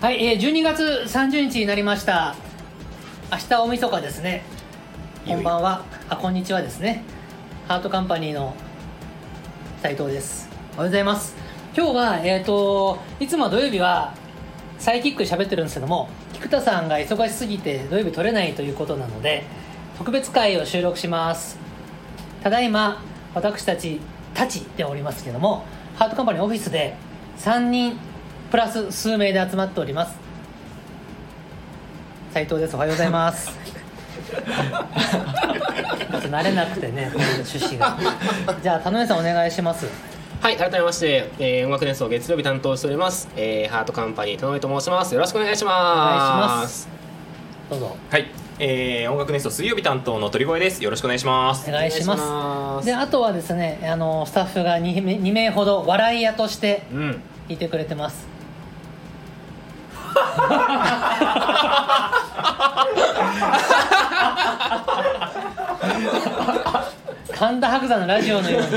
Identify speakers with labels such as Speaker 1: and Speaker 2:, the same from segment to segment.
Speaker 1: はい、えー、12月30日になりました明日大晦日ですね
Speaker 2: いよ
Speaker 1: こん
Speaker 2: いよ
Speaker 1: ばんはあこんにちはですねハートカンパニーの斉藤ですおはようございます今日はえっ、といつもは土曜日はサイキックで喋ってるんですけども菊田さんが忙しすぎて土曜日取れないということなので特別会を収録しますただいま私たちたちでおりますけどもハートカンパニーオフィスで3人プラス数名で集まっております斉藤ですおはようございます ちょっと慣れなくてねこういう趣旨がじゃあ田上さんお願いします
Speaker 2: はい、改めまして、えー、音楽演奏月曜日担当しております、えー、ハートカンパニー田上と申します。よろしくお願いしま
Speaker 1: お願いし
Speaker 2: す。
Speaker 1: ますどうぞ
Speaker 3: はい、えー、音楽ネスト水曜日担当の鳥越です。よろしくお願いします
Speaker 1: お。願いします
Speaker 2: お願いします
Speaker 1: であとはですねあのスタッフが 2, 名2名ほど笑い屋として
Speaker 2: うん、
Speaker 1: いてくれてます神田伯山のラジオのように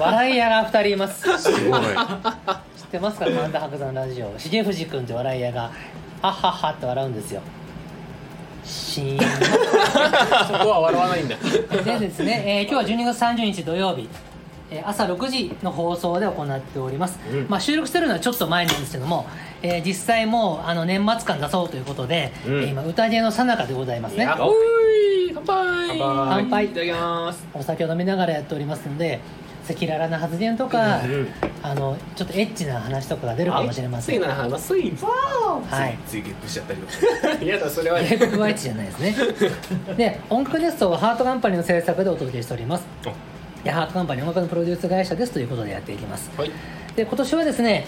Speaker 1: 笑い屋が2人います知
Speaker 3: すご い。
Speaker 1: ってますか神田伯山のラジオ重藤君って笑い屋があははって笑うんですよシーン
Speaker 2: そこは笑わないんだ。
Speaker 1: でですね、えー今日は12月30日土曜日、えー朝6時の放送で行っております、
Speaker 2: うん
Speaker 1: まあ、収録してるのはちょっと前なんですけども、えー実際もうあの年末感出そうということで、
Speaker 2: うん
Speaker 1: えー今宴のさなかでございますね
Speaker 2: やっほーい、乾杯。
Speaker 3: 乾
Speaker 1: 杯
Speaker 2: いただきます。
Speaker 1: お酒を飲みながらやっておりますので赤裸々な発言とか、
Speaker 2: うん
Speaker 1: あのちょっとエッチな話とかが出るかもしれません
Speaker 2: 暑いな、暑い。わ
Speaker 1: はい
Speaker 3: ついゲップしちゃったりとか。
Speaker 2: ー。 いやだ、それは。
Speaker 1: ゲップワイチじゃないです ねで音楽ネストはハートカンパニーの制作でお届けしております
Speaker 3: あ
Speaker 1: でハートカンパニー音楽のプロデュース会社ですということでやっていきます
Speaker 2: はい。
Speaker 1: で今年はですね、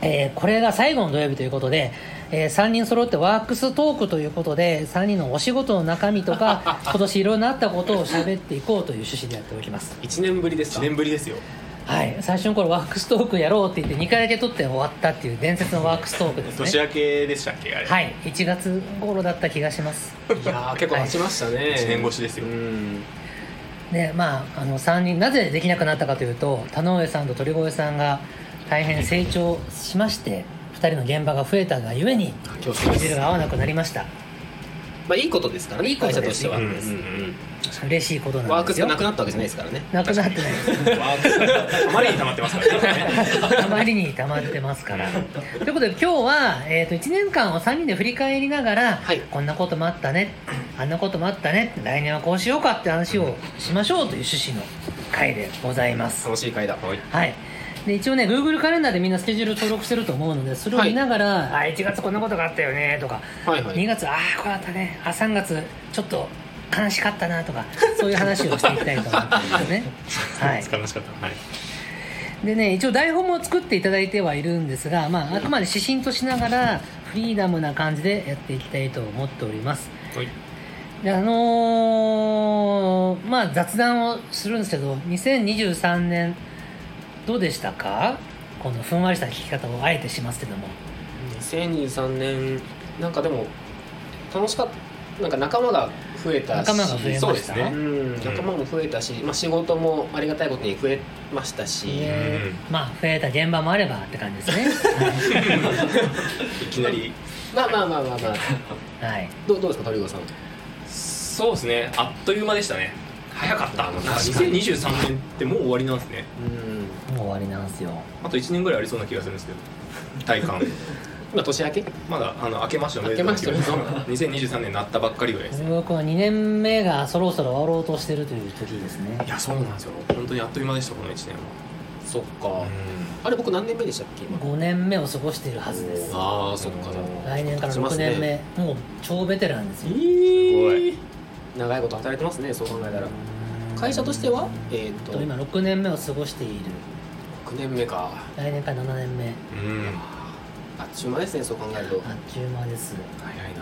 Speaker 1: えーこれが最後の土曜日ということで、え3人揃ってワークストークということで3人のお仕事の中身と か今年いろんなあったことを喋っていこうという趣旨でやっております
Speaker 2: 一年ぶりです
Speaker 3: 一
Speaker 2: か。
Speaker 3: 年ぶりですよ。
Speaker 1: はい最初の頃ワークストークやろうって言って2回だけ撮って終わったっていう伝説のワークストークです
Speaker 3: 年
Speaker 1: ね
Speaker 3: 明けでしたっけあれ。
Speaker 1: はい1月頃だった気がします
Speaker 2: いやー、結構経ちましたね。
Speaker 3: 一年越しですよ
Speaker 2: うん。
Speaker 1: でまああの3人なぜできなくなったかというと田上さんと鳥越さんが大変成長しまして2人の現場が増えたがゆえに
Speaker 2: 今日
Speaker 1: スケジュールが合わなくなりました
Speaker 2: まあ、いいことですからね。
Speaker 1: いいこと
Speaker 2: 会社
Speaker 1: で
Speaker 2: と
Speaker 1: す
Speaker 2: しては。
Speaker 3: うんうん
Speaker 1: 嬉しいことなん
Speaker 2: ワー
Speaker 1: で
Speaker 2: ク
Speaker 1: す
Speaker 2: ス
Speaker 1: よ
Speaker 2: がなくなったわけじゃないですからね。
Speaker 1: なくなってな
Speaker 3: う
Speaker 1: い
Speaker 3: ん。わーあまりに溜まってますからね。
Speaker 1: あまりに溜まってますからということで今日は、えー、と1年間を3人で振り返りながら、
Speaker 2: はい
Speaker 1: こんなこともあったねあんなこともあったね来年はこうしようかって話をしましょうという趣旨の回でございます
Speaker 2: 楽しい会だ。はい。
Speaker 1: はいで一応ね Google カレンダーでみんなスケジュール登録してると思うのでそれを見ながら、あ1月こんなことがあったよねとか
Speaker 2: はいはい
Speaker 1: 2月ああこうだったねあ3月ちょっと悲しかったなとかそういう話をしていきたいと思ってます ねはい
Speaker 3: 悲しかった。はい。
Speaker 1: でね一応台本も作っていただいてはいるんですが、まあ、あくまで指針としながらフリーダムな感じでやっていきたいと思っております
Speaker 3: はい。
Speaker 1: であのーまあ雑談をするんですけど2023年どうでしたかこのふんわりした聞き方をあえてしますけども
Speaker 2: 2023年なんかでも楽しかったなんか仲間が増えたし
Speaker 1: 仲間が増えました
Speaker 2: そうですね、
Speaker 1: う
Speaker 2: うん、仲間も増えたし、まあ、仕事もありがたいことに増えましたし、
Speaker 1: でまあ増えた現場もあればって感じですね
Speaker 3: いきなり。
Speaker 2: まあまあまあまあまあ
Speaker 1: はい
Speaker 2: どうどうですか鳥越さん
Speaker 3: そうですね。あっという間でしたね。早かった。
Speaker 2: 確かに
Speaker 3: 2023年ってもう終わりなんですね。
Speaker 2: うん
Speaker 1: もう終わりなんですよ
Speaker 3: あと一年ぐらいありそうな気がするんですけど。体 感。
Speaker 2: 今年明け
Speaker 3: まだあの明けましておめでとう
Speaker 2: 明けましておめでとう
Speaker 3: 2023年なったばっかりぐらいです。
Speaker 1: 僕は2年目がそろそろ終わろうとしてるという時ですね
Speaker 3: いやそうなんですよ。本当にあっという間でしたこの一年
Speaker 2: そっか、
Speaker 3: は。
Speaker 2: あれ僕何年目でしたっけ今
Speaker 1: 5年目を過ごしているはずです
Speaker 2: ああそっか
Speaker 1: 来年から
Speaker 2: しま
Speaker 1: 6
Speaker 2: す
Speaker 1: 年目、
Speaker 2: ね
Speaker 1: もう超ベテランです
Speaker 2: え
Speaker 1: よ
Speaker 2: ー長いこと働いてますねそう考えたら会社としてはえっ、
Speaker 1: えっ
Speaker 2: と
Speaker 1: と今6年目を過ごしている
Speaker 2: 9年目か
Speaker 1: 来年から7年目
Speaker 3: うん。
Speaker 2: あっちゅう間ですねそう考えると
Speaker 1: あっちゅう間です
Speaker 3: 早いな
Speaker 2: うん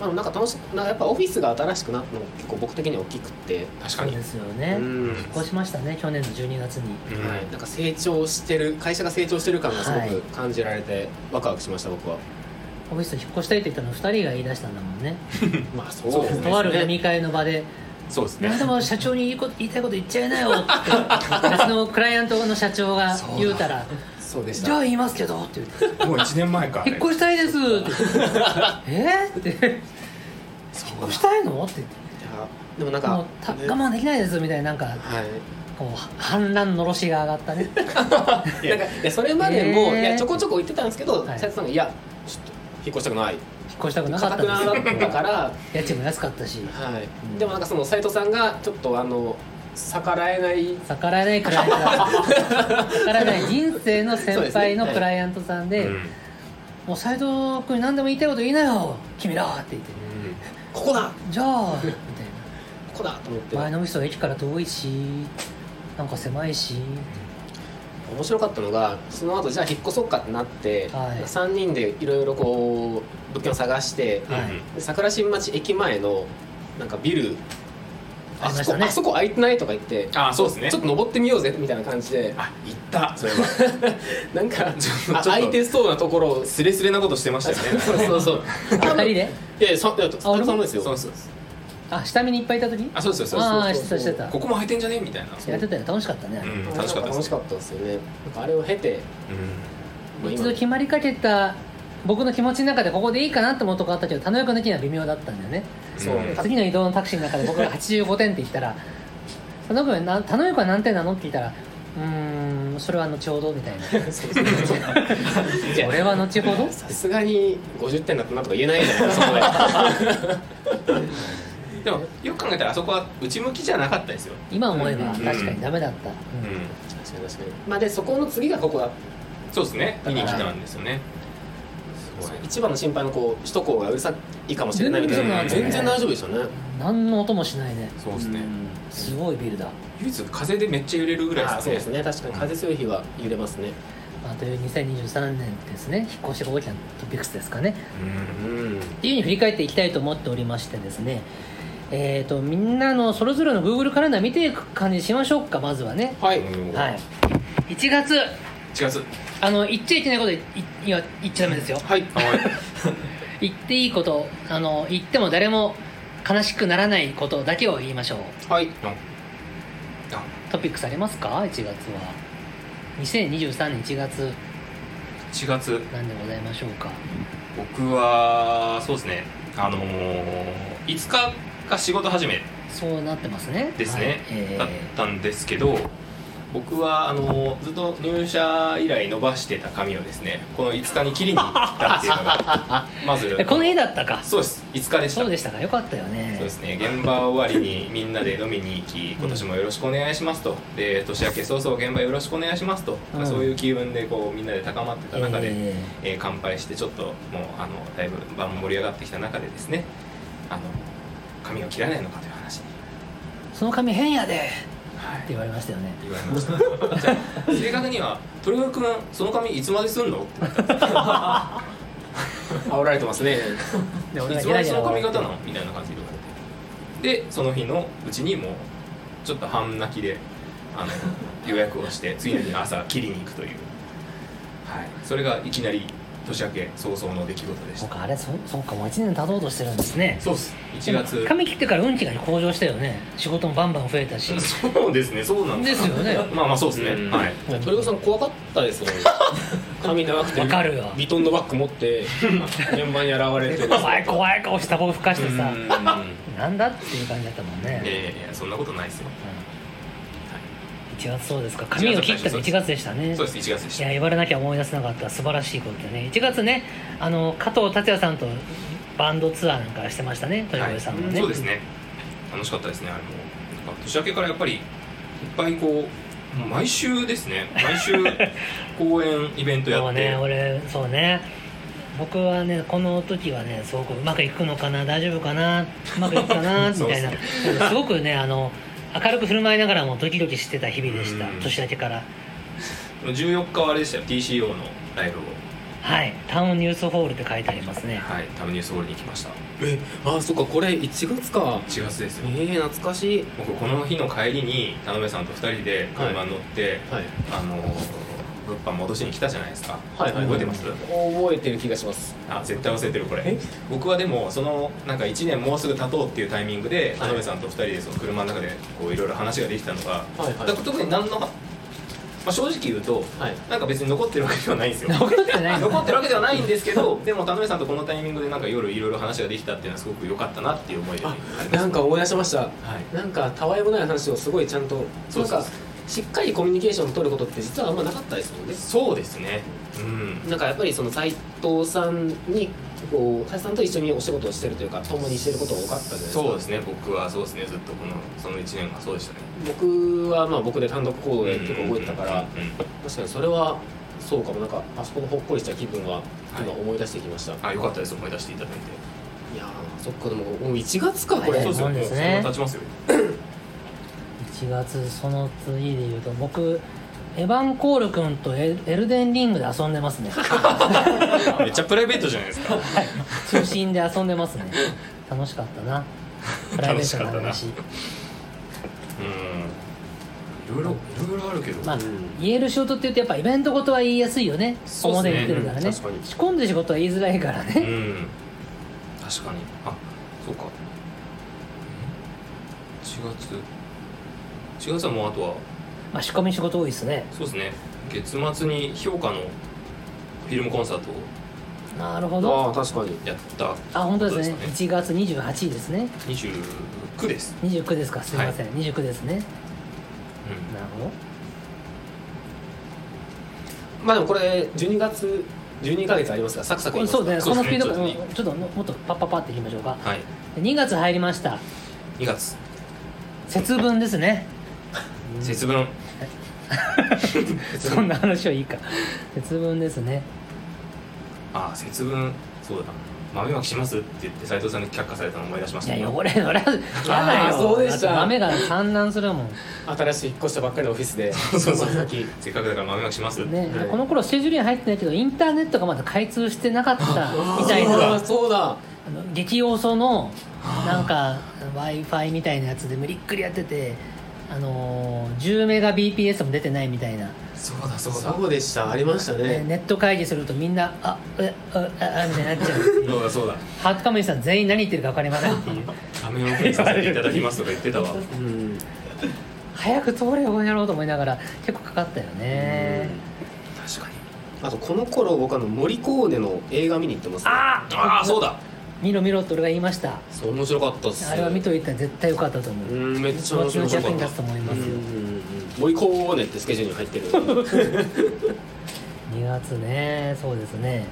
Speaker 2: まあ、なんか楽しなんかやっぱオフィスが新しくなったのも結構僕的には大きくって、
Speaker 3: 確
Speaker 1: そ
Speaker 3: か
Speaker 1: う
Speaker 3: に
Speaker 1: ですよ
Speaker 2: う
Speaker 1: ね
Speaker 2: ん
Speaker 1: こうしましたね去年の12月に
Speaker 3: うん
Speaker 2: はい、なんか成長してる会社が成長してる感がすご
Speaker 1: はい
Speaker 2: く感じられてワクワクしました僕は
Speaker 1: オフィス引っ越したいって言ったの2人が言い出したんだもんね
Speaker 2: まあそう
Speaker 3: そうですね
Speaker 1: とある飲み会の場で
Speaker 3: そうです
Speaker 1: 「
Speaker 3: ね
Speaker 1: 何でも社長にいいこと言いたいこと言っちゃいなよ」って別のクライアントの社長が言うたら「
Speaker 4: そうでし
Speaker 1: じゃあ
Speaker 4: た
Speaker 1: 言いますけどって言って
Speaker 4: もう1年前か
Speaker 1: 引っ越したい ですって言ってえーって引っ越したいのって言って
Speaker 2: やでもなん
Speaker 1: も
Speaker 2: か
Speaker 1: うた我慢できないですみたいななんか
Speaker 2: はい
Speaker 1: こう反乱のろしが上がったね
Speaker 2: なんかいやそれまでも、
Speaker 1: へー
Speaker 2: いやちょこちょこ言ってたんですけど
Speaker 1: はい
Speaker 2: 斉藤さんが「いやちょっと引っ越したくない」
Speaker 1: 引っ越したくなか
Speaker 2: か
Speaker 1: ったた
Speaker 2: くなだっ
Speaker 1: んです
Speaker 2: た
Speaker 1: よ
Speaker 2: から、
Speaker 1: 家賃も安かったし
Speaker 2: はい
Speaker 4: ん
Speaker 2: でもなんかその斉藤さんがちょっとあの逆らえない
Speaker 1: 逆らえないクライアントさん逆らえない人生の先輩のクライアントさんで
Speaker 5: うん
Speaker 1: 「もう斎藤君に何でも言いたいこと言いなよ君ら」って言って
Speaker 2: ここだ
Speaker 1: 「じゃあ」みたい
Speaker 2: ここだと思って
Speaker 1: な前のミスは駅から遠いしなんか狭いし
Speaker 2: 面白かったのがその後じゃあ引っ越そうかってなって、
Speaker 1: はい
Speaker 2: 3人でいろいろこう物件を探して、
Speaker 1: はい
Speaker 2: で桜新町駅前のなんかビル
Speaker 1: ありまし
Speaker 2: そ
Speaker 1: た
Speaker 2: こ
Speaker 1: ね
Speaker 2: あそこ空いてないとか言って
Speaker 5: あそうですね
Speaker 2: ちょっと登ってみようぜみたいな感じで
Speaker 5: あ行ったそれは
Speaker 2: なんか
Speaker 5: ちょっと
Speaker 2: あ
Speaker 5: ちょっと
Speaker 2: 空いてそうなところを
Speaker 5: スレスレなことしてました よね
Speaker 2: そうそうそう
Speaker 1: 2人で
Speaker 2: いやいやそいや
Speaker 1: あ俺も
Speaker 2: 太郎さんもですよ
Speaker 5: そうそうそう
Speaker 1: あ下見にいっぱいいた時
Speaker 5: あそうですよそう
Speaker 1: あ
Speaker 5: で
Speaker 1: あー
Speaker 2: そ
Speaker 1: して
Speaker 2: うそ
Speaker 1: た
Speaker 2: うそう
Speaker 1: してた
Speaker 5: すここも履いてんじゃねみたいな
Speaker 1: やってたよ楽しかったね、
Speaker 5: うん楽しかったで
Speaker 2: 楽し
Speaker 5: す
Speaker 2: かったですよねなんかあれを経て
Speaker 5: うん
Speaker 2: もう
Speaker 1: 一
Speaker 2: 今
Speaker 1: 度決まりかけた僕の気持ちの中でここでいいかなと思うとこあったけど田野君の時には微妙だったんだよね
Speaker 2: そう、
Speaker 5: うん
Speaker 1: 次の移動のタクシーの中で僕が85点って言ったら「田野君はな田野君は何点なの?」って聞いたら「うーんそれは後ほど」みたいな「
Speaker 2: そうそうそう いや
Speaker 1: 俺は後ほど?」
Speaker 2: さすがに50点だったなとか言えないじゃないですかそこで
Speaker 5: でもよく考えたらあそこは内向きじゃなかったですよ
Speaker 1: 今思えば
Speaker 5: うん
Speaker 1: 確かにダメだった、
Speaker 5: う
Speaker 1: うん
Speaker 5: ん
Speaker 2: 確かに確かにまあでそこの次がここだ
Speaker 5: そうですね見に来たんですよねすごい
Speaker 2: 一番の心配のこう首都高がうるさいかもしれないみたいな
Speaker 5: 全
Speaker 2: 全
Speaker 1: 然
Speaker 2: 然大丈夫ですよね
Speaker 1: 何の音もしないね
Speaker 5: そうですね
Speaker 1: すごいビルだ、
Speaker 5: 唯一風でめっちゃ揺れるぐら
Speaker 2: あ
Speaker 5: い
Speaker 2: あそう
Speaker 5: で
Speaker 2: ですす
Speaker 5: ね
Speaker 2: ね確かに風強い日は揺れますね
Speaker 1: まあ、という2023年ですね引っ越しが大きなトピックスですかね
Speaker 5: うん
Speaker 2: うん
Speaker 1: っていうふうに振り返っていきたいと思っておりましてですねえー、とみんなのそれぞれの Google カレンダー見ていく感じにしましょうかまずはね
Speaker 2: はい
Speaker 1: はい1月
Speaker 5: 1月
Speaker 1: あの言っちゃいけないこといいや言っちゃダメですよ
Speaker 2: はい
Speaker 1: 言っていいことあの言っても誰も悲しくならないことだけを言いましょう
Speaker 2: はい
Speaker 1: トピックスありますか1月は2023年1月
Speaker 5: 1月
Speaker 1: なんでございましょうか
Speaker 5: 僕はそうですねあのー、5日が仕事始め
Speaker 1: そうなってますね
Speaker 5: ですね、
Speaker 1: はいえ
Speaker 5: だったんですけど僕はあのずっと入社以来伸ばしてた髪をですねこの5日に切りに行ったっていうのがまず
Speaker 1: ーえこの日だったか
Speaker 5: そうです5日でした
Speaker 1: そうでしたかよかったよね
Speaker 5: そうですね現場終わりにみんなで飲みに行き今年もよろしくお願いしますとで年明け早々現場よろしくお願いしますと、
Speaker 1: うん
Speaker 5: そういう気分でこうみんなで高まってた中で、え
Speaker 1: え
Speaker 5: ー乾杯してちょっともうあのだいぶ場も盛り上がってきた中でですねあの髪を切らないのかという話に、
Speaker 1: ーその髪変やでって
Speaker 5: はい、
Speaker 1: 言われましたよね
Speaker 5: 言われま したじゃあ正確には「鳥越君その髪いつまですんの?」って
Speaker 2: 煽られてますね
Speaker 1: で
Speaker 5: いつまでその髪型なのみたいな感じで言われてでその日のうちにもうちょっと半泣きであの予約を して次の日の朝切りに行くという、はい、それがいきなり年明け早々の出来事でし
Speaker 1: そう
Speaker 5: た
Speaker 1: かあれそそうかもう1年経とうとしてるんですね
Speaker 5: そうっす1月
Speaker 1: 髪切ってから運気が向上したよね仕事もバンバン増えたし
Speaker 5: そうですねそうなん
Speaker 1: ですよね
Speaker 5: まあまあそうですね、
Speaker 2: うん
Speaker 5: はい
Speaker 2: 鳥越さん怖かったです よね髪長くて
Speaker 1: わかるわ
Speaker 2: ビトンのバッグ持って現場に現れて
Speaker 1: 怖い怖い顔してタバコふかしてさ
Speaker 5: うん
Speaker 1: なんだっていう感じだったもんね、
Speaker 5: いやいやいやそんなことないですよ、
Speaker 1: うん1月そうですか髪を切ったの1月でしたね
Speaker 5: そうです1月でし
Speaker 1: い
Speaker 5: た
Speaker 1: や言われなきゃ思い出せなかった素晴らしいことだね1月ねあの加藤達也さんとバンドツアーなんかしてましたね鳥越さんもね、
Speaker 5: はい、そうですね楽しかったですねあれもなんか年明けからやっぱりいっぱいこうもう毎週ですね毎週公演イベントや
Speaker 1: そう
Speaker 5: っ
Speaker 1: ね
Speaker 5: て
Speaker 1: 俺そうね僕はねこの時はねすごくうまくいくのかな大丈夫かなうまくいくかなみ
Speaker 5: そう
Speaker 1: た
Speaker 5: で
Speaker 1: い
Speaker 5: す
Speaker 1: な
Speaker 5: ね
Speaker 1: すごくねあの明るく振る舞いながらもドキドキしてた日々でした
Speaker 5: うん
Speaker 1: 年明けから
Speaker 5: 14日はあれでしたよ TCO のライブを
Speaker 1: はいタウンニュースホールって書いてありますね
Speaker 5: はいタムニュースホールに来ました
Speaker 2: えあそっかこれ1月か
Speaker 5: 1月です
Speaker 2: えー、
Speaker 5: よ
Speaker 2: 懐かしい
Speaker 5: 僕この日の帰りに田辺さんと2人で車に乗って、
Speaker 2: はい
Speaker 5: あの物販戻しに来たじゃないですか、
Speaker 2: はいはいはい
Speaker 5: 覚えてます
Speaker 2: 覚えてる気がします
Speaker 5: あ絶対忘れてるこれ
Speaker 2: え
Speaker 5: 僕はでもそのなんか1年もうすぐ経とうっていうタイミングで田辺さんと2人でその車の中でこういろいろ話ができたのが、
Speaker 2: はいはい
Speaker 5: だから特に何のまあ、正直言うと
Speaker 2: はい
Speaker 5: なんか別に残ってるわけではないんですよ
Speaker 1: 残ってないの
Speaker 5: 残ってるわけではないんですけどでも田辺さんとこのタイミングでなんか夜いろいろ話ができたっていうのはすごく良かったなっていう思いであ
Speaker 2: あ
Speaker 5: ります
Speaker 2: なんか思い出しました
Speaker 5: はい
Speaker 2: なんかたわいもない話をすごいちゃんと
Speaker 5: そうそう
Speaker 2: なんかしっかりコミュニケーション取ることって実はあんまなかったですもんね
Speaker 5: そうですねうん
Speaker 2: なんかやっぱりその斎藤さんにこう斎藤さんと一緒にお仕事をしてるというか共にしてることが多かったじゃないですか
Speaker 5: そうですね僕はそうですねずっとこのその1年がそうでしたね
Speaker 2: 僕はまあ僕で単独行動で結構動いてたから、
Speaker 5: うんうんうん
Speaker 2: 確かにそれはそうかもなんかあそこのほっこりした気分は今
Speaker 5: はい
Speaker 2: 思い出してきました、い、
Speaker 5: あよかったです思い出していただいて
Speaker 2: やーそっかでももう1月かこ
Speaker 1: は
Speaker 2: れ、
Speaker 1: い
Speaker 5: そうですよ
Speaker 1: そう
Speaker 5: もう
Speaker 1: で
Speaker 5: そ
Speaker 1: す
Speaker 5: ん
Speaker 1: ね
Speaker 5: な経ちますよ
Speaker 1: 1月その次で言うと僕エヴァン・コール君とエエルデンリングで遊んでますね
Speaker 5: めっちゃプライベートじゃないです か
Speaker 1: 中心で遊んでますね 楽しかったなプライベートな
Speaker 5: 楽
Speaker 1: 話
Speaker 5: しかうんいろいろいろいろあるけど、
Speaker 1: まあ
Speaker 2: うん
Speaker 1: 言える仕事って言うとやっぱイベントごとは言いやすいよね
Speaker 5: そうっす
Speaker 1: 表
Speaker 5: ね
Speaker 1: に出てるからね
Speaker 2: うん
Speaker 1: 仕
Speaker 2: 確かに
Speaker 1: 込んでる仕事は言いづらいから
Speaker 5: う
Speaker 1: ね
Speaker 5: ん確かにあそうか4月4月はもうあとは
Speaker 1: まあ仕込み仕事多いですね
Speaker 5: そうですね月末に評価のフィルムコンサートを
Speaker 1: なるほど
Speaker 2: ああ確かに
Speaker 5: やった
Speaker 1: あ本当ですね
Speaker 5: そうです
Speaker 1: 1月28日ですね
Speaker 5: 29です、
Speaker 1: 29ですかすいません、29ですね
Speaker 5: う
Speaker 1: なるほど
Speaker 2: まあでもこれ12月12ヶ月ありますからサクサクいきます
Speaker 1: そう
Speaker 2: か
Speaker 1: ですね、こ
Speaker 5: そう
Speaker 1: の
Speaker 5: です
Speaker 1: ス
Speaker 5: ね
Speaker 1: ピード感、
Speaker 5: ちょっと
Speaker 1: うんちょっともっとパッパッパっていきましょうか。
Speaker 5: ん、はい
Speaker 1: 2月入りました、
Speaker 5: 2月
Speaker 1: 節分ですね。
Speaker 5: 節分
Speaker 1: そんな話はいいか。節分ですね。
Speaker 5: ああ節分そうだ豆まきしますって言って斉藤さんに却下されたの思い出しまし
Speaker 1: い
Speaker 5: た
Speaker 1: や、汚れ、それは、やだ
Speaker 2: あー
Speaker 1: よ。
Speaker 2: そうでした
Speaker 1: だって豆が散乱するもん。
Speaker 2: 新しい引っ越したばっかりのオフィスで
Speaker 5: そうそうそう
Speaker 2: つま 先
Speaker 5: せっかくだから豆まきしますって、
Speaker 1: ね、
Speaker 2: はい
Speaker 1: この頃スケジュールに入ってないけど、インターネットがまだ開通してなかったみたい
Speaker 2: そう
Speaker 1: な
Speaker 2: だ。そうだ
Speaker 1: あの激要素のなんか w i f i みたいなやつで無理っくりやってて、あのー10メガ BPS も出てないみたいな、
Speaker 5: そうだそうだ
Speaker 2: そうでしたありました
Speaker 1: ね
Speaker 2: ね
Speaker 1: ネット会議するとみんな「あえあああみたいになっちゃう
Speaker 5: そうだそうだ
Speaker 1: ハートカムイさん全員何言ってるか分かりませんっていう
Speaker 5: 豆まきさせていただきますとか言ってたわ
Speaker 2: うん
Speaker 1: 早く通れよこの野郎と思いながら結構かかったよね
Speaker 5: 確かに
Speaker 2: あとこの頃僕あの森コーネの映画見に行ってます、ね、
Speaker 1: あ
Speaker 5: ああそうだ
Speaker 1: 見ろ見ろって俺が言いました
Speaker 2: そう面白かったっす
Speaker 1: あれは見といたら絶対良かったと思う、
Speaker 2: うんめっちゃ面
Speaker 1: 後
Speaker 2: 白
Speaker 1: 々
Speaker 2: かっ
Speaker 1: 役に
Speaker 2: た
Speaker 1: 立つと思いますよ、
Speaker 2: うん森コーネってスケジュールに入ってる
Speaker 1: 2月ねそうですね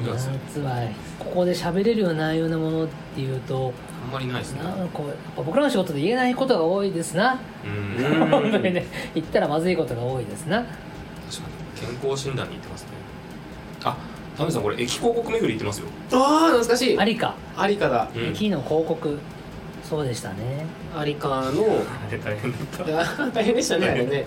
Speaker 5: 2
Speaker 1: 2
Speaker 5: 月
Speaker 1: 月はここで喋れるような内容のものっていうと
Speaker 5: あんまりないですね
Speaker 1: なんかこうやっぱ僕らの仕事で言えないことが多いですな
Speaker 5: うん
Speaker 2: う
Speaker 5: 確
Speaker 2: ん
Speaker 1: 本当にね言ったらまずいことが多いですな
Speaker 5: かに健康診断に行ってますねあ田辺さんこれ駅広告巡り行ってますよ
Speaker 2: ああ懐かしい
Speaker 1: ありか
Speaker 2: アリカだ
Speaker 5: うん
Speaker 1: 駅の広告そうでしたね
Speaker 2: アリカの
Speaker 5: あれ大変だった
Speaker 2: いや 大変でしたねあれね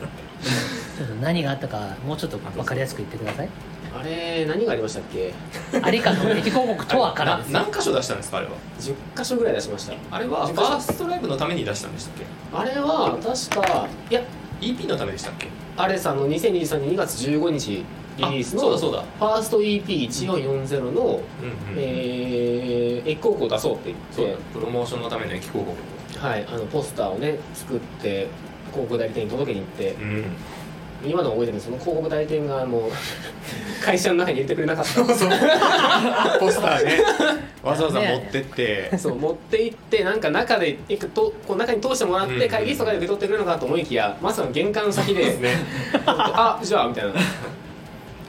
Speaker 1: ちょっと何があったかもうちょっと分かりやすく言ってください
Speaker 2: あれ何がありましたっけ
Speaker 1: ありかの駅広告とはからです
Speaker 5: な何箇所出したんですかあれは
Speaker 2: 10箇所ぐらい出しました
Speaker 5: あれはファーストライブのために出したんでしたっ
Speaker 2: あれは確かいや
Speaker 5: け EP のためでしたっけ
Speaker 2: アレさんの2023年2月15日リリースの
Speaker 5: あそうだそうだ
Speaker 2: ファースト EP1440 の、
Speaker 5: うんうん
Speaker 2: えー、駅高校出そうって
Speaker 5: そう
Speaker 2: 言
Speaker 5: だ
Speaker 2: っ
Speaker 5: プロモーションのための駅広告
Speaker 2: て、はい、あのポスターをね作って広告代理店に届けに行って
Speaker 5: うん
Speaker 2: 今の覚えてるんですその広告代理店があの会社の中に入れてくれなかった
Speaker 5: ポスターね わざわざ持って って
Speaker 2: そう持って行ってなんか中でいくとこう中に通してもらっ
Speaker 5: うんう
Speaker 2: て
Speaker 5: ん
Speaker 2: 会議室とかで受け取ってくれるのかと思いきやまさか玄関の先で
Speaker 5: ね
Speaker 2: 「あじゃあ」みたいな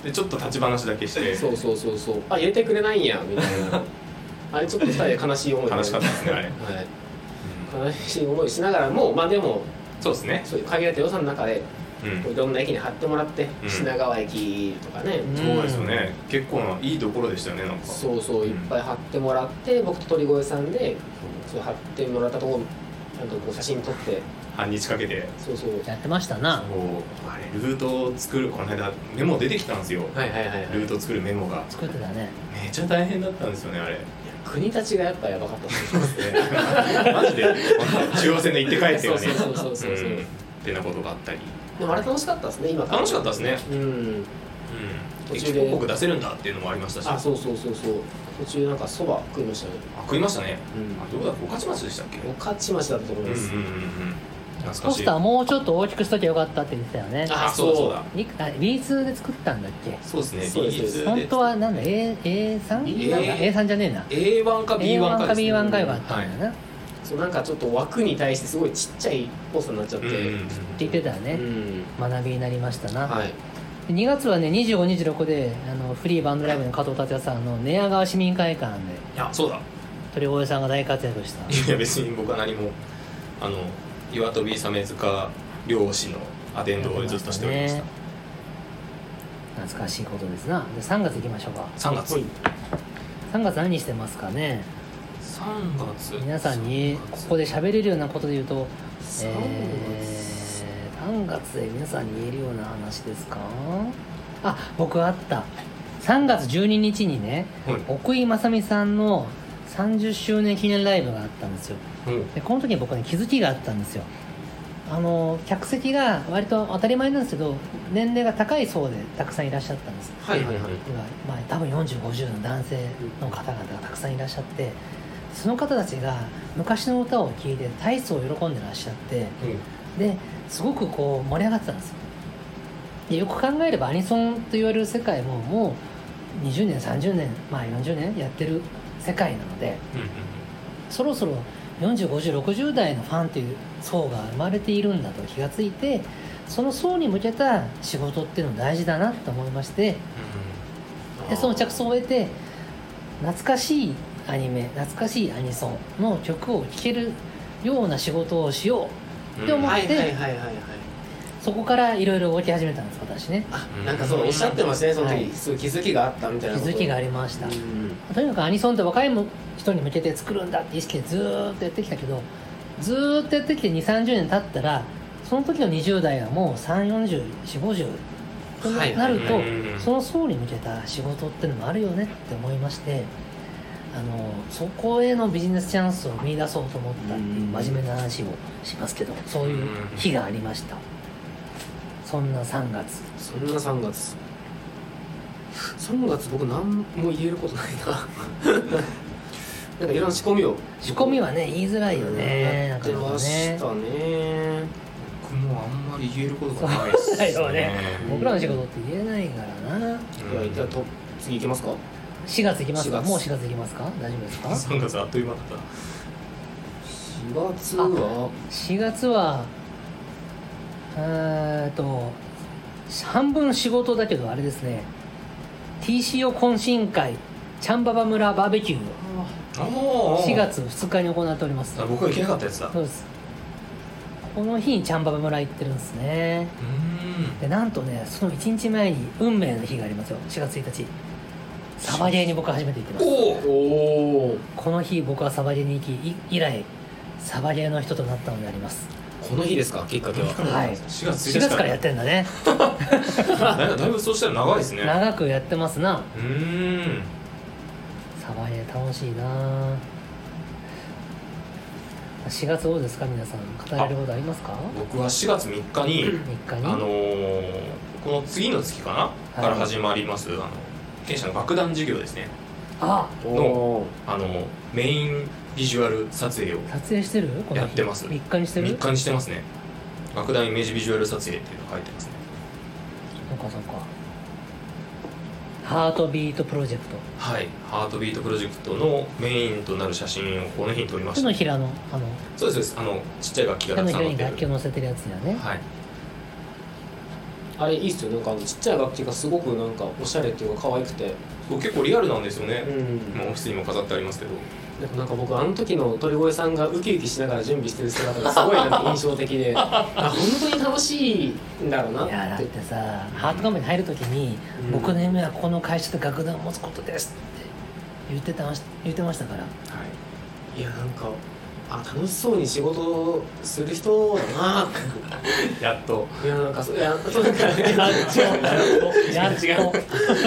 Speaker 5: でちょっと立ち話だけして
Speaker 2: そうそうそうそうあ入れてくれないんやみたいな あれちょっと二人で悲しい思い
Speaker 5: 悲しかったですねあれ、
Speaker 2: はい悲しい思いしながらもまあでも
Speaker 5: そうですね
Speaker 2: そういう限られた予算の中で
Speaker 5: うん
Speaker 2: こういろんな駅に貼ってもらって、
Speaker 5: うん
Speaker 2: 品川駅とかね、
Speaker 1: うん
Speaker 5: そうですよね結構ないいところでしたよねなんか
Speaker 2: そうそう
Speaker 5: うん
Speaker 2: いっぱい貼ってもらって僕と鳥越さんでそう貼ってもらったところちゃんとこう写真撮って
Speaker 5: 半日かけて
Speaker 2: そうそう
Speaker 1: やってましたな
Speaker 5: こうあれルートを作るこの間メモ出てきたんですよ、
Speaker 2: はいはいはいはい
Speaker 5: ルート作るメモが
Speaker 1: 作ってたね
Speaker 5: めっちゃ大変だったんですよねあ れ
Speaker 2: 国たちがやっぱやばかったですね
Speaker 5: マジで中央線で行って帰ってよね
Speaker 2: そうそうそうそうそう
Speaker 5: うんってなことがあったり
Speaker 2: でもあれ楽しかったですね今
Speaker 5: 楽しかったですね
Speaker 2: うん
Speaker 5: うん
Speaker 2: 途
Speaker 5: 駅
Speaker 2: 中で
Speaker 5: 広告出せるんだっていうのもありましたし
Speaker 2: あそうそうそうそう途中なんかそば食いましたね
Speaker 5: あ食いましたね
Speaker 2: うん
Speaker 5: あどこだ御徒町でしたっけ
Speaker 2: 御徒町だったと思います、
Speaker 5: うんうんうんうん懐
Speaker 1: ポ
Speaker 5: かし
Speaker 1: ス
Speaker 5: い
Speaker 1: ターもうちょっと大きくしときゃよかったって言ってたよね
Speaker 2: あ
Speaker 5: あそうだそうだ
Speaker 1: いくあ B2 で作ったんだっけ
Speaker 5: そうですね
Speaker 2: そうですそうです
Speaker 1: 本当はなんだ A- A3? なんだ A3 じゃねえな
Speaker 5: A1 か B1 か
Speaker 1: A1 か
Speaker 5: ですね
Speaker 1: B1 かよかった
Speaker 5: はい
Speaker 1: んだな、
Speaker 2: そうなんかちょっと枠に対してすごいちっちゃいポスターになっちゃって、
Speaker 5: うん
Speaker 1: 聞いてたらね、
Speaker 2: うん
Speaker 1: 学びになりましたな、
Speaker 2: はい
Speaker 1: 2月はね2526であのフリーバンドライブの加藤達也さんの寝屋川市民会館で
Speaker 5: いやそうだ
Speaker 1: 鳥越さんが大活躍した
Speaker 5: いや別に僕は何もあの岩飛び鮫塚漁師のアテンドをずっとしておりました
Speaker 1: ね懐かしいことですなで3月行きましょうか
Speaker 5: 3月
Speaker 2: はい
Speaker 1: 3月何してますかね
Speaker 5: 3月
Speaker 1: 皆さんにここで喋れるようなことで言うとえー3月で皆さんに言えるような話ですかあ僕あった3月12日にね
Speaker 5: はい
Speaker 1: 奥井正美さんの30周年記念ライブがあったんですよ
Speaker 5: うん
Speaker 1: でこの時に僕ね気づきがあったんですよあの客席が割と当たり前なんですけど年齢が高い層でたくさんいらっしゃったんです
Speaker 2: はいはいはい
Speaker 1: 今、まあ、多分4050の男性の方々がたくさんいらっしゃってその方たちが昔の歌を聴いて体操を喜んでらっしゃってですごくこう盛り上がってたんですよでよく考えればアニソンと言われる世界ももう20年30年まあ40年やってる世界なのでそろそろ405060代のファンという層が生まれているんだと気がついてその層に向けた仕事っていうの大事だなと思いましてでその着想を得て懐かしいアニメ懐かしいアニソンの曲を聴けるような仕事をしよ
Speaker 5: うん
Speaker 1: でも
Speaker 2: はいはいはいはいはい。
Speaker 1: うそこからいろいろ動き始めたんです私ね
Speaker 2: あ、なんかそのおっしゃってましたね、その時、
Speaker 1: はい
Speaker 2: すごい気づきがあったみた
Speaker 1: 気
Speaker 2: いなこと。
Speaker 1: づきがあ
Speaker 2: り
Speaker 1: りました
Speaker 2: うん。
Speaker 1: とにかくアニソンって若い人に向けて作るんだって意識でずーっとやってきたけどずーっとやってきて2 3 0年経ったらその時の20代はもう3 4 0 4 5 0となると、
Speaker 5: はいはいはいうん
Speaker 1: その層に向けた仕事ってのもあるよねって思いましてあのそこへのビジネスチャンスを見出そうと思ったっていう真面目な話をしますけどそういう日がありましたそんな3月
Speaker 2: そんな三月。三月僕何も言えることないな。 なんかいろんな仕込みを。
Speaker 1: 仕込みはね言いづらいよね
Speaker 2: や
Speaker 1: な
Speaker 2: っ
Speaker 1: か
Speaker 2: て
Speaker 1: なか
Speaker 2: ま
Speaker 1: ね
Speaker 2: したね。
Speaker 5: 僕もあんまり言えることがないです
Speaker 1: そうだよね僕らの仕事って言えないからな
Speaker 2: じゃあ、じゃあ、と、次行きますか。
Speaker 1: 4月行きますか
Speaker 2: 4月
Speaker 1: もう4月行きますか大丈夫ですか
Speaker 5: 3月あっという間だっ
Speaker 2: 四
Speaker 5: た
Speaker 2: 月は。
Speaker 1: 4月はえーっと半分仕事だけどあれですね TCO 懇親会チャンババ村バーベキューを
Speaker 5: あ
Speaker 1: 4月2日に行っております
Speaker 5: あ僕は行けなかったやつだ
Speaker 1: そうですこの日にチャンババ村行ってるんですね
Speaker 5: うん
Speaker 1: でなんとねその1日前に運命の日がありますよ4月1日サバゲーに僕初めて行ってます
Speaker 5: お
Speaker 2: お
Speaker 5: お
Speaker 2: お。
Speaker 1: この日僕はサバゲーに行きい以来サバゲーの人となったのであります
Speaker 2: この日ですか、きっかけは。
Speaker 1: はい
Speaker 5: 4月
Speaker 1: 4
Speaker 5: 1日
Speaker 1: 月からやってんだね
Speaker 5: だいだいぶそうしたら長いですね
Speaker 1: 長くやってますな
Speaker 5: うーん
Speaker 1: サバゲー楽しいな4月どうですか皆さん語られることありますか
Speaker 5: 僕は4月3日に
Speaker 1: 3
Speaker 5: あ
Speaker 1: 日に、
Speaker 5: のーこの次の月か
Speaker 1: い
Speaker 5: なから始まりますあの弊社の楽団事業ですね
Speaker 1: あ
Speaker 2: お
Speaker 5: あのメインビジュアル撮影を
Speaker 1: 撮影してるこの日
Speaker 5: やってます
Speaker 1: 3日にしてる
Speaker 5: 3日にしてますね楽団イメージビジュアル撮影っていうの書いてますね
Speaker 1: そうかそうかハートビートプロジェクト
Speaker 5: はいハートビートプロジェクトのメインとなる写真をこの日に撮りま
Speaker 1: 手
Speaker 5: し
Speaker 1: の
Speaker 5: た
Speaker 1: ひらのあの
Speaker 5: そうですそうですあのちっちゃい楽器が
Speaker 1: 手
Speaker 5: た
Speaker 1: の
Speaker 5: く
Speaker 1: ひ
Speaker 5: さん
Speaker 1: ら
Speaker 5: 乗っ
Speaker 1: に
Speaker 5: て
Speaker 1: 楽器を
Speaker 5: る
Speaker 1: 乗せてるやつだよね
Speaker 5: はい
Speaker 2: あれいいっすよ、なんかあのちっちゃい楽器がすごくなんかおしゃれっていうか可愛くて。
Speaker 5: そう結構リアルなんですよね、
Speaker 2: ん
Speaker 5: まあオフィスにも飾ってありますけど
Speaker 2: でもなんか僕あの時の鳥越さんがウキウキしながら準備してる姿がすごいなんか印象的 であ本当に楽しいんだろうない
Speaker 1: やだ
Speaker 2: っ
Speaker 1: っててさハートカムに入るときに、
Speaker 2: うん
Speaker 1: 僕の夢はこの会社で楽団を持つことですって言ってた言ってましたから
Speaker 2: いやなんかあ楽しそうに仕事をする人だ な
Speaker 5: やっ と
Speaker 2: いやなんかそういやそうなんかいや違う
Speaker 1: やっ
Speaker 5: 違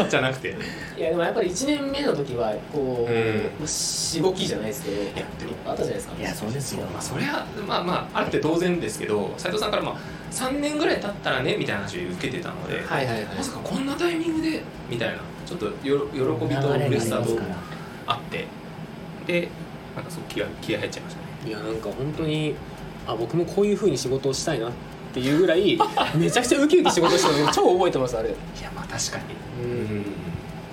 Speaker 5: うじゃなくてい
Speaker 2: いやでもやっぱり1年目の時はこう、
Speaker 5: うん
Speaker 2: まあしごきじゃないですけど
Speaker 5: やでも
Speaker 2: あったじゃないですか
Speaker 1: いやそうですよ
Speaker 5: まあそれはまあまああって当然ですけど斉藤さんからまあ3年ぐらい経ったらねみたいな話を受けてたので、
Speaker 2: はいはいはい
Speaker 5: まさかこんなタイミングでみたいなちょっとよろ喜
Speaker 1: 流
Speaker 5: びと
Speaker 1: れがあり
Speaker 5: 嬉
Speaker 1: ま
Speaker 5: し
Speaker 1: す
Speaker 5: さと
Speaker 1: から
Speaker 5: あってでなんかそう気が気合入っちゃいましたね
Speaker 2: いやなんか本当にあ僕もこういうふうに仕事をしたいなっていうぐらいめちゃくちゃウキウキ仕事してるの超覚えてますあれ
Speaker 3: いやまあ確かに
Speaker 2: うん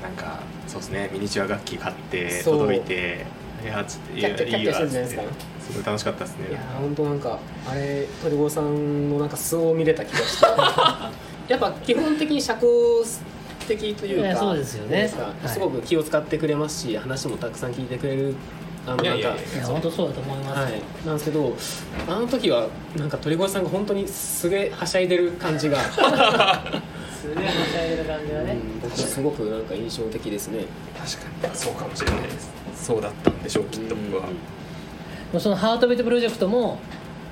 Speaker 3: なんかそうですねミニチュア楽器買って
Speaker 2: そう
Speaker 3: 届いていやちょっとい
Speaker 2: キャッキャキャッキャしてるじゃないですか
Speaker 3: いいわっつってすごい楽しかったですね
Speaker 2: いやー本当なんかあれ鳥越さんのなんか素を見れた気がして やっぱ基本的に社交的という
Speaker 1: い
Speaker 2: か
Speaker 1: やそうですよね
Speaker 2: なんか
Speaker 1: はい
Speaker 2: すごく気を使ってくれますし話もたくさん聞いてくれるあの
Speaker 3: いや
Speaker 2: なん
Speaker 3: いやい
Speaker 2: か
Speaker 3: や
Speaker 1: いや本当そうだと思います、
Speaker 2: はい、なんですけどあの時はなんか鳥越さんが本当にすげえはしゃいでる感 じが、
Speaker 1: すげえ持ち上げる感じがね、
Speaker 2: 僕はすごくなんか印象的ですね
Speaker 3: 確かにそうかもしれないですそうだったんでしょうきっと僕は
Speaker 2: うん
Speaker 1: もうそのハートビートプロジェクトも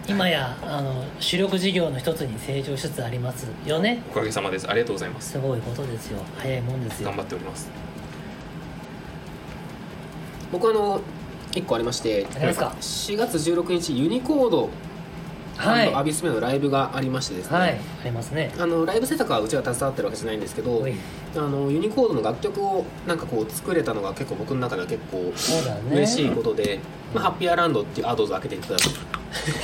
Speaker 1: 今やあの主力事業の一つに成長しつつありますよね
Speaker 3: おかげさまですありがとうございます
Speaker 1: すごいことですよ早いもんですよ
Speaker 3: 頑張っております
Speaker 2: 僕あの1個ありまして
Speaker 1: ありますか
Speaker 2: 4月16日ユニコード
Speaker 1: はい
Speaker 2: アビスメのライブがありましてですね、
Speaker 1: はいありますね
Speaker 2: あのライブ制作はうちが携わってるわけじゃないんですけど
Speaker 1: おい
Speaker 2: あのユニコードの楽曲をなんかこう作れたのが結構僕の中では結構
Speaker 1: そうだね
Speaker 2: 嬉しいことで、まあ、ハッピーアランドっていうあどうぞ開けてくだ さいハ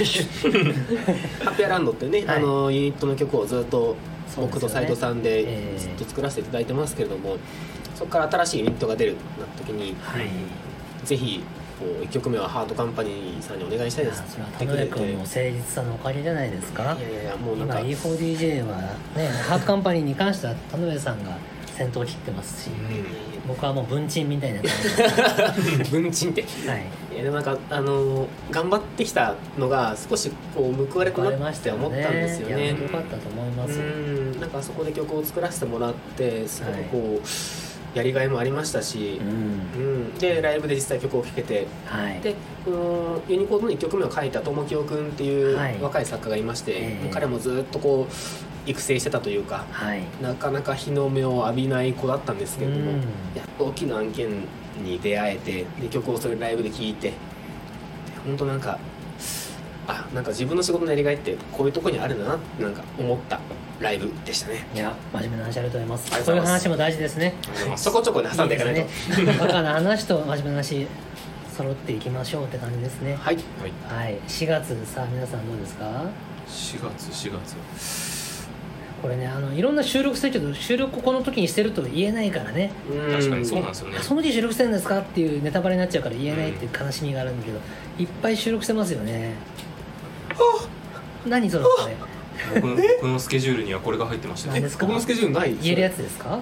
Speaker 2: ッピーアランドってね、
Speaker 1: はい
Speaker 2: あのユニットの曲をずっと
Speaker 1: そうですよね
Speaker 2: 僕と斉藤さんで
Speaker 1: ええ
Speaker 2: ずっと作らせていただいてますけれども、そこから新しいユニットが出るなった時に
Speaker 1: はい
Speaker 2: ぜひこう1曲目はハートカンパニーさんにお願いしたい
Speaker 1: い
Speaker 2: で
Speaker 1: や
Speaker 2: す
Speaker 1: それは田辺君の誠実さのおかげじゃないですか
Speaker 2: いやいやいやもうなん
Speaker 1: 今
Speaker 2: か
Speaker 1: E4DJ はねハーフカンパニーに関しては田辺さんが先頭を切ってますし僕はもう文鎮みたいな感じで
Speaker 2: 文鎮って
Speaker 1: はい
Speaker 2: いやでもなんかあのー頑張ってきたのが少しこう報われた
Speaker 1: 報われ
Speaker 2: な
Speaker 1: ま
Speaker 2: っ
Speaker 1: した
Speaker 2: て
Speaker 1: よ
Speaker 2: 思ったん
Speaker 1: ね
Speaker 2: ですよ
Speaker 1: い
Speaker 2: ね
Speaker 1: や。良かったと思います
Speaker 2: うんなんかそこで曲を作らせてもらってすごくこう、やりがいもありましたし
Speaker 1: う、ん
Speaker 2: うんでライブで実際曲を聴けて
Speaker 1: はい
Speaker 2: でこのユニコーンの1曲目を書いた友清くんっていう
Speaker 1: はい
Speaker 2: 若い作家がいまして、
Speaker 1: ええ
Speaker 2: 彼もずっとこう育成してたというか
Speaker 1: はい
Speaker 2: なかなか日の目を浴びない子だったんですけれども、
Speaker 1: うん
Speaker 2: やっと大きな案件に出会えてで曲をそれライブで聴いて本当なんかあなんか自分の仕事のやりがいってこういうとこにあるんだなってなんか思ったライブでしたね
Speaker 1: いや真面目な話ありがとうございま
Speaker 2: あ
Speaker 1: す
Speaker 2: りが
Speaker 1: そ
Speaker 2: と
Speaker 1: ういう
Speaker 2: うございま
Speaker 1: 話
Speaker 2: す
Speaker 1: も大事ですね
Speaker 2: そこちょこね挟んでいかないと
Speaker 1: いですねバカな話と真面目な話揃っていきましょうって感じですね
Speaker 2: はい
Speaker 3: はい
Speaker 1: はい4月さあ皆さんどうですか
Speaker 3: 4月4月
Speaker 1: これねあのいろんな収録してるけど収録をこの時にしてると言えないからね
Speaker 3: 確かにそうなんですすよ
Speaker 1: い
Speaker 3: ね
Speaker 1: やその時収録してるんですかっていうネタバレになっちゃうから言えないっていう悲しみがあるんだけどいっぱい収録してますよね何それこれ
Speaker 3: 僕の僕のスケジュールにはこれが入ってました
Speaker 1: 何
Speaker 3: ね
Speaker 1: ですか
Speaker 2: 僕のスケジュールない
Speaker 1: 言えるやつですか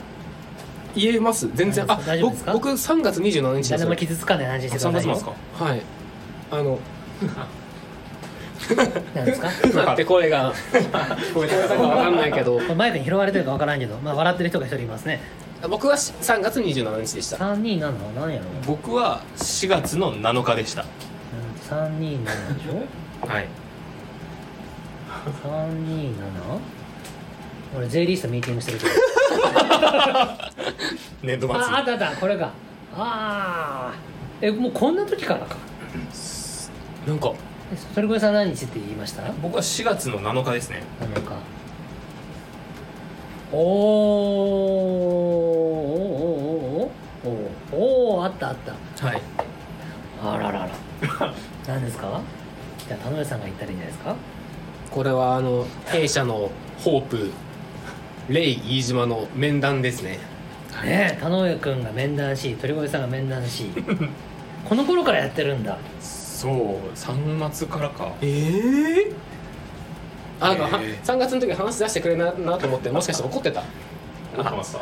Speaker 2: 言えます全然あ
Speaker 1: 大丈夫ですか
Speaker 2: 僕僕3月27日です
Speaker 1: 誰
Speaker 2: よ
Speaker 1: も傷つかない話してく
Speaker 3: 3月
Speaker 1: ださい
Speaker 3: 末
Speaker 1: よ
Speaker 3: ですか
Speaker 2: はいあの
Speaker 1: 何ですか
Speaker 2: ふなって声が 声が分かんないけど
Speaker 1: これマイクに拾われてるかわからんけど、まあ、笑ってる人が一人いますね
Speaker 2: 僕は3月27日でした
Speaker 1: 327は何やろう
Speaker 3: 僕は4月の7日でした
Speaker 1: 327でしょ
Speaker 3: はい
Speaker 1: 327俺 J リースとミーティングしてるけど
Speaker 3: 年度末
Speaker 1: ああったあったこれかああえもうこんな時からか
Speaker 2: なんか
Speaker 1: えそれこさん何日って言いましたな
Speaker 3: 僕は4月の7日ですね
Speaker 1: のかおーおーおーおーおーおーあったあった
Speaker 2: はい
Speaker 1: あららら何ですかじゃあ田辺さんが言ったらいいんじゃないですか
Speaker 2: これはあの弊社のホープレイ飯島の面談ですね
Speaker 1: ねえ田上君が面談し鳥越さんが面談しこの頃からやってるんだ
Speaker 3: そう3月からか
Speaker 2: ええあなんかは
Speaker 3: えー
Speaker 2: 3月の時話出してくれななと思ってもしかして怒ってた
Speaker 3: 思ってました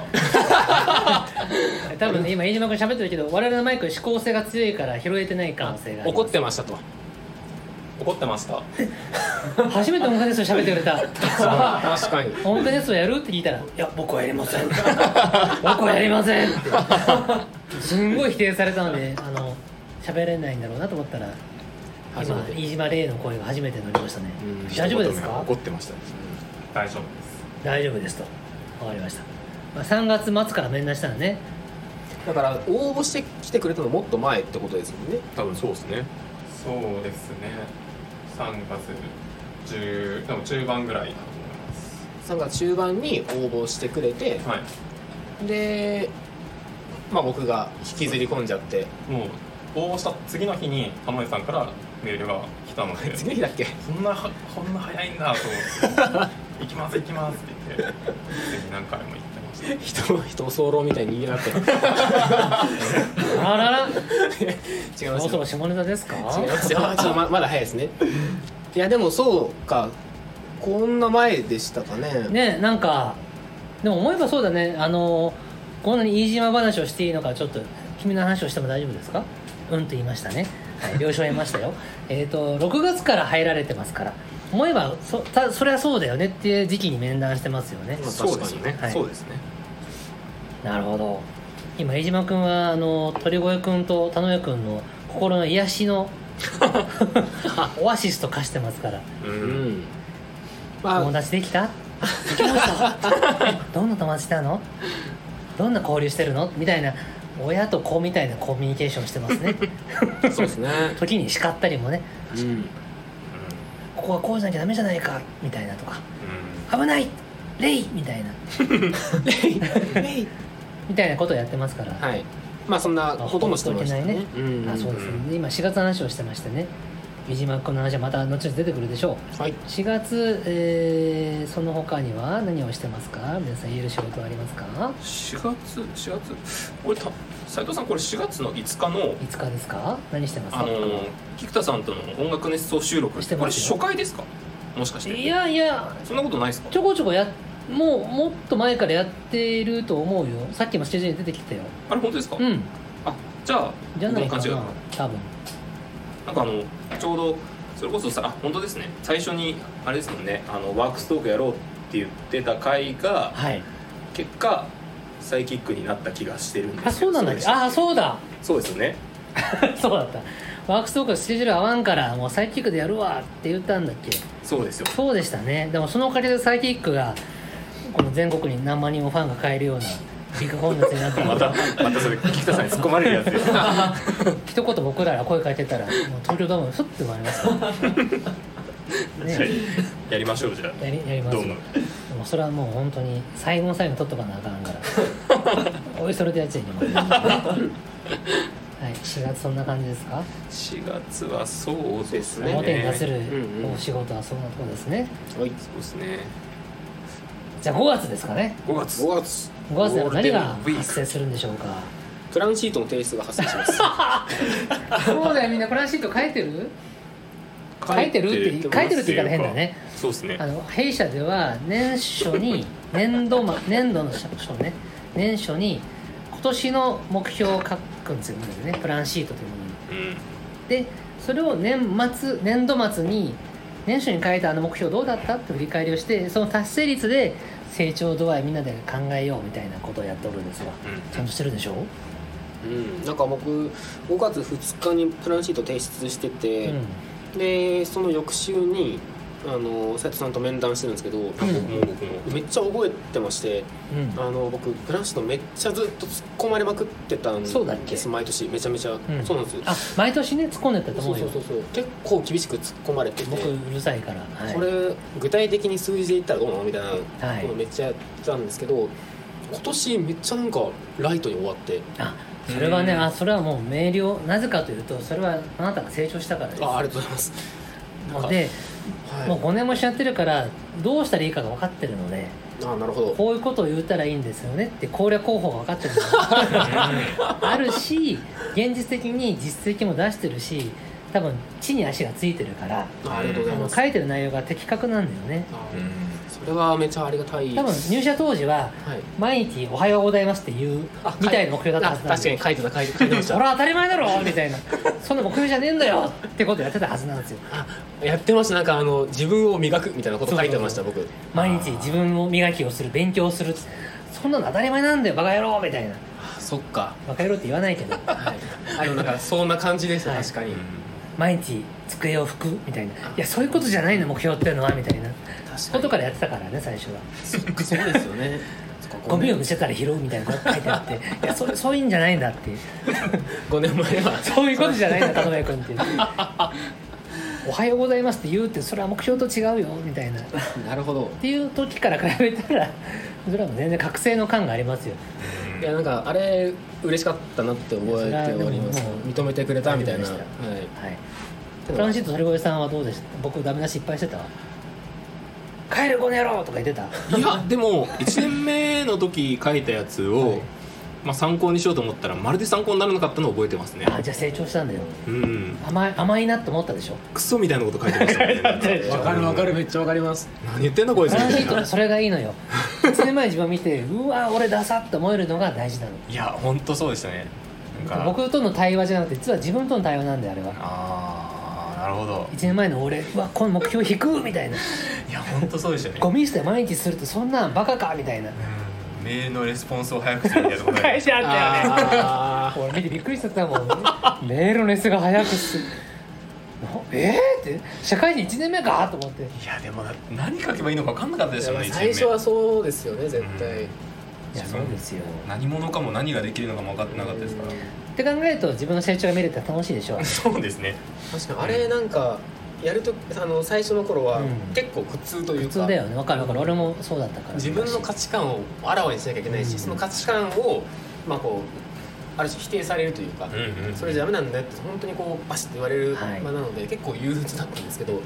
Speaker 1: 多分ね今飯島君喋ってるけど我々のマイク指向性が強いから拾えてない可能性があります
Speaker 2: 怒ってましたと
Speaker 3: 怒ってました
Speaker 1: 初めて音楽ですよ喋ってくれた
Speaker 2: 確かに
Speaker 1: 音楽ですよやるって聞いたら「いや僕はやりませ ん僕はやりません」すんごい否定されたのであの喋れないんだろうなと思ったら
Speaker 2: 初
Speaker 1: 今
Speaker 2: めて
Speaker 1: 飯島礼の声が初めて乗りましたね
Speaker 2: うん
Speaker 1: 大丈夫ですか
Speaker 3: 怒ってましたね大丈夫です
Speaker 1: 大丈夫ですと分かりました、まあ、3月末から面談したらね
Speaker 2: だから応募してきてくれたのもっと前ってことですもんね
Speaker 3: 多分そうですねそうですね3月10多分中盤ぐらいだと思います
Speaker 2: 3月中盤に応募してくれて
Speaker 3: はい
Speaker 2: でまあ僕が引きずり込んじゃって
Speaker 3: もう応募した次の日に田上さんからメールが来来たので
Speaker 2: 次の日だっけ
Speaker 3: そんなはこんな早いんだと思って 行きます行きますって言って次何回も行ってまし
Speaker 2: 人を人を早漏みたいに言いやがって
Speaker 1: あら ら
Speaker 2: 違い
Speaker 1: そ
Speaker 2: ま
Speaker 1: ろ
Speaker 2: す
Speaker 1: そ
Speaker 2: よ
Speaker 1: ろ下ネタですか
Speaker 2: 違いますよちょっとままだ早いですねいやでもそうかこんな前でしたかね
Speaker 1: ねなんかでも思えばそうだねあのこんなに飯島話をしていいのかちょっと君の話をしても大丈夫ですかうんと言いましたね はい了承得ましたよえっと6月から入られてますから思えばそたそれはそうだよねっていう時期に面談してますよね
Speaker 2: ま
Speaker 3: た
Speaker 2: あ
Speaker 3: そうですよね、
Speaker 1: はい
Speaker 3: そうですね
Speaker 1: なるほど今飯島君はあの鳥越君と田上君の心の癒 しの オアシスと化してますから
Speaker 3: う
Speaker 2: うんん
Speaker 1: 友
Speaker 2: まあ
Speaker 1: 達できたできました えどんな友達なのどんな交流してるのみたいな親と子みたいなコミュニケーションしてますね
Speaker 2: そうですね
Speaker 1: 時に叱ったりもね
Speaker 2: うん
Speaker 1: ここはこうじゃなきゃダメじゃないかみたいなとか
Speaker 3: う
Speaker 1: 危ないレイみたいな
Speaker 2: レイ
Speaker 1: みたいなことをやってますから、
Speaker 2: はいまあそんなこともしてましたね
Speaker 1: あほっ
Speaker 2: うんうん
Speaker 1: あそうです
Speaker 3: う
Speaker 1: ね今4月の話をしてましてね飯島君の話はまた後々出てくるでしょう
Speaker 2: はい
Speaker 1: 4月、えーその他には何をしてますか皆さん言える仕事はありますか
Speaker 3: ん、4月4月これた斉藤さんこれ4月の5日の
Speaker 1: 5日ですか何してます
Speaker 3: あ
Speaker 1: か
Speaker 3: のー菊田さんとの音楽熱奏収録
Speaker 1: して
Speaker 3: これ
Speaker 1: ます
Speaker 3: 初
Speaker 1: よ
Speaker 3: 回ですかもしかして
Speaker 1: いやいや
Speaker 3: そんなことないですか
Speaker 1: ちょこちょこやもうもっと前からやっていると思うよさっきもスケジュールに出てきたよ
Speaker 3: あれ本当ですか、
Speaker 1: うん
Speaker 3: あじゃあ
Speaker 1: じゃない
Speaker 3: 僕
Speaker 1: か
Speaker 3: の勘
Speaker 1: な
Speaker 3: 違いだ
Speaker 1: 多分
Speaker 3: なんかあのちょうどそれこそさあ本当ですね最初にあれですもんねあのワークストークやろうって言ってた回が
Speaker 1: はい
Speaker 3: 結果サイキックになった気がしてるんです
Speaker 1: あそうなんだっ
Speaker 3: で
Speaker 1: け
Speaker 3: す
Speaker 1: あそうだ
Speaker 3: そうですよね
Speaker 1: そうだったワークストークのスケジュール合わんからもうサイキックでやるわって言ったんだっけ
Speaker 3: そうですよ
Speaker 1: そうでしたねでもそのおかげでサイキックがこの全国に何万人もファンが買えるようなビッグコンテンツにな った
Speaker 3: またまたそれ菊田さんに突っ込まれるやつ です
Speaker 1: 一言僕らが声かけたらもう東京ドームふって生まれますからね
Speaker 3: やりましょうじゃ
Speaker 1: やりやり
Speaker 3: あ
Speaker 1: ます
Speaker 3: ど
Speaker 1: よ
Speaker 3: うも
Speaker 1: でもそれはもう本当に最後の最後に取っとかなあかんか らおいそれでやっちゃいけませんはい4月そんな感じですか
Speaker 3: 4月はそうですね
Speaker 1: 表に出せる
Speaker 2: うんうん
Speaker 1: お仕事はそんなとこですね
Speaker 2: はい
Speaker 3: そうですね
Speaker 1: じゃあ5月ですかね
Speaker 3: 5月
Speaker 2: 5月
Speaker 1: 5月では何が
Speaker 3: ゴールデンウィーク
Speaker 1: 発生するんでしょうか
Speaker 2: プランシートの提出が発生します
Speaker 1: そうだよみんなプランシート書いてる書いてるって書いてるって言い方変だね
Speaker 3: そうですね
Speaker 1: あの弊社では年 初に年度ま年度の初ね年初に今年の目標を書くんですよみんなでねプランシートというものに
Speaker 3: うん
Speaker 1: でそれを年末年度末に年初に書いたあの目標どうだったって振り返りをしてその達成率で成長度合いみんなで考えようみたいなことをやっておるんですがちゃんとしてるでしょ
Speaker 2: うんなんか僕5月2日にプランシート提出して
Speaker 1: う
Speaker 2: て、
Speaker 1: ん
Speaker 2: でその翌週にあの斉藤さんと面談してるんですけど、
Speaker 1: ん
Speaker 3: もう僕も
Speaker 2: めっちゃ覚えてまして
Speaker 1: うん
Speaker 2: あの僕プランシートめっちゃずっと突っ込まれまくってたんです
Speaker 1: そうだっけ
Speaker 2: 毎年めちゃめちゃ、
Speaker 1: ん
Speaker 2: そうなんですよ
Speaker 1: あ毎年ね突っ込んでったと
Speaker 2: そ
Speaker 1: 思
Speaker 2: う
Speaker 1: う
Speaker 2: そ
Speaker 1: よ
Speaker 2: うそうそう結構厳しく突っ込まれてて
Speaker 1: 僕うるさいから、はい、
Speaker 2: これ具体的に数字で言ったらどうなのみたいな
Speaker 1: はい
Speaker 2: ことめっちゃやってたんですけど、今年めっちゃなんかライトに終わって
Speaker 1: あそれはね
Speaker 3: うん
Speaker 1: あそれはもう明瞭なぜかというとそれはあなたが成長したからです
Speaker 2: あありがとうございます、
Speaker 1: もうで、
Speaker 2: はい、
Speaker 1: もう5年もしやってるからどうしたらいいかが分かってるので
Speaker 2: あなるほど
Speaker 1: こういうことを言ったらいいんですよねって攻略方法が分かってるのであるし現実的に実績も出してるし多分地に足がついてるから
Speaker 2: あありがとうございます、
Speaker 1: 書いてる内容が的確なんだよね
Speaker 2: あ
Speaker 3: うん
Speaker 2: それはめちゃありがたい
Speaker 1: 多分入社当時は
Speaker 2: はい
Speaker 1: 毎日「おはようございます」って言う
Speaker 2: あ
Speaker 1: みたいな目標だったは
Speaker 2: あ
Speaker 1: ずなん
Speaker 2: 確か
Speaker 1: で
Speaker 2: に書いてた書いて書いてまし
Speaker 1: そ
Speaker 2: た
Speaker 1: れは当たり前だろみたいなそんな目標じゃねえんだよってことやってたはずなんですよ
Speaker 2: やってましたなんかあの自分を磨くみたいなこと書いてまし
Speaker 1: そ
Speaker 2: た
Speaker 1: う
Speaker 2: 僕
Speaker 1: 毎日自分を磨きをする勉強をするそんなの当たり前なんだよバカ野郎みたいな
Speaker 2: あそっか
Speaker 1: バカ野郎って言わないけど
Speaker 2: はいあのなんか そんな感じでした、
Speaker 1: はい
Speaker 2: 確かに、
Speaker 1: 毎日机を拭くみたいないやそういうことじゃないの目標っていうのはみたいな
Speaker 2: 確
Speaker 1: ことからやってたからね最初は
Speaker 2: そうですよねそっか
Speaker 1: ゴミを
Speaker 2: 5
Speaker 1: 見せたら拾うみたいなこと書いてあっていやそれそういうんじゃないんだっていう
Speaker 2: 年前は
Speaker 1: そういうことじゃないんだ田辺君っていうおはようございますって言うってそれは目標と違うよみたいなっ
Speaker 2: なるほど
Speaker 1: ていう時から比べたらそれはもう全然覚醒の感がありますよ
Speaker 2: いやなんかあれ嬉しかったなって覚えておりま
Speaker 1: そ
Speaker 2: す
Speaker 1: れはでももう
Speaker 2: 認めてくれたみたいな
Speaker 1: 大
Speaker 2: は
Speaker 1: 丈夫でしたはいトランシット鳥越さんはどうでした僕ダメ出しいっぱいしてた帰るこの野郎とか言ってた
Speaker 5: いやでも1年目の時書いたやつを、まあ、参考にしようと思ったらまるで参考にならなかったのを覚えてますね
Speaker 1: あじゃあ成長したんだよ
Speaker 5: うん
Speaker 1: 甘い甘いなって思ったでしょ
Speaker 5: クソみたいなこと書いてました ね
Speaker 2: わかるわかるめっちゃわかります
Speaker 5: 何言ってんだこいつ
Speaker 1: ト
Speaker 5: み
Speaker 1: ラン
Speaker 5: た
Speaker 1: シ
Speaker 5: い
Speaker 1: ットの
Speaker 5: な
Speaker 1: それがいいのよ1年前自分を見てうわ俺ダサって思えるのが大事なの
Speaker 5: いや本当そうでしたねなんか
Speaker 1: 僕との対話じゃなくて実は自分との対話なんだよあれは
Speaker 5: ああなるほど
Speaker 1: 1年前の俺うわこの目標低くみたいない
Speaker 5: や本当そうでしたね
Speaker 1: ゴミ捨て毎日するってそんなんバカかみたいな
Speaker 5: うんメールのレスポンスを早くするみたい なこと
Speaker 1: 書いてあったよね
Speaker 2: あ
Speaker 1: 俺見てびっくりしちゃったもんメールのレスが早くすなえー、って社会人1年目かと思って
Speaker 5: いやでもな何書けばいいのか分かん なかったですよね
Speaker 2: ー
Speaker 5: 一
Speaker 2: 最初
Speaker 5: 年
Speaker 2: はそうですよね絶対
Speaker 1: いやそうですよ
Speaker 5: 目何者かも何ができるのかも分かってなかったですから
Speaker 1: って考えると自分の成長が見れたら楽しいでしょ
Speaker 5: そうですね
Speaker 2: 確かにあれなんかやるとあの最初の頃は
Speaker 1: うん
Speaker 2: 結構苦痛という
Speaker 1: 普
Speaker 2: か
Speaker 1: 通だよねわかるわかる俺もそうだったから
Speaker 2: 自分の価値観をあらわにしなきゃいけないし、
Speaker 1: うん
Speaker 2: その価値観をまあこうある種否定されるというか、
Speaker 5: うんうん
Speaker 2: それじゃダメなんだよって本当にこうバシッと言われる
Speaker 1: はい
Speaker 2: 場なので、結構憂鬱だったんですけど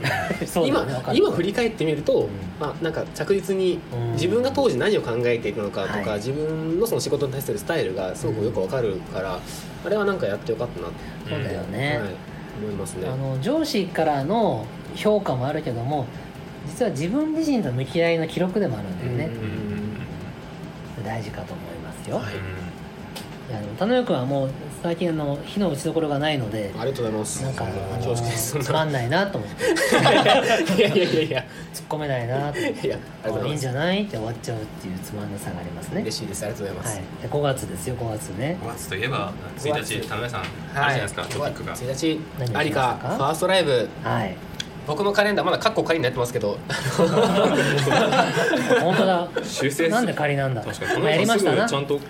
Speaker 1: そうだ
Speaker 2: 今
Speaker 1: よねわかる
Speaker 2: 今振り返ってみると、
Speaker 1: うん
Speaker 2: まあ、なんか着実に
Speaker 1: うん
Speaker 2: 自分が当時何を考えていたのかとか、
Speaker 1: はい
Speaker 2: 自分のその仕事に対するスタイルがすごくよくわかるから、あれはなんかやってよかったなって、
Speaker 1: そうだよね、
Speaker 2: はい、思いますね
Speaker 1: あ。の上司からの評価もあるけども実は自分自身と向き合いの記録でもあるんだよね
Speaker 2: うんう
Speaker 5: うんうん
Speaker 1: 大事かと思いますよ、
Speaker 2: はい
Speaker 1: いやでも田之君はもう最近あの火の打ちどころがないので
Speaker 2: ありがとうございます。
Speaker 1: なんかあの
Speaker 2: 恐縮です。
Speaker 1: つまんないなと思って
Speaker 2: いやいやいやいや
Speaker 1: 突っ込めないなと思って
Speaker 2: いや、ありがとうござい
Speaker 1: いい
Speaker 2: ま
Speaker 1: ん
Speaker 2: す
Speaker 1: じ。ゃないって終わっちゃうっていうつまんなさがありますね
Speaker 2: 嬉しいです。ありがとうございます。
Speaker 1: はい、で5月ですよ5月ね
Speaker 5: 5月といえば1日田辺さんあるじゃないですかトピック
Speaker 1: 何を
Speaker 2: 1
Speaker 5: が
Speaker 1: しまし
Speaker 2: 日、
Speaker 1: た
Speaker 2: アリカ、フ
Speaker 1: か
Speaker 2: ァーストライブ、
Speaker 1: はい
Speaker 2: 僕のカレンダー、まだカッコ仮になってますけど、
Speaker 1: 本当だ
Speaker 5: 修正す
Speaker 1: なんで仮なんだ
Speaker 5: 確かに
Speaker 1: まあやり
Speaker 5: 田
Speaker 1: ま
Speaker 5: 辺
Speaker 1: した
Speaker 5: さん
Speaker 1: な
Speaker 5: すぐちゃんと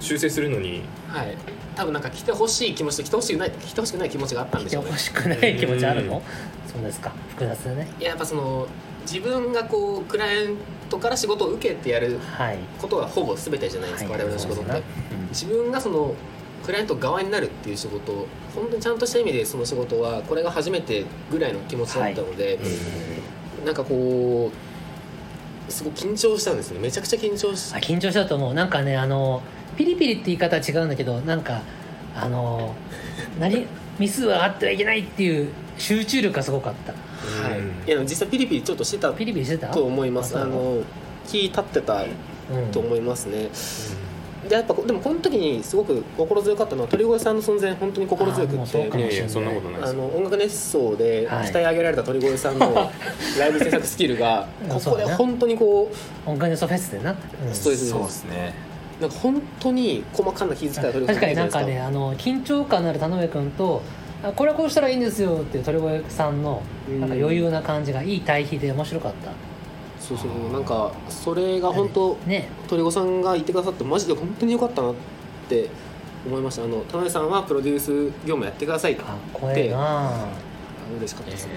Speaker 5: 修正するのに
Speaker 2: はい。多分なんか来てほしい気持ちと来てほしくない、来てほしくない気持ちがあったん
Speaker 1: 来て
Speaker 2: でしょうね
Speaker 1: ほ。しくない気持ちある
Speaker 5: うん
Speaker 1: のそうですか複雑だね
Speaker 2: いや、やっぱその、自分がこう、クライアントから仕事を受けてやる
Speaker 1: はい
Speaker 2: ことがほぼ全てじゃないですか、我々の仕事って。自分がそのクライアント側になるっていう仕事を本当にちゃんとした意味でその仕事はこれが初めてぐらいの気持ちだったので、なんかこうすごい緊張したんですねめちゃくちゃ緊張し
Speaker 1: あ緊張したと思うなんかねあのピリピリって言い方は違うんだけどなんかあの何ミスはあってはいけないっていう集中力がすごかった
Speaker 2: は
Speaker 5: うん
Speaker 2: い、いや実際ピリピリちょっとしてた
Speaker 1: ピリピリしてた
Speaker 2: と思います
Speaker 1: あ
Speaker 2: あの気立ってた
Speaker 1: うん
Speaker 2: と思いますね、でやっぱでもこの時にすごく心強かったのは鳥越さんの存在本当に心強く
Speaker 1: あーもう
Speaker 2: っ
Speaker 1: そう
Speaker 2: て
Speaker 1: か
Speaker 5: いやいやそんなことないで
Speaker 2: あ
Speaker 5: すよ
Speaker 2: の音楽熱奏で
Speaker 1: はい
Speaker 2: 鍛え上げられた鳥越さんのライブ制作スキ ルが
Speaker 1: うん
Speaker 2: こ
Speaker 1: そ
Speaker 2: こ
Speaker 1: うだ
Speaker 2: で
Speaker 1: ね
Speaker 2: 本当にこ
Speaker 1: 音楽のソフェスでな、うん
Speaker 2: うストレス
Speaker 5: そうですね
Speaker 2: なんか本当に細かな気遣いを取り
Speaker 1: 確かになんかねあの緊張感のある田上君とあこれはこうしたらいいんですよっていう鳥越さんの
Speaker 2: うん
Speaker 1: なんか余裕な感じがいい対比で面白かった、
Speaker 2: そうそうそうなんかそれが本当
Speaker 1: ね
Speaker 2: 鳥越さんが言ってくださってマジで本当に良かったなって思いましたあの田辺さんはプロデュース業務やってくださいって
Speaker 1: かっこええな
Speaker 2: 嬉しかったですね、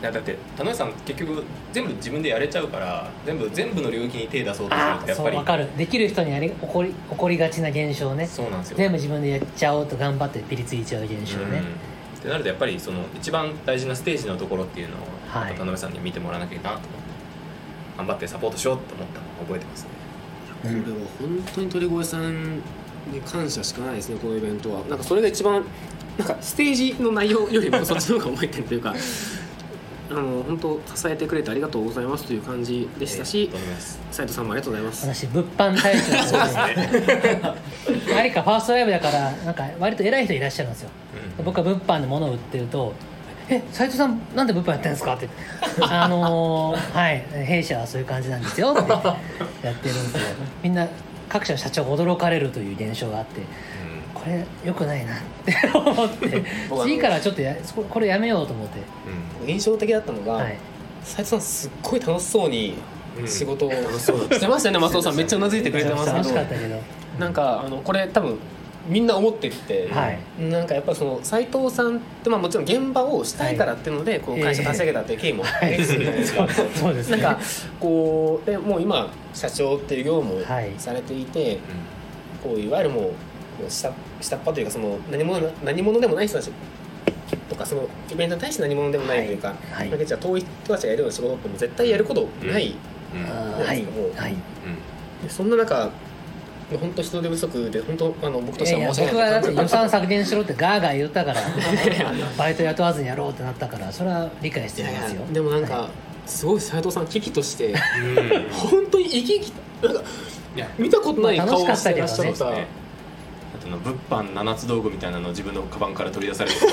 Speaker 5: いやだって田辺さん結局全部自分でやれちゃうから全部全部の領域に手出そうとする
Speaker 1: あ
Speaker 5: とやっ
Speaker 1: そ
Speaker 5: ぱ
Speaker 1: うわ
Speaker 5: り
Speaker 1: かるできる人にあり起こり起こりがちな現象ね
Speaker 5: そうなんですよ
Speaker 1: 全部自分でやっちゃおうと頑張ってピリついちゃう現象ね、
Speaker 5: うんってなるとやっぱりその一番大事なステージのところっていうのを
Speaker 1: はい
Speaker 5: やっぱ田辺さんに見てもらわなきゃいけないなと思って頑張ってサポートしようと思ったのを覚えてますね
Speaker 2: これは本当に鳥越さんに感謝しかないですねこのイベントはなんかそれが一番なんかステージの内容よりもそっちの方が覚えてると いうかあの本当支えてくれてありがとうございますという感じでしたし
Speaker 5: えーと思います
Speaker 2: 斉藤さんもありがとうございます
Speaker 1: 私物販大使なん ですよあれかファーストライブだからなんか割と偉い人いらっしゃるんですよ
Speaker 5: うん
Speaker 1: 僕は物販で物を売ってると「え斉藤さんなんで物販やってるんですか?」って「あのー、はい弊社はそういう感じなんですよ」ってやってるんですよみんな各社の社長が驚かれるという現象があってこれ良くないなって 思って
Speaker 2: 僕あの
Speaker 1: 次からちょっとやそここれやめようと思って
Speaker 5: うん
Speaker 2: 印象的だったのが、
Speaker 1: はい
Speaker 2: 斉藤さんすっごい楽しそうに
Speaker 5: うん
Speaker 2: 仕事をしてましたよね松尾さんめっちゃうなずいてくれてます
Speaker 1: 楽し
Speaker 2: け
Speaker 1: か
Speaker 2: ど
Speaker 1: ったけど
Speaker 2: なんかあのこれ多分みんな思ってて、
Speaker 1: はい
Speaker 2: なんかやっぱその斉藤さんって、まあ、もちろん現場をしたいからっていうので、こう会社立ち上げたっていう経緯もあるじゃないですか。
Speaker 1: そうです
Speaker 2: な
Speaker 1: ね
Speaker 2: んかこうでもう今社長っていう業務を
Speaker 1: はい
Speaker 2: されていて、い、こういわゆるもうこう下下っ端というかその何者な何者でもない人たちとかそのイベントに対して何者でもないというか、
Speaker 1: はいはい
Speaker 2: だけじゃ遠い人たちがやるような仕事ってもう絶対やることない、
Speaker 5: うんうん
Speaker 1: あーはいはい
Speaker 2: でそんな中本当人手不足で本当あの僕と
Speaker 1: い
Speaker 2: し
Speaker 1: や
Speaker 2: て
Speaker 1: いや
Speaker 2: は申し
Speaker 1: 僕
Speaker 2: 訳
Speaker 1: はだ
Speaker 2: な
Speaker 1: っ
Speaker 2: い
Speaker 1: て予算削減しろってガーガー言ったから バイト雇わずにやろうってなったからそれは理解して
Speaker 2: い
Speaker 1: るんで
Speaker 2: や
Speaker 1: す
Speaker 2: い
Speaker 1: よ
Speaker 2: やでもなんか、
Speaker 1: は
Speaker 2: すごい斉藤さん危機として
Speaker 5: うん
Speaker 2: 本当に生き生きなんか
Speaker 5: いや
Speaker 2: 見たことない顔を
Speaker 1: 楽しかっ
Speaker 2: したて
Speaker 1: けど
Speaker 2: ら
Speaker 1: ね
Speaker 2: っしゃる
Speaker 5: そう
Speaker 2: さ、
Speaker 5: ですねあとの物販七つ道具みたいなのを自分のカバンから取り出されて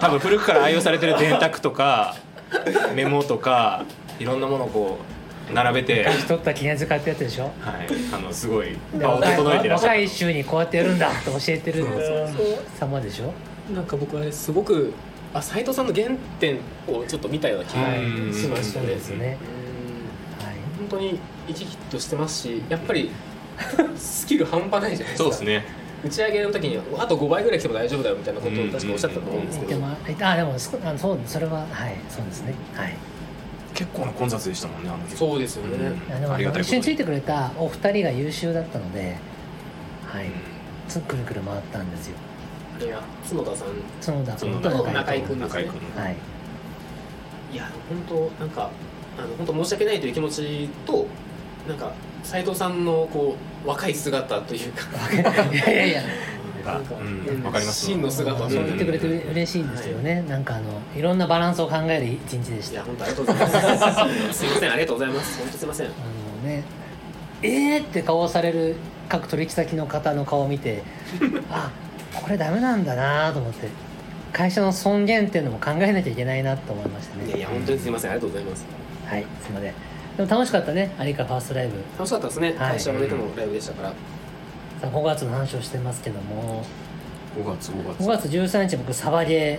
Speaker 5: 多分古くから愛用されてる電卓とかメモとかいろんなものをこう並べて、はい、
Speaker 1: 取った記念図買ってやつでしょ
Speaker 5: あのすごい場を
Speaker 1: 若
Speaker 5: 整えて
Speaker 1: い
Speaker 5: らっしゃ
Speaker 1: 若
Speaker 5: る
Speaker 1: い衆にこうやってやるんだって教えてる様でしょ
Speaker 2: なんか僕はねすごくあ斉藤さんの原点をちょっと見たような気
Speaker 5: うん
Speaker 2: がしました
Speaker 1: そう
Speaker 2: ね。
Speaker 1: ですね
Speaker 2: うん本当に生き生きとしてますしやっぱりスキル半端ないじゃないですか
Speaker 6: そうですね
Speaker 2: 打ち上げの時にあと5倍ぐらい来ても大丈夫だよみたいなことを確かおっしゃったと思うんです
Speaker 1: 言っ
Speaker 2: け
Speaker 1: て
Speaker 2: ど、
Speaker 1: まあでもそあそうそれははいそうですねはい
Speaker 5: 結構な混雑でしたもんねあの時
Speaker 2: そうですよね、
Speaker 1: いやで
Speaker 5: ありが
Speaker 1: も
Speaker 5: たいことに
Speaker 1: 一緒についてくれたお二人が優秀だったのではい
Speaker 5: うん
Speaker 1: つくるくる回ったんですよ
Speaker 2: あれは角田さん
Speaker 1: 角田君と
Speaker 2: 角田君
Speaker 1: 中井君
Speaker 2: 君
Speaker 5: 中井君
Speaker 1: はい
Speaker 2: いや本当なんかあの本当申し訳ないという気持ちとなんか斉藤さんのこう若い姿というか
Speaker 1: いやいやいや
Speaker 2: なんか
Speaker 5: うん
Speaker 2: うん
Speaker 5: わかります
Speaker 2: 真の姿を
Speaker 5: うん
Speaker 1: 言ってくれて嬉しいんですけどね、なんかあのいろんなバランスを考える一日でし
Speaker 2: い
Speaker 1: た
Speaker 2: や
Speaker 1: あ
Speaker 2: 本当ありがとうございますすいませんありがとうございます本当すいません
Speaker 1: のねえーって顔をされる各取引先の方の顔を見 てあこれダメなんだなと思って会社の尊厳っていうのも考えなきゃいけないなと思いました
Speaker 2: いやい
Speaker 1: ね
Speaker 2: や本当にすいませんありがとうございます
Speaker 1: はいすいませんでも楽しかったね有川ファーストライブ
Speaker 2: 楽しかったですね、
Speaker 1: い
Speaker 2: 会社の上でのライブでしたから
Speaker 1: さあ5月の話をしてますけども
Speaker 6: 5月5
Speaker 1: 5月13日僕サバゲー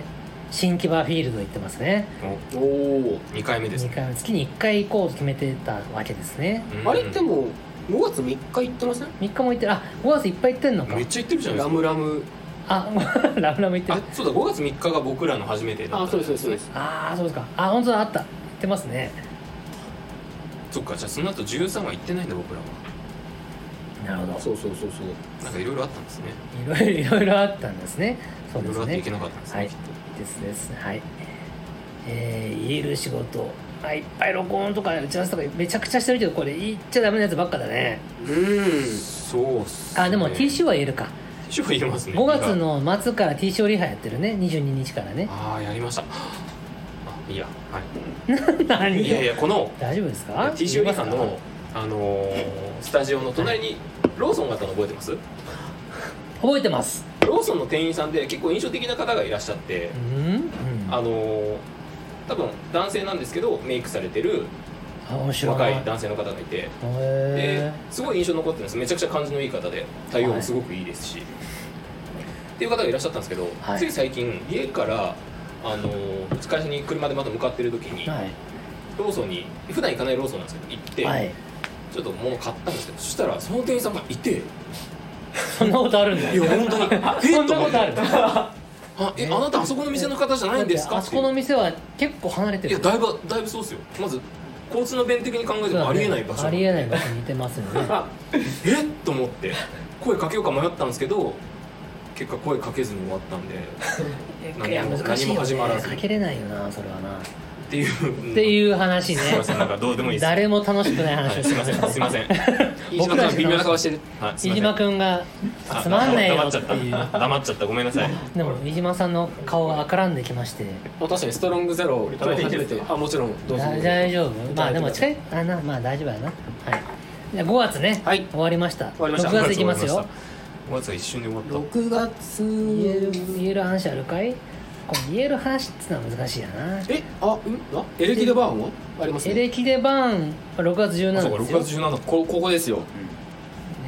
Speaker 1: 新木場フィールド行ってますね
Speaker 2: おお
Speaker 5: お二回目です
Speaker 1: 2回目月に1回行こうと決めてたわけですね
Speaker 5: うん
Speaker 2: あれでも5月3日行ってません
Speaker 1: 3日も行ってるあ5月いっぱい行ってんのか
Speaker 5: めっちゃ行ってるじゃない
Speaker 2: ラ
Speaker 5: ですか
Speaker 2: ムラム
Speaker 1: あ ラムラム行って
Speaker 5: あ
Speaker 1: る
Speaker 5: そうだ5月3日が僕らの初めてだった
Speaker 2: そうですそうです
Speaker 1: ああそうですかあ本当だあった行ってますね
Speaker 5: そっかじゃあその後13は行ってないんだ僕らは
Speaker 1: なるほ
Speaker 2: そうそうそうそう
Speaker 5: なんかいろいろあったんですね
Speaker 1: いろいろいろいろあったんですねそう
Speaker 5: いろ
Speaker 1: で
Speaker 5: いろ
Speaker 1: す
Speaker 5: あって
Speaker 1: ね
Speaker 5: いけなかったんですね、
Speaker 1: はい
Speaker 5: きっ
Speaker 1: ですですはいえー、言える仕事あいっぱい録音とか打ち合わせとかめちゃくちゃしてるけどこれ言っちゃダメなやつばっかだね
Speaker 2: うん
Speaker 5: とそうっすね
Speaker 1: あでも TCO は言えるか
Speaker 5: ティッシュは入れますね
Speaker 1: 5月の末から TCO リハやってるね22日からね
Speaker 5: ああやりましたあいいやはい
Speaker 1: 何
Speaker 5: いやいやこの
Speaker 1: 大丈夫ですか
Speaker 5: TCO リハ
Speaker 1: 言えま
Speaker 5: の
Speaker 1: すか
Speaker 5: あのースタジオの隣にローソンがあったの覚えてます
Speaker 1: 覚えてます
Speaker 5: ローソンの店員さんで結構印象的な方がいらっしゃって
Speaker 1: うん、うん、
Speaker 5: あのー多分男性なんですけどメイクされてる
Speaker 1: あ面白
Speaker 5: 若い
Speaker 1: へ
Speaker 5: 男性の方がいてで
Speaker 1: え
Speaker 5: すごい印象に残ってるんですめちゃくちゃ感じのいい方で対応もすごくいいですし、っていう方がいらっしゃったんですけど、
Speaker 1: はい
Speaker 5: つい最近家からあのー会社に車でまた向かってる時に、
Speaker 1: はい
Speaker 5: ローソンに普段行かないローソンなんですけど行って、
Speaker 1: はい
Speaker 5: ちょっと物買ったんですけどそしたらその店員さんがいてい
Speaker 1: そんなことあるんだ
Speaker 5: や本当にえ
Speaker 1: そん
Speaker 5: と
Speaker 1: な
Speaker 5: 思
Speaker 1: こ
Speaker 5: っ
Speaker 1: とあ
Speaker 5: て
Speaker 1: るだ
Speaker 5: あえあなたあそこの店の方じゃない
Speaker 1: っ
Speaker 5: ん
Speaker 1: て
Speaker 5: ですか
Speaker 1: あそこの店は結構離れて
Speaker 5: い
Speaker 1: る
Speaker 5: やだいぶだいぶそうですよまず交通の便的に考えてもありえない場所、
Speaker 1: ありえない場所にいてますよね
Speaker 5: えっと思って声かけようか迷ったんですけど結果声かけずに終わったんで
Speaker 1: いや
Speaker 5: 何も
Speaker 1: 難しいよ、
Speaker 5: 何も始まら
Speaker 1: ね、
Speaker 5: ず
Speaker 1: かけれないよなそれはなっ
Speaker 5: っていう
Speaker 1: て
Speaker 5: う
Speaker 1: いう話ね
Speaker 5: すいませんなんかどうでもいいです
Speaker 1: 誰も楽しくない
Speaker 5: は
Speaker 1: 話
Speaker 5: い
Speaker 1: です
Speaker 5: い
Speaker 1: す
Speaker 5: ませんすいません
Speaker 1: 僕ら
Speaker 2: 飯島君微妙な顔してる
Speaker 5: はいすい
Speaker 1: 飯
Speaker 5: ません
Speaker 1: 島君が
Speaker 5: あ
Speaker 1: つまんないよ
Speaker 5: 黙っ
Speaker 1: って
Speaker 5: ちゃった
Speaker 1: いう
Speaker 5: 黙っちゃったごめんなさい
Speaker 1: でも飯島さんの顔が赤らんできまして
Speaker 2: まあ確かにストロングゼロを食べて初めてあもちろんどうぞ
Speaker 1: だ大丈夫まあでも近いあなまあ大丈夫やなはいじゃあ5月ね、
Speaker 2: はい
Speaker 1: 終わりました
Speaker 2: 終わりました
Speaker 1: 6月いきますよ
Speaker 5: 5月は一瞬で終わっ
Speaker 2: 6月
Speaker 1: 言える言える話あるかいこれ言える話ってのは難しいやな
Speaker 2: えあうんあエレキデバーンはあります
Speaker 1: エ
Speaker 2: ね
Speaker 1: レキでバーン6月
Speaker 5: たあそ
Speaker 1: 17
Speaker 5: うか
Speaker 1: 日です
Speaker 5: 6
Speaker 1: よ
Speaker 5: 月17日
Speaker 2: こここですよ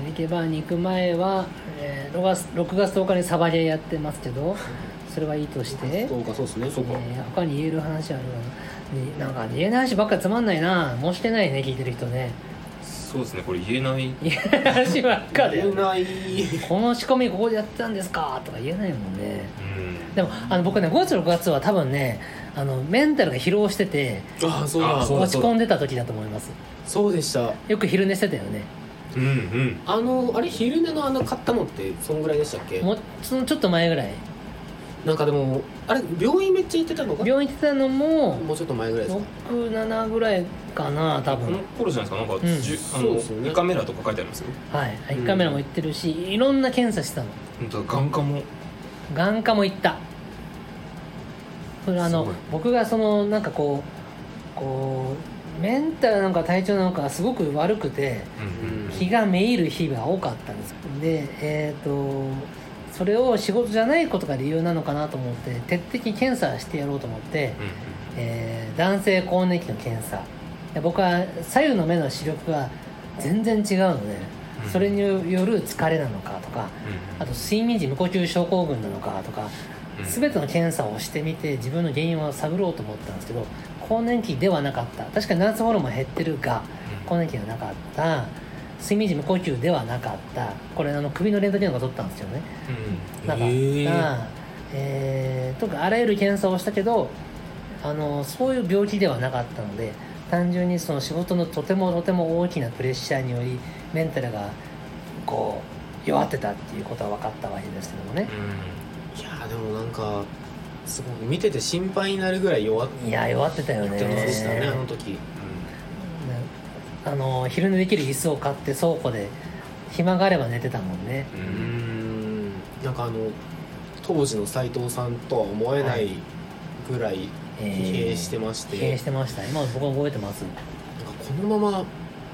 Speaker 1: エレキバーンに行く前は、えー、6, 月6月10日にサバゲーやってますけどそれはいいとして、
Speaker 2: そうかそうですねそうか
Speaker 1: えー他に言える話あるかなになんか言えない話ばっかりつまんないな申してないね聞いてる人ね
Speaker 5: そうですねこれ言えない
Speaker 1: 言えない話ばっかり
Speaker 2: 言えない
Speaker 1: この仕込みここでやってたんですかとか言えないもんね
Speaker 5: うん
Speaker 1: でもあの僕ね5月6月は多分ねあのメンタルが疲労してて
Speaker 2: あそう
Speaker 5: あ
Speaker 2: だ
Speaker 5: そう
Speaker 1: 落ち込んでた時だと思います
Speaker 2: そうでした
Speaker 1: よく昼寝してたよね
Speaker 3: うんうん
Speaker 2: あのあれ昼寝のあの買ったのってそんぐらいでしたっけ
Speaker 1: もうそのちょっと前ぐらい
Speaker 2: なんかでもあれ病院めっちゃ行ってたのか
Speaker 1: 病院行ってたのも
Speaker 2: もうちょっと前ぐらいですか
Speaker 1: 67ぐらいかな多
Speaker 3: この
Speaker 1: 分
Speaker 3: 頃じゃないですかなんか、
Speaker 1: ん
Speaker 3: じゅあ
Speaker 2: そう
Speaker 3: の
Speaker 2: ですよね
Speaker 3: 胃カメラとか書いてありますよ
Speaker 1: はい1カメラも行ってるし、いろんな検査してたの
Speaker 3: 本当だ眼科も
Speaker 1: 眼科も行ったそれあ
Speaker 3: す
Speaker 1: の
Speaker 3: ごい
Speaker 1: 僕がそのなんかこうこうメンタルなんか体調なんかがすごく悪くて
Speaker 3: うん
Speaker 1: 気がめいる日が多かったんですでえっ、とそれを仕事じゃないことが理由なのかなと思って徹底的に検査してやろうと思って、えー男性更年期の検査で僕は左右の目の視力が全然違うので
Speaker 3: うん
Speaker 1: それによる疲れなのかとかあと睡眠時無呼吸症候群なのかとか全ての検査をしてみて自分の原因を探ろうと思ったんですけど更年期ではなかった確かにナースホルモン減ってるが更年期ではなかった睡眠時無呼吸ではなかったこれあの首のレントゲンとか撮ったんですよねなかった、
Speaker 5: へー
Speaker 1: えーとかあらゆる検査をしたけどあのそういう病気ではなかったので単純にその仕事のとてもとても大きなプレッシャーによりメンタルがこう弱ってたっていうことは分かったわけですけどもね、
Speaker 2: いやーでもなんかすごい見てて心配になるぐらい弱っ
Speaker 1: いや弱ってたよね
Speaker 2: てましたねあの時
Speaker 1: ねあの昼寝できる椅子を買って倉庫で暇があれば寝てたもんね
Speaker 2: うーんなんかあの当時の斎藤さんとは思えないぐらい疲弊してまして、
Speaker 1: 疲弊してました今僕も覚えてます
Speaker 2: なんかこのまま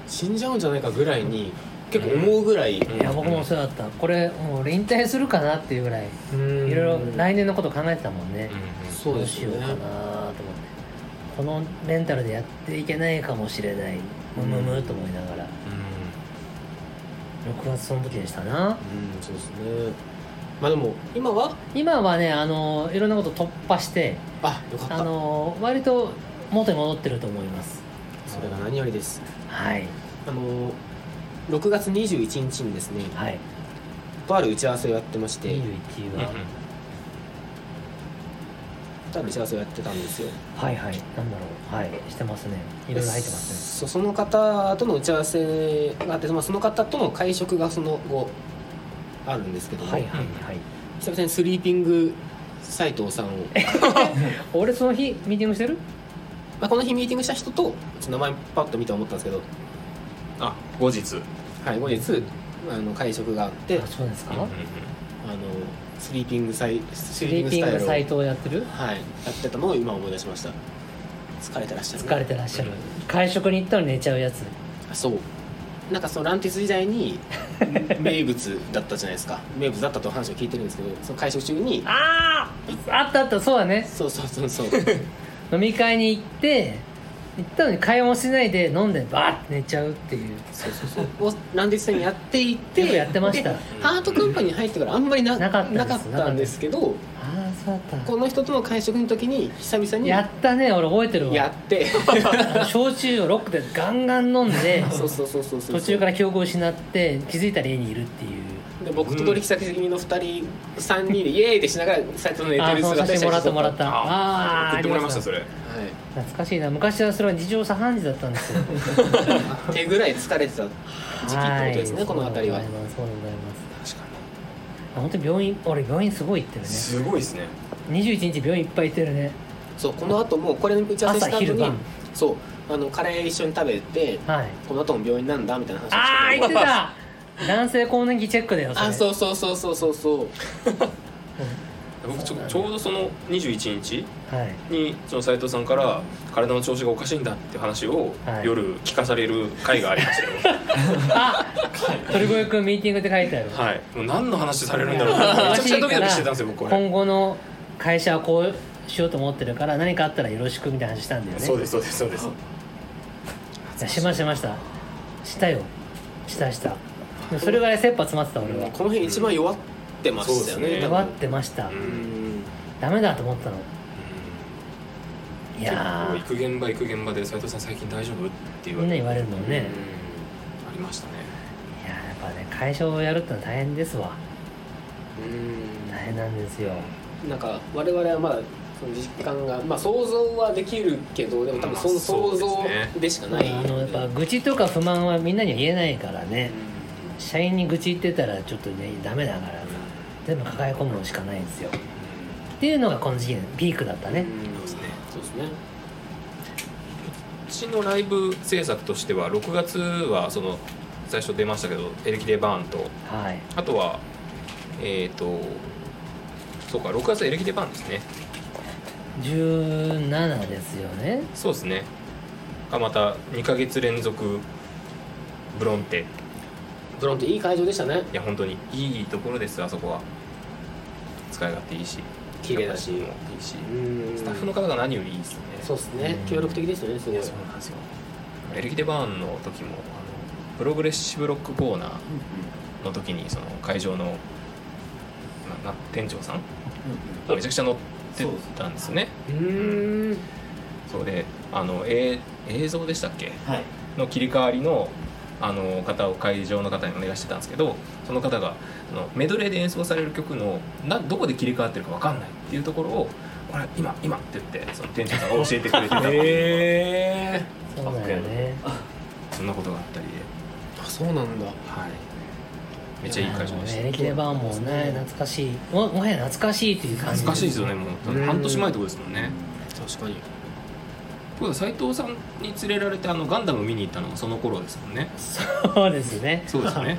Speaker 2: 死んじゃうんじゃないかぐらいに結構思うぐらい、
Speaker 1: いや僕もそうだったこれもう引退するかなっていうぐらい
Speaker 2: うん
Speaker 1: いろいろ来年のこと考えてたもんね、
Speaker 2: そう
Speaker 1: ど
Speaker 2: で
Speaker 1: う
Speaker 2: す
Speaker 1: し
Speaker 2: よ
Speaker 1: よう
Speaker 2: ね
Speaker 1: かなと思ってこのメンタルでやっていけないかもしれないむむむと思いながら6月その時でしたな
Speaker 2: うんそうですねまあでも今は
Speaker 1: 今はねあのいろんなこと突破して
Speaker 2: あよかった
Speaker 1: あの割と元に戻ってると思います
Speaker 2: それが何よりです
Speaker 1: はい
Speaker 2: あの6月21日にですね
Speaker 1: はい
Speaker 2: とある打ち合わせをやってまして、
Speaker 1: 21は、
Speaker 2: とある打ち合わせをやってたんですよ
Speaker 1: はいはいなんだろうはいしてますねいろいろ入ってますね
Speaker 2: そその方との打ち合わせがあって、まあ、その方との会食がその後あるんですけども、
Speaker 1: はいはいはい
Speaker 2: 久々にスリーピング斎藤さんを、
Speaker 1: 俺その日ミーティングしてる
Speaker 2: まあ、この日ミーティングした人とちょっと名前パッと見て思ったんですけど、
Speaker 3: あ後日
Speaker 2: はい、後日あの会食があって
Speaker 1: あそうですか
Speaker 2: あのスリーピングサイス
Speaker 1: スリーピングサイトをやってる
Speaker 2: はい、やってたのを今思い出しました疲れてらっしゃるね、
Speaker 1: 疲れてらっしゃる会食に行ったら寝ちゃうやつ
Speaker 2: そうなんかそのランティス時代に名物だったじゃないですか名物だったと話を聞いてるんですけどその会食中に
Speaker 1: あああったあったそうだね
Speaker 2: そうそうそうそう
Speaker 1: 飲み会に行って行ったのに会話もしないで飲んでバーって寝ちゃうっていう
Speaker 2: そうそうそうをランディスさんにやってい
Speaker 1: よく
Speaker 2: て
Speaker 1: やってました
Speaker 2: でハートカンパニーに入ってからあんまりな
Speaker 1: なかったんです
Speaker 2: なかったんですけど
Speaker 1: ああそうだっ
Speaker 2: この人との会食の時に久々
Speaker 1: た
Speaker 2: に
Speaker 1: やったね俺覚えてる
Speaker 2: や
Speaker 1: わ
Speaker 2: って
Speaker 1: あの焼酎をロックでガンガン飲んで
Speaker 2: そうそうそうそうそう
Speaker 1: 途中から記憶を失って気づいたら家にいるっていう
Speaker 2: で僕と取引先の2人3人でイエーイってしながら斎藤の寝
Speaker 1: あ
Speaker 2: て
Speaker 1: あ
Speaker 2: る
Speaker 1: その
Speaker 2: 姿
Speaker 1: 写真もらったもら
Speaker 2: は
Speaker 1: った
Speaker 3: あ
Speaker 1: ああ
Speaker 3: 送ってもらいました
Speaker 1: あ
Speaker 3: それ
Speaker 1: り懐かしいな昔はそれは日常茶飯事だったんですよ
Speaker 2: いってぐらい疲れ てた時期ってことですね
Speaker 1: はい
Speaker 2: こ
Speaker 1: そ
Speaker 2: の辺りは
Speaker 1: うでございますそうでございます
Speaker 3: 確か
Speaker 1: あ本当に病院俺病院すごい行ってる
Speaker 3: に
Speaker 1: ね
Speaker 3: すごいですね
Speaker 1: 21日病院いっぱい行ってるね
Speaker 2: そうこの後もこれの打ち合わせ
Speaker 1: 朝
Speaker 2: した後
Speaker 1: 昼
Speaker 2: に
Speaker 1: 晩
Speaker 2: そうあのカレー一緒に食べて
Speaker 1: はい
Speaker 2: この後も病院なんだみたいな話をして
Speaker 1: ああ言ってた男性更年期チェックだよそれ
Speaker 2: あそうそうそうそうそうそう
Speaker 3: 僕ちょちょうどその21日
Speaker 1: はい
Speaker 3: にその斉藤さんから体の調子がおかしいんだって話を
Speaker 1: はい
Speaker 3: 夜聞かされる回がありました よ
Speaker 1: あ鳥越くんミーティングって書いてある
Speaker 3: はいもう何の話されるんだろう ってめちゃくちゃドキドキしてたんですよ僕これ
Speaker 1: 今後の会社はこうしようと思ってるから何かあったらよろしくみたいな話したんだよね
Speaker 3: そうですそうですそうです
Speaker 1: いやしましたしましたしたよしたしたでもそれぐらい切羽詰まってた俺は
Speaker 2: この辺一番弱ってましたよ
Speaker 3: そう
Speaker 2: ね
Speaker 3: ですね
Speaker 2: 多分
Speaker 1: 弱ってました、
Speaker 3: う
Speaker 2: うんん
Speaker 1: ダメだと思ったのいや
Speaker 3: 行く現場行く現場で斉藤さん最近大丈夫って言
Speaker 1: ー
Speaker 3: わ
Speaker 1: みん
Speaker 3: れて
Speaker 1: な言われるもんね、
Speaker 3: うんありましたね
Speaker 1: いやーやっぱね会社をやるってのは大変ですわ
Speaker 2: うん
Speaker 1: 大変なんですよ
Speaker 2: なんか我々はまだその実感がまあ想像はできるけどでも多分そ
Speaker 5: ま
Speaker 2: の
Speaker 5: あそう
Speaker 2: 想
Speaker 5: ですね
Speaker 2: 像でしか
Speaker 1: あ
Speaker 2: ない、
Speaker 1: のやっぱ愚痴とか不満はみんなには言えないからね社員に愚痴言ってたらちょっとねダメだから全部抱え込むのしかないんですよっていうのがこの時期のピークだったね
Speaker 2: そうですねそうですね
Speaker 3: うちのライブ制作としては6月はその最初出ましたけど「エレキデバーン」と
Speaker 1: はい
Speaker 3: あとはえっ、とそうか6月エレキデバーンですね
Speaker 1: 17ですよね
Speaker 3: そうですねがまた2ヶ月連続ブロンテ
Speaker 2: ドローンっていい会場でしたね
Speaker 3: いや本当にいいところですあそこは使い勝手いいし
Speaker 2: 綺麗だし
Speaker 3: もいいし
Speaker 2: うん
Speaker 3: スタッフの方が何よりいいですね
Speaker 2: そうですね協力的でしたねすごい
Speaker 3: そうなんですよエレキデバーンの時もあのプログレッシブロックコーナーの時にその会場のなな店長さんめちゃくちゃ乗ってたんですよね
Speaker 2: うんうん
Speaker 3: そうであの、えー映像でしたっけ
Speaker 7: はい
Speaker 3: の切り替わりのあの方を会場の方にお願いしてたんですけどその方があのメドレーで演奏される曲のなどこで切り替わってるか分かんないっていうところを「これ今今」って言ってその店長さんが教えてくれ てたっていう
Speaker 2: へえ
Speaker 1: そうだよね
Speaker 3: そんなことがあったりで、
Speaker 2: あそうなんだ
Speaker 3: はい、めっちゃいい会場でし
Speaker 1: ね
Speaker 3: た
Speaker 1: エレキレバーンもね懐かしいももはや懐かしいっていう感じ
Speaker 3: 懐かしいですよねもう
Speaker 2: うん
Speaker 3: 半年前ってことですもんね
Speaker 2: 確かに
Speaker 3: ということは斎藤さんに連れられてあのガンダム見に行ったのもその頃ですもんね
Speaker 1: そうですね
Speaker 3: そうですよね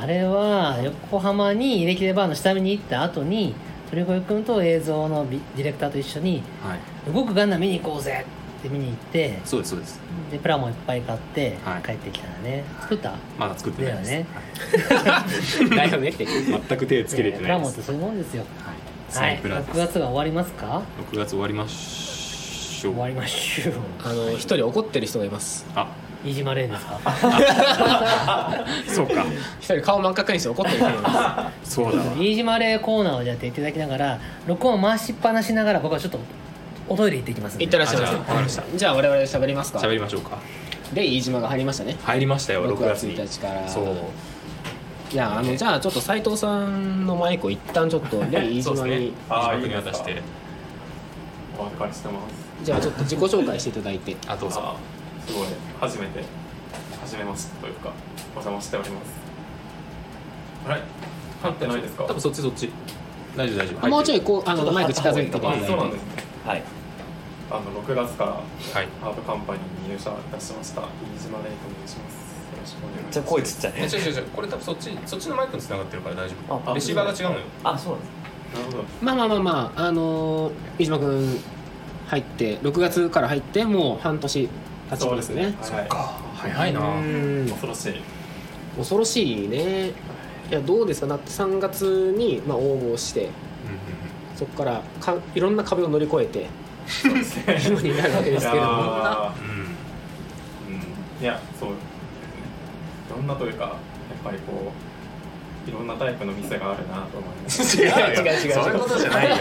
Speaker 1: あれは横浜にエレキレバーンの下見に行った後に鳥越君と映像のビディレクターと一緒に
Speaker 3: はい
Speaker 1: 動くガンダム見に行こうぜって見に行って
Speaker 3: そうですそうです
Speaker 1: でプラモいっぱい買って
Speaker 3: はい
Speaker 1: 帰ってきたらね、作った
Speaker 5: まだ作って
Speaker 1: だ
Speaker 5: ない
Speaker 1: よ
Speaker 5: です、
Speaker 1: ね
Speaker 2: だよねって
Speaker 5: 全く手つけれて
Speaker 1: プ
Speaker 5: な
Speaker 1: ラ
Speaker 5: いで
Speaker 1: モっ
Speaker 5: す、
Speaker 1: てそういうもんですよ
Speaker 5: はい、
Speaker 1: は
Speaker 5: サ
Speaker 1: い
Speaker 5: イプラ
Speaker 1: 6
Speaker 5: です
Speaker 1: 月が終わりますか
Speaker 5: 6月終わりましょ
Speaker 1: 終わ
Speaker 5: う
Speaker 1: りましょう
Speaker 2: あの一人怒ってる人がいます
Speaker 5: あ
Speaker 1: 飯島レイですか
Speaker 5: そうか
Speaker 2: 一人顔真っ赤にして怒ってる人がいま
Speaker 5: そうだわ
Speaker 1: 飯島レイコーナーをじゃあやっていただきながら録音を回しっぱなしながら僕はちょっとおトイレ行ってきますん
Speaker 2: す
Speaker 1: で
Speaker 2: いってらっしゃいま
Speaker 5: あじゃあわかりまし
Speaker 2: せじゃあ我々で喋りますか
Speaker 5: 喋りましょうか
Speaker 2: で飯島が入りましたね
Speaker 5: 入りましたよ6
Speaker 2: 6
Speaker 5: 月
Speaker 2: 月
Speaker 5: に
Speaker 2: 1日から
Speaker 5: そう
Speaker 2: いやあのじゃあちょっと斎藤さんのマイクを一旦ちょっとで飯
Speaker 5: そうです
Speaker 2: 島
Speaker 5: ね
Speaker 2: に
Speaker 5: ああいい
Speaker 3: に
Speaker 5: ね
Speaker 3: 渡
Speaker 5: 出
Speaker 3: し
Speaker 5: して
Speaker 3: て
Speaker 8: お預かりしてます
Speaker 2: じゃあちょっと自己紹介していただいて
Speaker 5: あどうぞ
Speaker 8: あすごい初めて初めましてというかお邪魔しておりますあれ入ってないですか
Speaker 5: 多分そっちそっち大丈夫大丈夫
Speaker 2: もうちょ
Speaker 5: い
Speaker 2: いこうあのマイク近づいてくだ
Speaker 8: あ
Speaker 2: さい
Speaker 8: そうなんですね
Speaker 2: はい
Speaker 8: あの6月から
Speaker 5: はい
Speaker 8: ハーブカンパニーに入社いたしました飯島レイと申しますよろしくお願いします
Speaker 7: じゃあ声ちっちゃい
Speaker 3: え違う違う違うこれ多分そっちそっちのマイクに繋がってるから大丈夫
Speaker 7: あ
Speaker 3: レシーバーが違うのよ
Speaker 7: あそうなんです
Speaker 8: なるほど
Speaker 2: まあまあまあまああのー飯島君入って6月から入ってもう半年経ちますね
Speaker 8: そうですねは
Speaker 3: 早いな
Speaker 2: うん
Speaker 8: い恐ろし い
Speaker 2: 恐ろしいねいやどうですかだって3月に、まあ、応募してそこからかいろんな壁を乗り越えて
Speaker 8: そうですね
Speaker 2: 今になるわけですけれど
Speaker 8: いや
Speaker 2: も
Speaker 8: ー
Speaker 5: うん
Speaker 8: うんいやそうですねいろんなというかやっぱりこういろんなタイプの店があるなと思います
Speaker 5: 違
Speaker 2: 違
Speaker 5: う
Speaker 2: う違う違う
Speaker 5: そういうことじゃないよ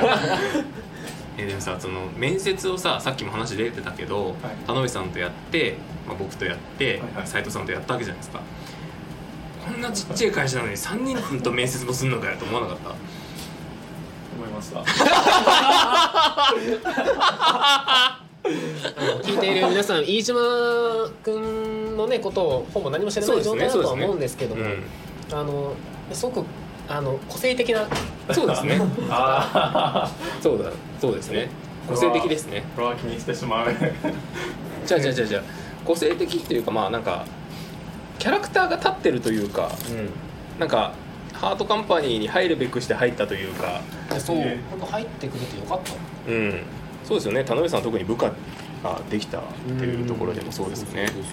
Speaker 5: えでもさその面接をささっきも話出てたけど、田辺さんとやって、まあ、僕とやって
Speaker 8: はい
Speaker 5: 斎、
Speaker 8: はい
Speaker 5: 藤さんとやったわけじゃないですかこんなちっちゃい会社なのに3人と面接もすんのかよと思わなかっ
Speaker 8: 思いました
Speaker 2: 聞いている皆さん飯島君のねことをほぼ何も知らない状態だとは思うんですけ
Speaker 5: た
Speaker 2: ど
Speaker 5: う
Speaker 2: も、
Speaker 5: ん
Speaker 2: あのすごくあの個性的な
Speaker 5: そうで す ね
Speaker 8: あ
Speaker 5: そうだそうですね個性的ですね
Speaker 8: あこれは気にしてしまう
Speaker 5: じゃあじゃあじゃあじゃあ個性的っていうかまあなんかキャラクターが立ってるというか、なんかハートカンパニーに入るべくして入ったというか
Speaker 2: そう
Speaker 8: え
Speaker 2: 本当入ってくれてよかった
Speaker 5: うん、そうですよね田辺さんは特に部下ができたっていうところでもそうですよね
Speaker 8: すみ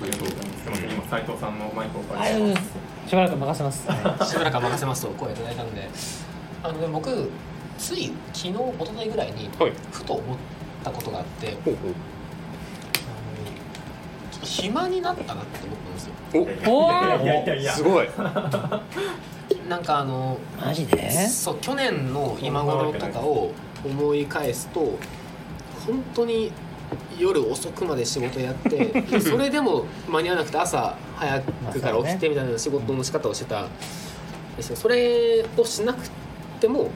Speaker 8: ません今斉藤さんのマイクを
Speaker 1: あ
Speaker 8: 借り
Speaker 1: り
Speaker 8: て
Speaker 1: がとうござい
Speaker 8: ま
Speaker 1: ますし
Speaker 8: す
Speaker 1: ばらく任せます、 は
Speaker 2: しばらく任せますと声いただいたのであのね僕つい昨日一昨日ぐらいに
Speaker 5: はい
Speaker 2: ふと思ったことがあって、
Speaker 5: ほうほう
Speaker 2: ちょっと暇になったなって思ったんです
Speaker 1: い、
Speaker 2: よ
Speaker 1: お
Speaker 8: いやい
Speaker 1: ー
Speaker 8: やいやいや
Speaker 5: すごい
Speaker 2: なんかあの
Speaker 1: マジで
Speaker 2: そう去年の今頃とかを思い返すと本当に夜遅くまで仕事やってそれでも間に合わなくて朝早くから起きてみたいな仕事の仕方をしてたんですよそれをしなくても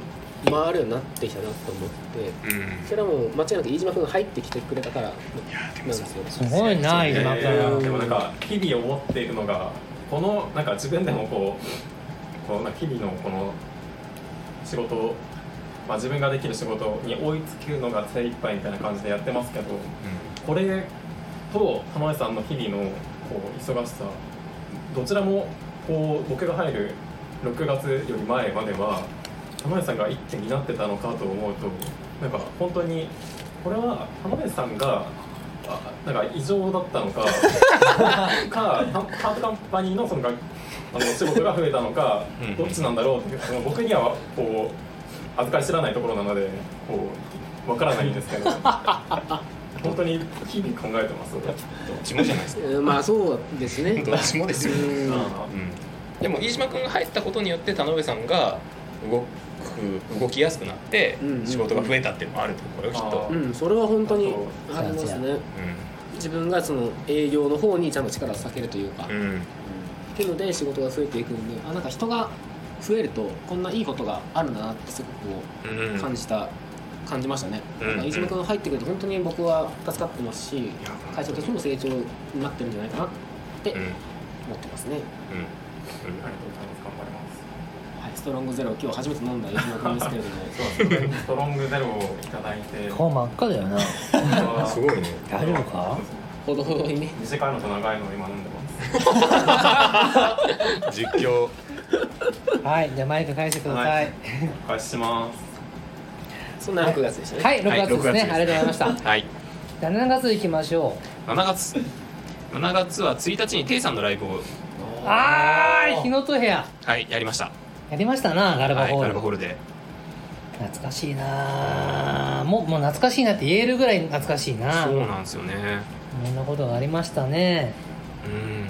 Speaker 2: 回るようになってきたなと思って
Speaker 3: うん
Speaker 2: それはもう間違いなく飯島君が入ってきてくれたからなんですよ
Speaker 1: すごいな飯島
Speaker 8: え
Speaker 1: 君
Speaker 8: ーでもなんか日々思っているのがこのなんか自分でもこうこうなんか日々のこの仕事を、まあ、自分ができる仕事に追いつけるのが精一杯みたいな感じでやってますけどこれと浜江さんの日々のこう忙しさどちらもこう僕が入る6月より前までは浜江さんが一手になってたのかと思うとなんか本当にこれは浜江さんがあなんか異常だった のかかハハートカンパニーのその楽あの仕事が増えたのか
Speaker 3: うんうん
Speaker 8: どっちなんだろうっていうその僕にはこう預かり知らないところなのでこうわからないんで すけど本当に日々考えてます。
Speaker 3: どっちもじゃないですか
Speaker 2: うんまあそうで すね
Speaker 3: どっちもですよ、
Speaker 2: うん
Speaker 5: でも飯島君が入ったことによって田辺さんが動く動きやすくなって
Speaker 2: うんうんうん
Speaker 5: 仕事が増えたっていうのもあるとこれはきっと
Speaker 8: あ
Speaker 2: う
Speaker 8: ー
Speaker 2: んそれは本当にありますね
Speaker 5: う
Speaker 2: 自分がその営業の方にちゃんと力を避けるというか、
Speaker 5: んうん
Speaker 2: っていうので仕事が増えていくんであなんか人が増えるとこんないいことがあるんだなってすごくこ
Speaker 5: うん
Speaker 2: う感じた、感じましたね、
Speaker 5: うん
Speaker 2: なんか飯島君入ってくると本当に僕は助かってますし
Speaker 5: や
Speaker 2: 会社としても成長になってるんじゃないかなって思ってますね、
Speaker 8: ありがとうございます。頑張ります。
Speaker 2: はい、ストロングゼロ今日初めて飲んだ飯島君ですけれども
Speaker 8: そうですね。ストロングゼロをいただい て、
Speaker 1: 顔真っ赤だよな
Speaker 5: すごいね
Speaker 1: 大丈夫か
Speaker 2: ほどほどにね
Speaker 8: 短いのと長いのを今飲んでます。
Speaker 5: 実況
Speaker 1: はいじゃあマイク返してください
Speaker 8: お返しします。
Speaker 2: そんな6月でしたね、
Speaker 1: はい、6月ですね、ありがとうございまし
Speaker 5: はい
Speaker 1: た7月行きましょ
Speaker 5: 7月7月は1日にテイさんのライブを
Speaker 1: うあー日の戸部屋
Speaker 5: はいやりました
Speaker 1: やりましたなガルバ
Speaker 5: はい
Speaker 1: ホ
Speaker 5: ガ
Speaker 1: ー
Speaker 5: ル
Speaker 1: ル、
Speaker 5: バホールで
Speaker 1: 懐かしいなもうもう懐かしいなって言えるぐらい懐かしいな
Speaker 5: そうなんですよね
Speaker 1: いろんなことがありましたね
Speaker 5: うん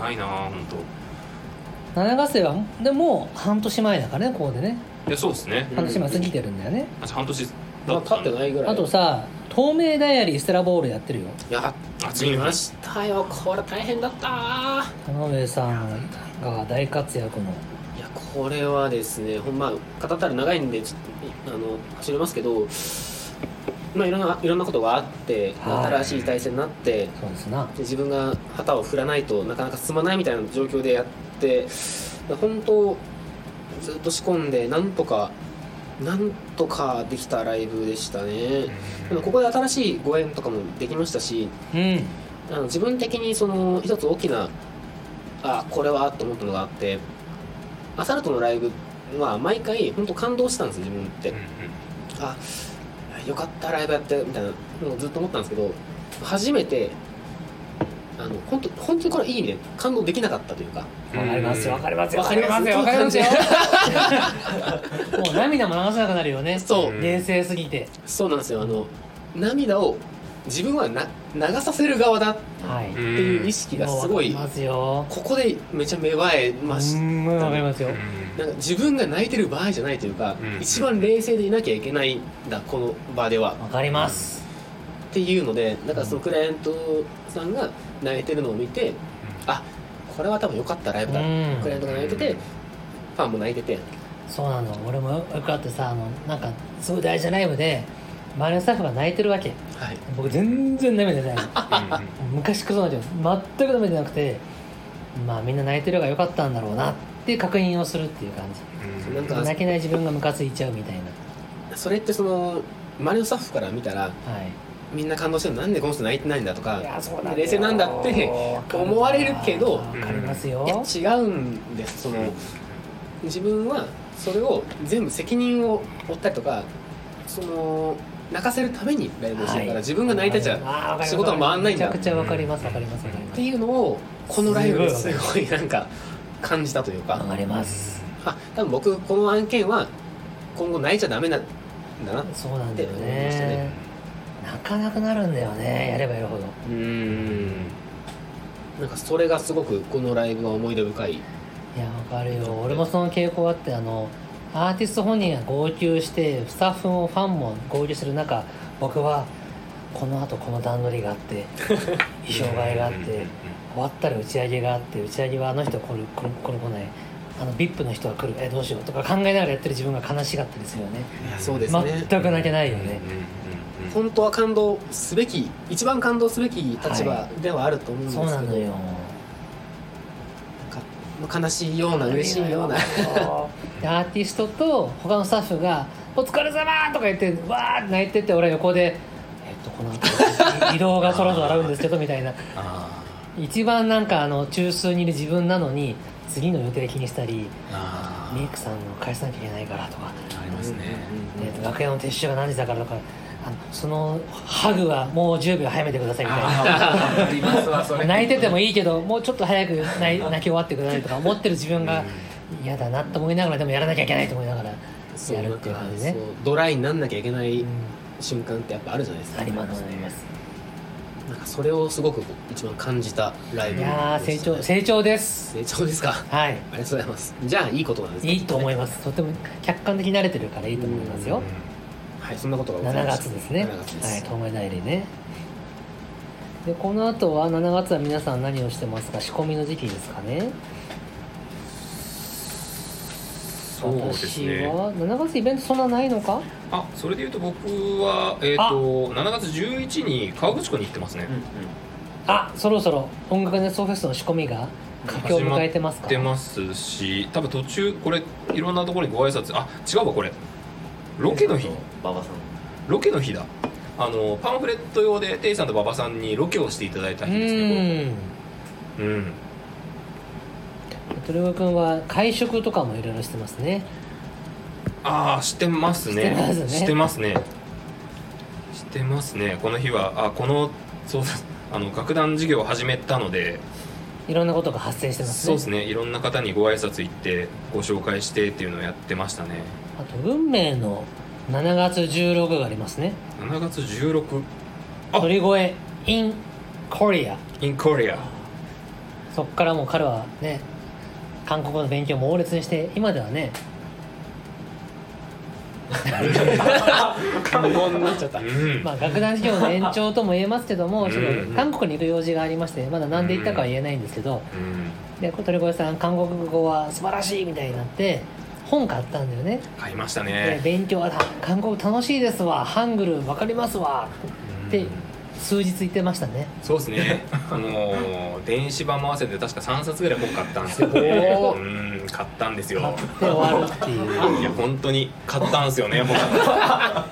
Speaker 5: 早いな本
Speaker 1: 7月生はでもう半年前だからねここでね
Speaker 5: 当いやそうですね
Speaker 1: 半年前過ぎてるんだよね、
Speaker 5: 私半年
Speaker 2: ま
Speaker 5: だ
Speaker 2: あ
Speaker 5: った
Speaker 2: 経
Speaker 5: ん
Speaker 2: っ
Speaker 5: で
Speaker 2: てないぐらい
Speaker 1: あとさ透明ダイアリーステラボールやってるよ
Speaker 2: や
Speaker 5: あ
Speaker 2: り
Speaker 5: 次の
Speaker 2: ま
Speaker 5: 話
Speaker 2: したよこれ大変だったー
Speaker 1: 田辺さんが大活躍の
Speaker 2: いやこれはですねほんまあ語ったら長いんでちょっとあの走りますけどまあいろんないろんなことがあって
Speaker 1: はい
Speaker 2: 新しい体制になって
Speaker 1: そうですな
Speaker 2: で自分が旗を振らないとなかなか進まないみたいな状況でやって本当ずっと仕込んでなんとかなんとかできたライブでしたねでもここで新しいご縁とかもできましたし
Speaker 1: うん
Speaker 2: あの自分的にその一つ大きなあこれはと思ったのがあってアサルトのライブは毎回本当感動したんですよ自分って、あよかったライブやってみたいなのをずっと思ったんですけど初めてあの本当本当にこれいい意味で感動できなかったというか
Speaker 1: わかりますよわかりますよ
Speaker 2: わかりますよ
Speaker 1: わかりますよ
Speaker 2: わ
Speaker 1: もう涙も流せなくなるよね
Speaker 2: そう
Speaker 1: 冷静すぎて
Speaker 2: そうなんですよあの涙を自分はな流させる側だっ
Speaker 1: はい
Speaker 5: て
Speaker 2: ていう意識がすごい
Speaker 1: もうわかりますよ
Speaker 2: ここでめちゃ芽生えまし
Speaker 1: う
Speaker 2: た
Speaker 1: んわかりますよ
Speaker 2: なんか自分が泣いてる場合じゃないというか、
Speaker 5: うん
Speaker 2: 一番冷静でいなきゃいけないんだこの場では
Speaker 1: わかります
Speaker 2: っていうのでだからそのクライアントさんが泣いてるのを見て、あこれは多分良かったライブだ、
Speaker 1: うん
Speaker 2: クライアントが泣いててファンも泣いてて
Speaker 1: そうなの俺もよくあってさあのなんかすごい大事なライブで周りのスタッフが泣いてるわけ
Speaker 2: はい
Speaker 1: 僕全然涙出ない の昔クソなんです全く涙出なくてまあみんな泣いてるが良かったんだろうなって確認をするっていう感じ
Speaker 2: なんか
Speaker 1: 泣けない自分がムカついちゃうみたいな
Speaker 2: それってその周りのスタッフから見たら
Speaker 1: はい
Speaker 2: みんな感動してるのなんでこの人泣いてないんだとか
Speaker 1: い
Speaker 2: い
Speaker 1: や
Speaker 2: や
Speaker 1: そうなんだよ
Speaker 2: 冷静なんだって思われるけど
Speaker 1: わかりますよ
Speaker 2: 違うんですその、自分はそれを全部責任を負ったりとかその泣かせるためにライブをしてるから、
Speaker 1: はい
Speaker 2: 自分が泣いたじゃん
Speaker 1: あーわかります
Speaker 2: 仕事は回んないんだ
Speaker 1: めちゃくちゃわかりますわかりますわかり
Speaker 2: っ
Speaker 1: ま
Speaker 2: て
Speaker 1: す
Speaker 2: いうのをこのライブですごいなんか感じたという
Speaker 1: わ
Speaker 2: か
Speaker 1: かります
Speaker 2: あ多分僕この案件は今後泣いちゃダメなんだな
Speaker 1: そうなんだよ
Speaker 2: って思いました
Speaker 1: ね
Speaker 2: ね
Speaker 1: 泣かなくなるんだよねやればやるほど
Speaker 2: うんなんかそれがすごくこのライブは思い出深い
Speaker 1: いやわかるよ俺もその傾向あってあのアーティスト本人が号泣してスタッフもファンも号泣する中僕はこのあとこの段取りがあって 障害があって終わったら打ち上げがあって打ち上げはあの人来る来る来る来ないあの VIP の人が来るえどうしようとか考えながらやってる自分が悲しかったりするよね
Speaker 2: そうですね
Speaker 1: 全く泣けないよね、
Speaker 2: 本当は感動すべき一番感動すべき立場ではあると思うんですけ
Speaker 1: そう
Speaker 2: ど、
Speaker 1: なのよ
Speaker 2: なんか悲しいような嬉しいような
Speaker 1: でアーティストと他のスタッフが「お疲れ様とか言ってわーって泣いてて俺は横で「えっとこの後移動がそろそろあるんですけど」みたいな
Speaker 2: あ
Speaker 1: 一番なんかあの中枢にいる自分なのに次の予定気にしたり
Speaker 2: あ
Speaker 1: メイクさんの返さなきゃいけないからとか、
Speaker 2: ありますね、
Speaker 1: えっと楽屋の撤収が何時だからとかあのそのハグはもう10秒早めてくださいみたいな。
Speaker 5: ありますわそれ
Speaker 1: 泣いててもいいけどもうちょっと早く泣い 泣き終わってくださいとか思ってる自分が嫌だなと思いながらでもやらなきゃいけないと思いながら
Speaker 2: そう
Speaker 1: や
Speaker 2: な
Speaker 1: る
Speaker 2: ん
Speaker 1: って
Speaker 2: か
Speaker 1: いう感じね
Speaker 2: そうドライになんなきゃいけな
Speaker 1: う
Speaker 2: い
Speaker 1: ん
Speaker 2: 瞬間ってやっぱあるじゃないですか
Speaker 1: ありますあります
Speaker 2: なんかそれをすごく一番感じたライブ
Speaker 1: いやー
Speaker 2: で
Speaker 1: 成
Speaker 2: したね
Speaker 1: 長成長です
Speaker 2: 成長ですか
Speaker 1: はい
Speaker 2: ありがとうございますじゃあいいことなんですか
Speaker 1: いいと思いますとても客観的に慣れてるからいいと思いますよ
Speaker 2: はいそんなことがござい
Speaker 1: 7
Speaker 2: まし
Speaker 1: 月
Speaker 2: た
Speaker 1: ですね
Speaker 2: 7月です
Speaker 1: はい東大代理ねでこの後は7月は皆さん何をしてますか仕込みの時期ですかね
Speaker 5: そうです
Speaker 1: 私
Speaker 5: ね
Speaker 1: は7月イベントそんなないのか
Speaker 5: あそれでいうと僕はえっ、
Speaker 1: あ
Speaker 5: と7月11に河口湖に行ってますね、
Speaker 1: あそろそろ音楽熱奏フェスの仕込みが佳境を迎えてますか
Speaker 5: 出ますし多分途中これいろんなところにご挨拶あ違うわこれロケの日
Speaker 9: 馬 場さん
Speaker 5: ロケの日だあのパンフレット用でテイさんと馬場さんにロケをしていただいた
Speaker 1: う
Speaker 5: 日ですね
Speaker 1: ん
Speaker 5: これうん
Speaker 1: トルゴ君は会食とかもいろいろしてますね
Speaker 5: ああしてますね
Speaker 1: して
Speaker 5: ますねしてますねこの日はあこのそうだあの楽団事業を始めたので
Speaker 1: いろんなことが発生してます
Speaker 5: そう
Speaker 1: ね
Speaker 5: ですねいろんな方にご挨拶行ってご紹介してっていうのをやってましたね
Speaker 1: あと運命の7月16がありますね
Speaker 5: 7月16あ
Speaker 1: 鳥越 in Korea
Speaker 5: in Korea
Speaker 1: そっからもう彼はね韓国語の勉強を猛烈にして今ではね
Speaker 10: 韓国になっちゃった
Speaker 5: うん、
Speaker 1: まあ楽団事業の延長とも言えますけどもちょっ
Speaker 5: うん
Speaker 1: と韓国に行く用事がありましてまだ何で行ったかは言えないんですけど、
Speaker 5: うん、
Speaker 1: で鳥越さん韓国語は素晴らしいみたいになって本買ったんだよね、
Speaker 5: 買いました
Speaker 1: で
Speaker 5: ね
Speaker 1: 勉強は韓国楽しいですわハングル分かりますわって数日言ってましたね
Speaker 5: そうですねあのー電子版も合わせて確か3冊ぐらい本買ったんですよ
Speaker 1: お
Speaker 5: うん買ったんですよ
Speaker 1: 買って終わるっていう
Speaker 5: いや本当に買ったんですよね 僕
Speaker 2: あ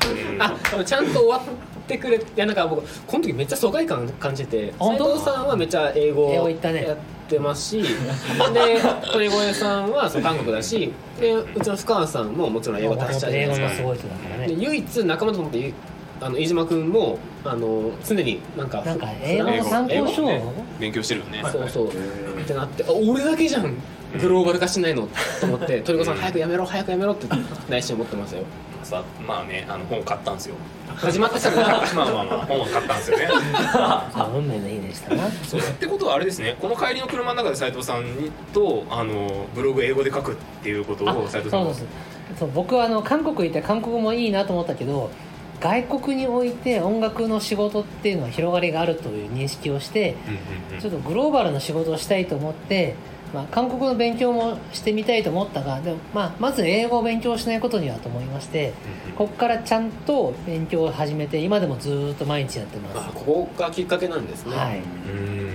Speaker 2: でもちゃんと終わってくれいやなんか僕この時めっちゃ疎外感感じて
Speaker 1: 本
Speaker 2: 斉
Speaker 1: 当
Speaker 2: 藤さんはめっちゃ英語
Speaker 1: 英
Speaker 2: や
Speaker 1: 語言ったね
Speaker 2: ってますし、で鳥越さんはそう韓国だしでうちの深川さんももちろん英
Speaker 1: も
Speaker 2: 語
Speaker 1: と
Speaker 2: 達
Speaker 1: もと
Speaker 2: 者じ
Speaker 1: 英
Speaker 2: ゃな
Speaker 1: 語が
Speaker 2: いです
Speaker 1: す
Speaker 2: か
Speaker 1: ごい人だから
Speaker 2: で
Speaker 1: ね
Speaker 2: 唯一仲間と思ってゆあの飯島君もあの常になんか
Speaker 1: なんか英語の参考書
Speaker 2: 英語
Speaker 1: を
Speaker 10: 勉強してるよね
Speaker 2: そうそうってなってあ俺だけじゃんグローバル化しないのと思って鳥越さん早くやめろ早くやめろって内心思ってますよ
Speaker 5: さまあねあの本を買ったんですよ
Speaker 2: 始まった人
Speaker 5: ま
Speaker 2: が
Speaker 5: あまあまあ 本を買ったんですよね
Speaker 1: そう運命のいいでしたな
Speaker 5: そうってことはあれですねこの帰りの車の中で斉藤さんにとあのブログ英語で書くっていうことを斉藤さん
Speaker 1: そうそうそう僕はあの韓国行って韓国語もいいなと思ったけど外国において音楽の仕事っていうのは広がりがあるという認識をして、
Speaker 5: うんうんうん
Speaker 1: ちょっとグローバルな仕事をしたいと思って、まあ、韓国の勉強もしてみたいと思ったがでも、まあ、まず英語を勉強しないことにはと思いましてここからちゃんと勉強を始めて今でもずーっと毎日やってま
Speaker 2: あここがきっかけなんです
Speaker 1: す、
Speaker 2: ね、
Speaker 1: はい、
Speaker 5: うん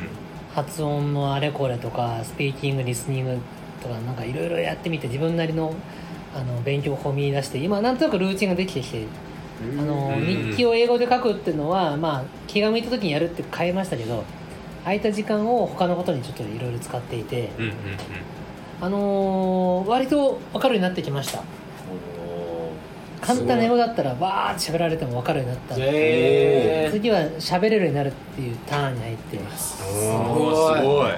Speaker 1: 発音のあれこれとかスピーキングリスニングとかなんかいろいろやってみて自分なりのあの勉強法を見出して今なんとなくルーチンができてきてあの
Speaker 5: うん
Speaker 1: 日記を英語で書くっていうのは、まあ、気が向いた時にやるって変えましたけど空いた時間を他のことにちょっといろいろ使っていて、
Speaker 5: うんうんうん
Speaker 1: あのー割と分かるようになってきました簡単な英語だったらわーって喋られても分かるようになった、
Speaker 2: えー、
Speaker 1: 次は喋れるようになるっていうターンに入ってます、
Speaker 5: おーすごい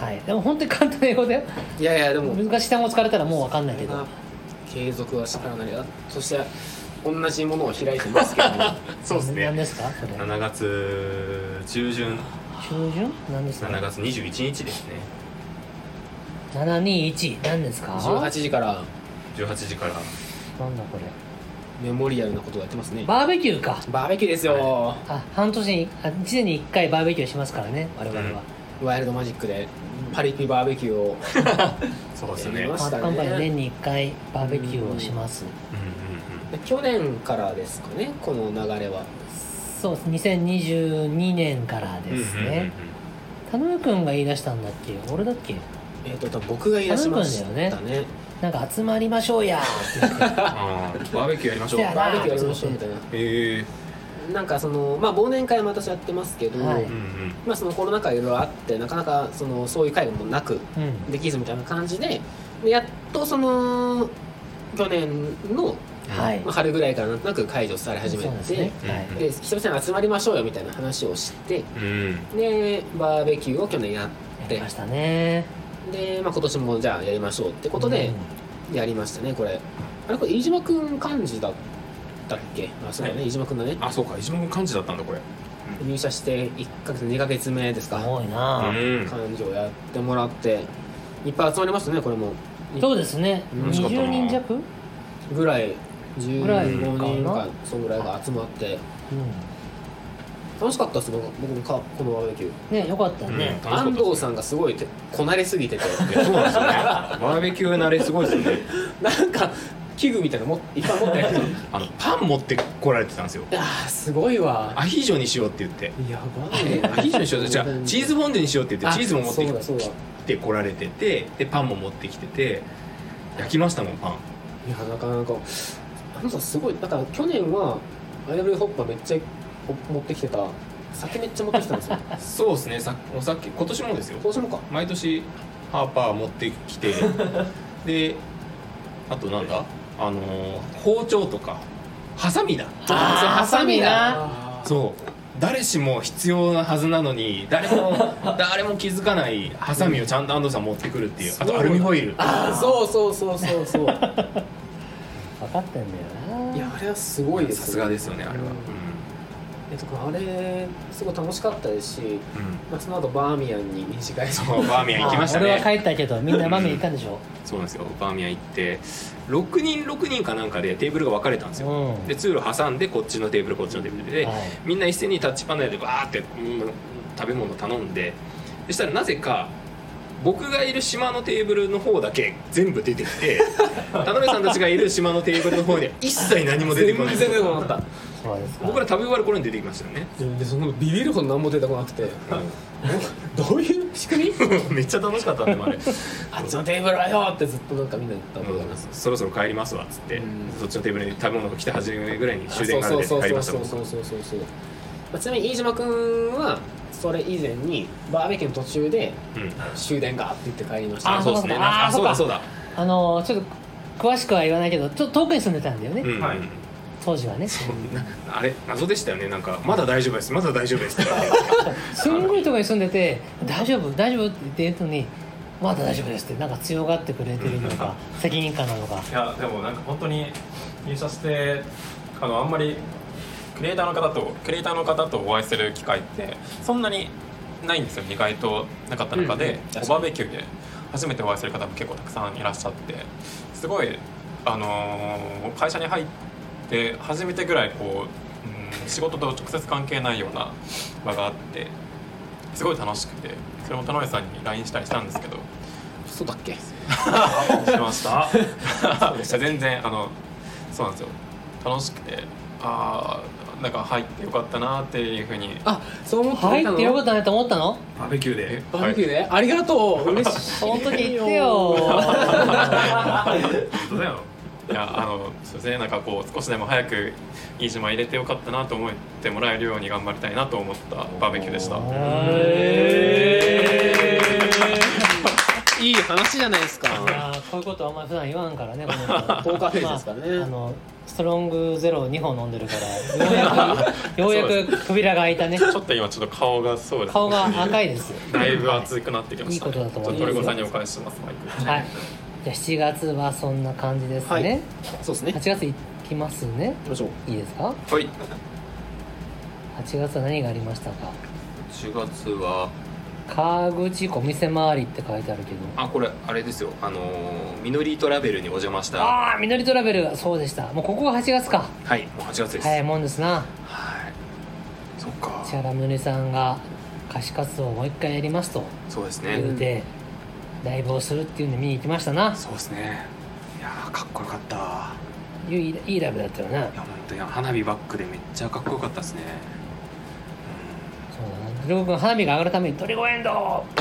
Speaker 1: はい、でも本当に簡単な英語だよ
Speaker 2: いやいやでも
Speaker 1: 難しい単語使われたらもう分かんないけど
Speaker 2: 継続はしたからなりあそして同じものを開いてますけど も
Speaker 5: そうです
Speaker 1: 何
Speaker 5: ね
Speaker 1: ですかそれ
Speaker 5: 7月中旬
Speaker 1: 中旬何ですか
Speaker 5: 7月21日ですね
Speaker 1: 721何ですか
Speaker 2: 18時から
Speaker 5: 18時から
Speaker 1: なんだこれ
Speaker 2: メモリアルなことをやってますね
Speaker 1: バーベキューか
Speaker 2: バーベキューですよ、
Speaker 1: あ半年にあ1年に1回バーベキューしますからね我々は、
Speaker 2: ワイルドマジックでパリピバーベキューを
Speaker 5: そうですね
Speaker 2: やりま
Speaker 1: ハ
Speaker 2: し
Speaker 1: ー
Speaker 2: た
Speaker 1: トカンパニー
Speaker 2: ね
Speaker 1: 年に1回バーベキューをします、
Speaker 5: うん
Speaker 2: で去年からですかねこの流れは
Speaker 1: そうです2022年から
Speaker 5: うんうん
Speaker 1: です
Speaker 5: うんうんうん
Speaker 1: ね田上君が言い出したんだっけ俺だっけ
Speaker 2: えっ、と多分僕が言い出しましたね
Speaker 1: 多分なんか集まりましょうやって言って
Speaker 5: あーバーベキューやりましょう
Speaker 1: せやな
Speaker 2: バーベキューやりましょうみたいな
Speaker 5: ええ
Speaker 2: なんかそのまあ忘年会も私やってますけど、
Speaker 1: はい
Speaker 5: うんうん
Speaker 2: まあそのコロナ禍いろいろあってなかなかそのそういう会もなく
Speaker 1: うん
Speaker 2: できずみたいな感じででやっとその去年の
Speaker 1: はい
Speaker 2: まあ春ぐらいからなんとなく解除され始め
Speaker 1: そうです
Speaker 2: て
Speaker 1: ね
Speaker 2: で、
Speaker 1: はい
Speaker 5: うん
Speaker 2: 久々に集まりましょうよみたいな話をして
Speaker 5: うん
Speaker 2: でバーベキューを去年やっ
Speaker 1: やり
Speaker 2: て
Speaker 1: ましたね
Speaker 2: で、まあ、今年もじゃあやりましょうってことでやりましたねこれあれこれ飯島君幹事だったっけあそうだね、飯島君だね
Speaker 5: あそうか石本君幹事だったんだこれ
Speaker 2: 入社して1ヶ月2ヶ月目です
Speaker 1: うんす
Speaker 2: か
Speaker 1: ごいなあ
Speaker 5: うん
Speaker 2: 感じをやってもらっていっぱい集まりましたねこれも
Speaker 1: そうですね
Speaker 2: 楽
Speaker 5: しかったな
Speaker 1: 20人弱、うん、
Speaker 2: ぐらい
Speaker 1: ぐらい
Speaker 2: 15人
Speaker 1: かな
Speaker 2: かそのぐらいが集まって楽しかったです僕僕もかこのバーベキュー
Speaker 1: ねよかったね、
Speaker 5: うん
Speaker 2: 安藤さんがすごいてこなれす ぎてて
Speaker 5: いやそうなんですよねバーベキュー慣れすごいですね
Speaker 2: なんか器具みたいなのもいっぱい持って
Speaker 5: あのパン持ってこられてたんですよ
Speaker 2: いやーすごいわ
Speaker 5: アヒージョにしようって言って
Speaker 2: やばい
Speaker 5: え
Speaker 2: ね
Speaker 5: アヒージョにしようってじゃあチーズフォンデュにしようって言っ
Speaker 2: あ
Speaker 5: てチーズも持って
Speaker 2: そ
Speaker 5: き
Speaker 2: うだそうだい
Speaker 5: てこられててでパンも持ってきてて焼きましたもんパン
Speaker 2: やなかなかあのさんすごいだから去年はアイブリーホッパーめっちゃほ持ってきてた酒めっちゃ持ってきたん ですよ
Speaker 5: そうですねさお酒今年もですよ
Speaker 2: 今年もか
Speaker 5: 毎年ハーパー持ってきてであとなんだあのー包丁とかハサミだ
Speaker 1: あーハサミな
Speaker 5: そう誰しも必要なはずなのに誰も誰も気づかないハサミをちゃんと安藤さん持ってくるっていうあとアルミホイル
Speaker 2: あーそうそうそうそうそう い
Speaker 1: 分かってんだよな
Speaker 2: やあれはすごいです
Speaker 5: さすがですよねあれ
Speaker 2: う
Speaker 5: は
Speaker 2: んえっとあれすごい楽しかったですし、
Speaker 5: うん、うん
Speaker 2: まあ、その後バーミヤンに二次会
Speaker 5: そうバーミヤン行きました
Speaker 1: あ俺は
Speaker 5: ね
Speaker 1: 帰ったけどみんなマミ行ったんでしょ
Speaker 5: そうなんですよバーミヤン行って6人6人かなんかでテーブルが分かれたんですよ、
Speaker 1: うん
Speaker 5: で通路挟んでこっちのテーブルこっちのテーブルで、
Speaker 1: はい
Speaker 5: みんな一斉にタッチパネルでバーって、うん食べ物頼んでそしたらなぜか僕がいる島のテーブルの方だけ全部出てき て田辺さんたちがいる島のテーブルの方には一切何も出てこない
Speaker 2: 全然出てこなかっ
Speaker 1: そうですか
Speaker 5: 僕ら食べ終わる頃に出てきましたよね
Speaker 2: たでそのビビるほど何も出てこなくてどういう仕組み
Speaker 5: めっちゃ楽しかったんでもあれ
Speaker 2: あっちのテーブルはよってずっとなんかみんな言った覚えがあります、
Speaker 5: そろそろ帰りますわっつって、
Speaker 2: うん
Speaker 5: そっちのテーブルに食べ物が来て初めぐらいに
Speaker 2: あ
Speaker 5: 終電が
Speaker 2: そ
Speaker 5: 出
Speaker 2: う
Speaker 5: て
Speaker 2: そう
Speaker 5: 帰り
Speaker 2: そう
Speaker 5: ました
Speaker 2: そう
Speaker 5: もん
Speaker 2: そうそうそうそう、まあ、ちなみに飯島君はそれ以前にバーベキューの途中で
Speaker 5: うん
Speaker 2: 終電がって言って帰りました
Speaker 5: あ
Speaker 1: あ
Speaker 5: そうですね
Speaker 1: そう
Speaker 5: なんか
Speaker 1: か
Speaker 5: あそうだそうだ
Speaker 1: あのーちょっと詳しくは言わないけどちょっと遠くに住んでたんだよね、
Speaker 5: うん、
Speaker 8: はい
Speaker 1: 当時はねす
Speaker 5: なあれ謎でしたよねなんか「まだ大丈夫ですまだ大丈夫です」って言われて
Speaker 1: んごいとこに住んでて「大丈夫大丈夫」って言ってるのに「まだ大丈夫です」ってなんか強がってくれてるのか責任感なのか
Speaker 8: いやでもなんか本当に入社してあのあんまりクリエイターの方とクリエイターの方とお会いする機会ってそんなにないんですよ意外となかった中
Speaker 2: うんうん
Speaker 8: で、
Speaker 2: 確かに
Speaker 8: こうバーベキューで初めてお会いする方も結構たくさんいらっしゃってすごい、あのー会社に入って初めてぐらいこう、うん、仕事と直接関係ないような場があってすごい楽しくてそれも田辺さんに LINE したりしたんですけど
Speaker 2: そうだっけ
Speaker 8: しました 全然あのそうなんですよ楽しくてああなんか入ってよかったなっていうふうに
Speaker 2: あそう思ってく
Speaker 1: 入
Speaker 2: れた
Speaker 1: っ
Speaker 2: の
Speaker 1: てよかったねと思ったの
Speaker 5: バーベキューで
Speaker 2: バーベキューで、ありがとう嬉しい
Speaker 1: その時言ってよ
Speaker 5: 本当だよ
Speaker 8: いやあのそうですねなんかこう少しでも早く飯島入れてよかったなと思ってもらえるように頑張りたいなと思ったバーベキューでした
Speaker 1: お
Speaker 8: は
Speaker 1: ー
Speaker 2: いい話じゃないですか
Speaker 1: いやーこういうことはあんまり普段言わんからね この
Speaker 2: ポーカーフェイスですからね
Speaker 1: まああのストロングゼロを2本飲んでるから ようやくようやく扉が開いたね
Speaker 8: ちょっと今ちょっと顔がそうですね
Speaker 1: 顔が赤いです
Speaker 8: だいぶ熱くなってきました、
Speaker 1: いいことだと思います
Speaker 8: ちょっトルコさんにお返ししますマイク
Speaker 1: はいじゃあ7月はそんな感じです
Speaker 2: はい
Speaker 1: ね、
Speaker 2: そうですね
Speaker 1: 8月いきますね
Speaker 2: 行きましょう
Speaker 1: いいですか
Speaker 5: はい
Speaker 1: 8月は何がありましたか
Speaker 5: 4月は
Speaker 1: 川口湖店回りって書いてあるけど
Speaker 5: あこれあれですよあのーミノリートラベルにお邪魔した
Speaker 1: ああーみのりトラベルそうでしたもうここが8月か
Speaker 5: はいもう8月です
Speaker 1: 早いもんですな
Speaker 5: はいそっか
Speaker 1: 千原みのりさんが歌手活動をもう一回やりますと
Speaker 5: そうです
Speaker 1: 言
Speaker 5: ね
Speaker 1: うて、ライブをするっていうんで見に行きましたな
Speaker 5: そうですねいやーかっこよかったい
Speaker 1: いいいいライブだったよな
Speaker 5: や本当に花火バックでめっちゃかっこよかったですね
Speaker 1: そうだなルゴ君花火が上がるために「トリゴエンド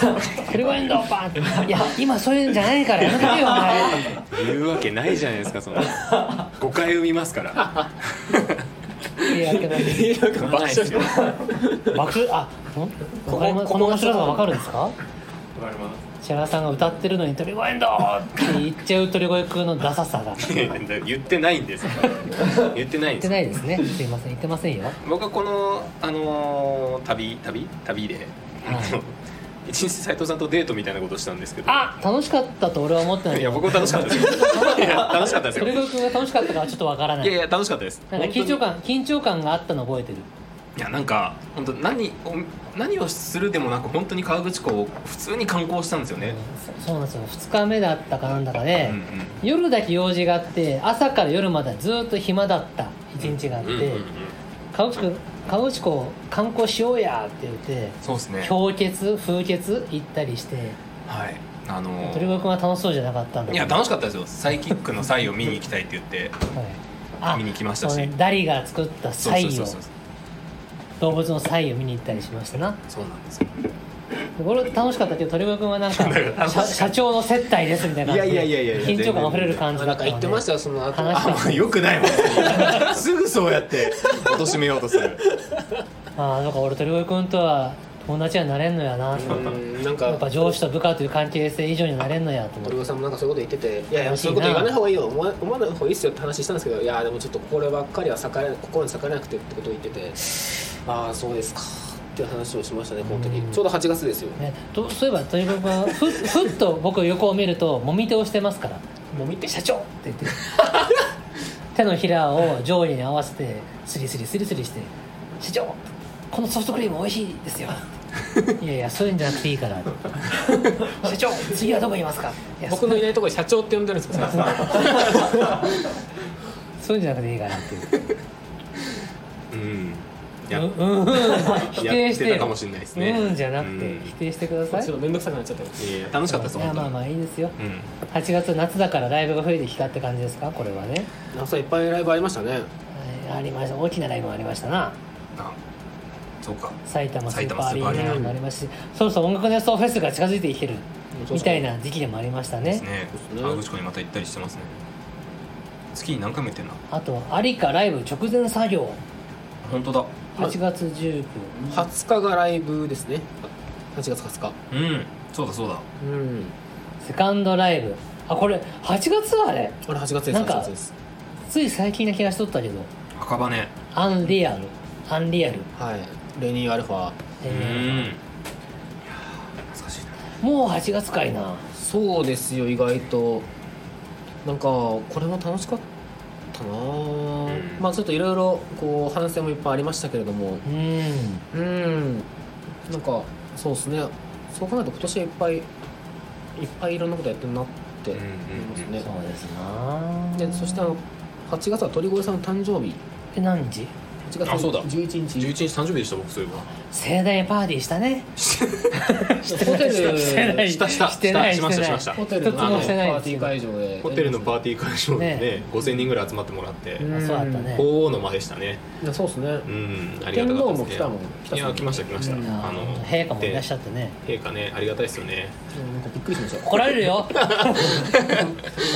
Speaker 1: パーン!」トリゴエンドパーン!」いや今そういうんじゃないからやめとけよお前
Speaker 5: 言うわけないじゃないですかその誤解を見ま すから
Speaker 1: いやでも
Speaker 5: 爆笑してる
Speaker 1: 爆あん
Speaker 5: こ
Speaker 1: わかりまこの面白さが分かるんですか
Speaker 8: わかります
Speaker 1: 千原さんが歌ってるのに「鳥越エンド!」って言っちゃう鳥越くんのダサさが 言
Speaker 5: 言ってないんです言ってないん
Speaker 1: っ
Speaker 5: で
Speaker 1: て
Speaker 5: す
Speaker 1: ないですねすいません言ってませんよ
Speaker 5: 僕はこの、あのー旅旅旅で、一日斉藤さんとデートみたいなことをしたんですけど
Speaker 1: あ楽しかったと俺は思ってない
Speaker 5: いや僕も楽しかったですよいや楽しかったですよ
Speaker 1: 鳥
Speaker 5: い
Speaker 1: 越くんが楽しかったからちょっとわからな
Speaker 5: や
Speaker 1: い
Speaker 5: いや楽しかったです
Speaker 1: なんか緊張感緊張感があったの覚えてる
Speaker 5: いやなんか本当何お何をするでもなく本当に河口湖を普通に観光したんですよね、
Speaker 1: そそうなんですよ2日目だったかなんだか
Speaker 5: う
Speaker 1: で、
Speaker 5: んうん
Speaker 1: 夜だけ用事があって朝から夜までずっと暇だった一日があって、
Speaker 5: うんうんうん
Speaker 1: 河内湖河内湖観光しようやって言って
Speaker 5: そうですね
Speaker 1: 氷結風結行ったりして
Speaker 5: はいあのー
Speaker 1: 鳥越くんは楽しそうじゃなかったんだ
Speaker 5: い
Speaker 1: けど
Speaker 5: や楽しかったですよサイキックのサイを見に行きたいって言って
Speaker 1: はいあ
Speaker 5: 見に来ましたし
Speaker 1: そうねダリが作った
Speaker 5: そ
Speaker 1: サ
Speaker 5: う
Speaker 1: イ
Speaker 5: そうそ
Speaker 1: を
Speaker 5: うそう
Speaker 1: 動物のサイを見に行ったりしましたな
Speaker 5: そうなんですよ
Speaker 1: でこれ楽しかったけど鳥越くんはなん か社社長の接待ですみたいな感じで
Speaker 5: いやいやいやいや
Speaker 1: 緊張感あふれる
Speaker 2: あ
Speaker 1: 感じだ
Speaker 2: な
Speaker 1: っ
Speaker 2: ん
Speaker 1: たの
Speaker 2: か
Speaker 1: で
Speaker 2: 言ってましたよその後
Speaker 1: 話
Speaker 5: あ
Speaker 1: し
Speaker 5: まあよくないもん すぐそうやって貶めようとする
Speaker 1: たああなんか俺鳥越くんとは友達にはなれんのやなと思って
Speaker 2: うんなん
Speaker 1: やっぱ
Speaker 2: か
Speaker 1: 上司と部下という関係性以上になれんのやと思って
Speaker 2: 鳥越さんもなんかそういうこと言ってて「いやいや
Speaker 1: 楽しい
Speaker 2: そ
Speaker 1: な
Speaker 2: ういうこと言わない方がいいよ思わ思わない方がいいっすよ」って話したんですけど「いやでもちょっとこればっかりは逆らえ心に逆らえなくて」ってことを言ってて「ああそうですか」って話をしましたねこの時
Speaker 1: うん
Speaker 2: ちょうど8月ですよ
Speaker 1: ね、とそういえば鳥越くんはふふっと僕横を見るともみ手をしてますから
Speaker 2: もう見て
Speaker 1: 社長って言って 手のひらを上下に合わせてスリスリスリスリして「社長このソフトクリーム美味しい ですよ」いやいやそういうんじゃなくていいから」「社長次はどこいますか?」いや
Speaker 2: 僕のいないところで社長って呼んでるんですか
Speaker 1: そういうんじゃなくていいからっていう
Speaker 5: うんいや
Speaker 1: うんうんうん否定して
Speaker 5: やってたかもしれないですね
Speaker 1: うんじゃなく
Speaker 5: う
Speaker 1: て
Speaker 5: ん
Speaker 1: 否定してください
Speaker 2: ちょっと面倒くさくなっちゃったよ
Speaker 5: いや楽しかったです
Speaker 1: いや
Speaker 5: 本当
Speaker 1: まあ
Speaker 5: に
Speaker 1: まあいいですよ
Speaker 5: うん
Speaker 1: 8月夏だからライブが増えてきたって感じですかこれはね、
Speaker 2: 朝いっぱいライブありましたね
Speaker 1: はいありました大きなライブもありましたな
Speaker 5: あそうか
Speaker 1: 埼玉スーパーアリ
Speaker 5: 埼玉スーパーアリ
Speaker 1: ー
Speaker 5: ー
Speaker 1: ナ
Speaker 5: ナ
Speaker 1: もありますしそろそろ音楽ネストフェスが近づいてきてるみたいな時期でもありました
Speaker 5: です
Speaker 1: ね
Speaker 5: ね
Speaker 2: ね
Speaker 5: 河口湖にまた行ったりしてますね月に何回も行ってんな
Speaker 1: あとアリカライブ直前作業
Speaker 5: 本当だ
Speaker 1: 8月19
Speaker 2: 20日がライブですね8月20日
Speaker 5: うんそうだそうだ
Speaker 2: うん
Speaker 1: セカンドライブあこれ8月はあれ
Speaker 2: あれ8月です
Speaker 1: なんか
Speaker 2: 8月です
Speaker 1: つい最近な気がしとったけど
Speaker 5: 赤羽
Speaker 1: アンリアルアンリアル
Speaker 2: はいレニーアルファ
Speaker 1: え
Speaker 5: うん
Speaker 1: ー
Speaker 5: いやー懐かしいな
Speaker 1: もう8月かいな
Speaker 2: そうですよ意外となんかこれも楽しかったなあ、
Speaker 5: ん
Speaker 2: まあちょっといろいろこう反省もいっぱいありましたけれども
Speaker 1: うん
Speaker 2: うんなんかそうですねそう考えると今年はいっぱいいっぱいいろんなことやってるなって
Speaker 5: うん
Speaker 2: 思いますね、
Speaker 1: そうですな
Speaker 2: でそしてあの8月は鳥越さんの誕生日
Speaker 1: え何日
Speaker 2: 8月
Speaker 5: あそうだ
Speaker 2: 11日
Speaker 5: 11日誕生日でした僕そういえば
Speaker 1: 盛大にパーティーしたね
Speaker 2: ホテル
Speaker 1: してない
Speaker 5: したした
Speaker 1: してない
Speaker 5: しました
Speaker 1: してな
Speaker 5: し
Speaker 1: い
Speaker 5: ました
Speaker 2: ホテルの
Speaker 1: 一つ
Speaker 2: あの
Speaker 1: も
Speaker 2: パ
Speaker 1: してない
Speaker 2: ーティー会場で
Speaker 5: ホテルのパーティー会場でね
Speaker 1: ね
Speaker 5: 5000人ぐらい集まってもらって
Speaker 2: うん
Speaker 1: あそうだったね
Speaker 5: 鳳凰の間でしたね
Speaker 2: いやそうですね
Speaker 5: うんありが
Speaker 2: 天
Speaker 5: たか
Speaker 2: 皇も
Speaker 5: ったで
Speaker 2: 来
Speaker 5: す
Speaker 2: たもん
Speaker 5: ね
Speaker 2: 来た
Speaker 5: いや来ました
Speaker 2: ね
Speaker 5: 来ました
Speaker 1: いや
Speaker 5: あの
Speaker 1: 陛下もいらっし
Speaker 5: ゃ
Speaker 1: ゃってね
Speaker 5: 陛下ねありがたいですよね
Speaker 2: なんかびっくりしました
Speaker 1: 怒られるよ
Speaker 2: 本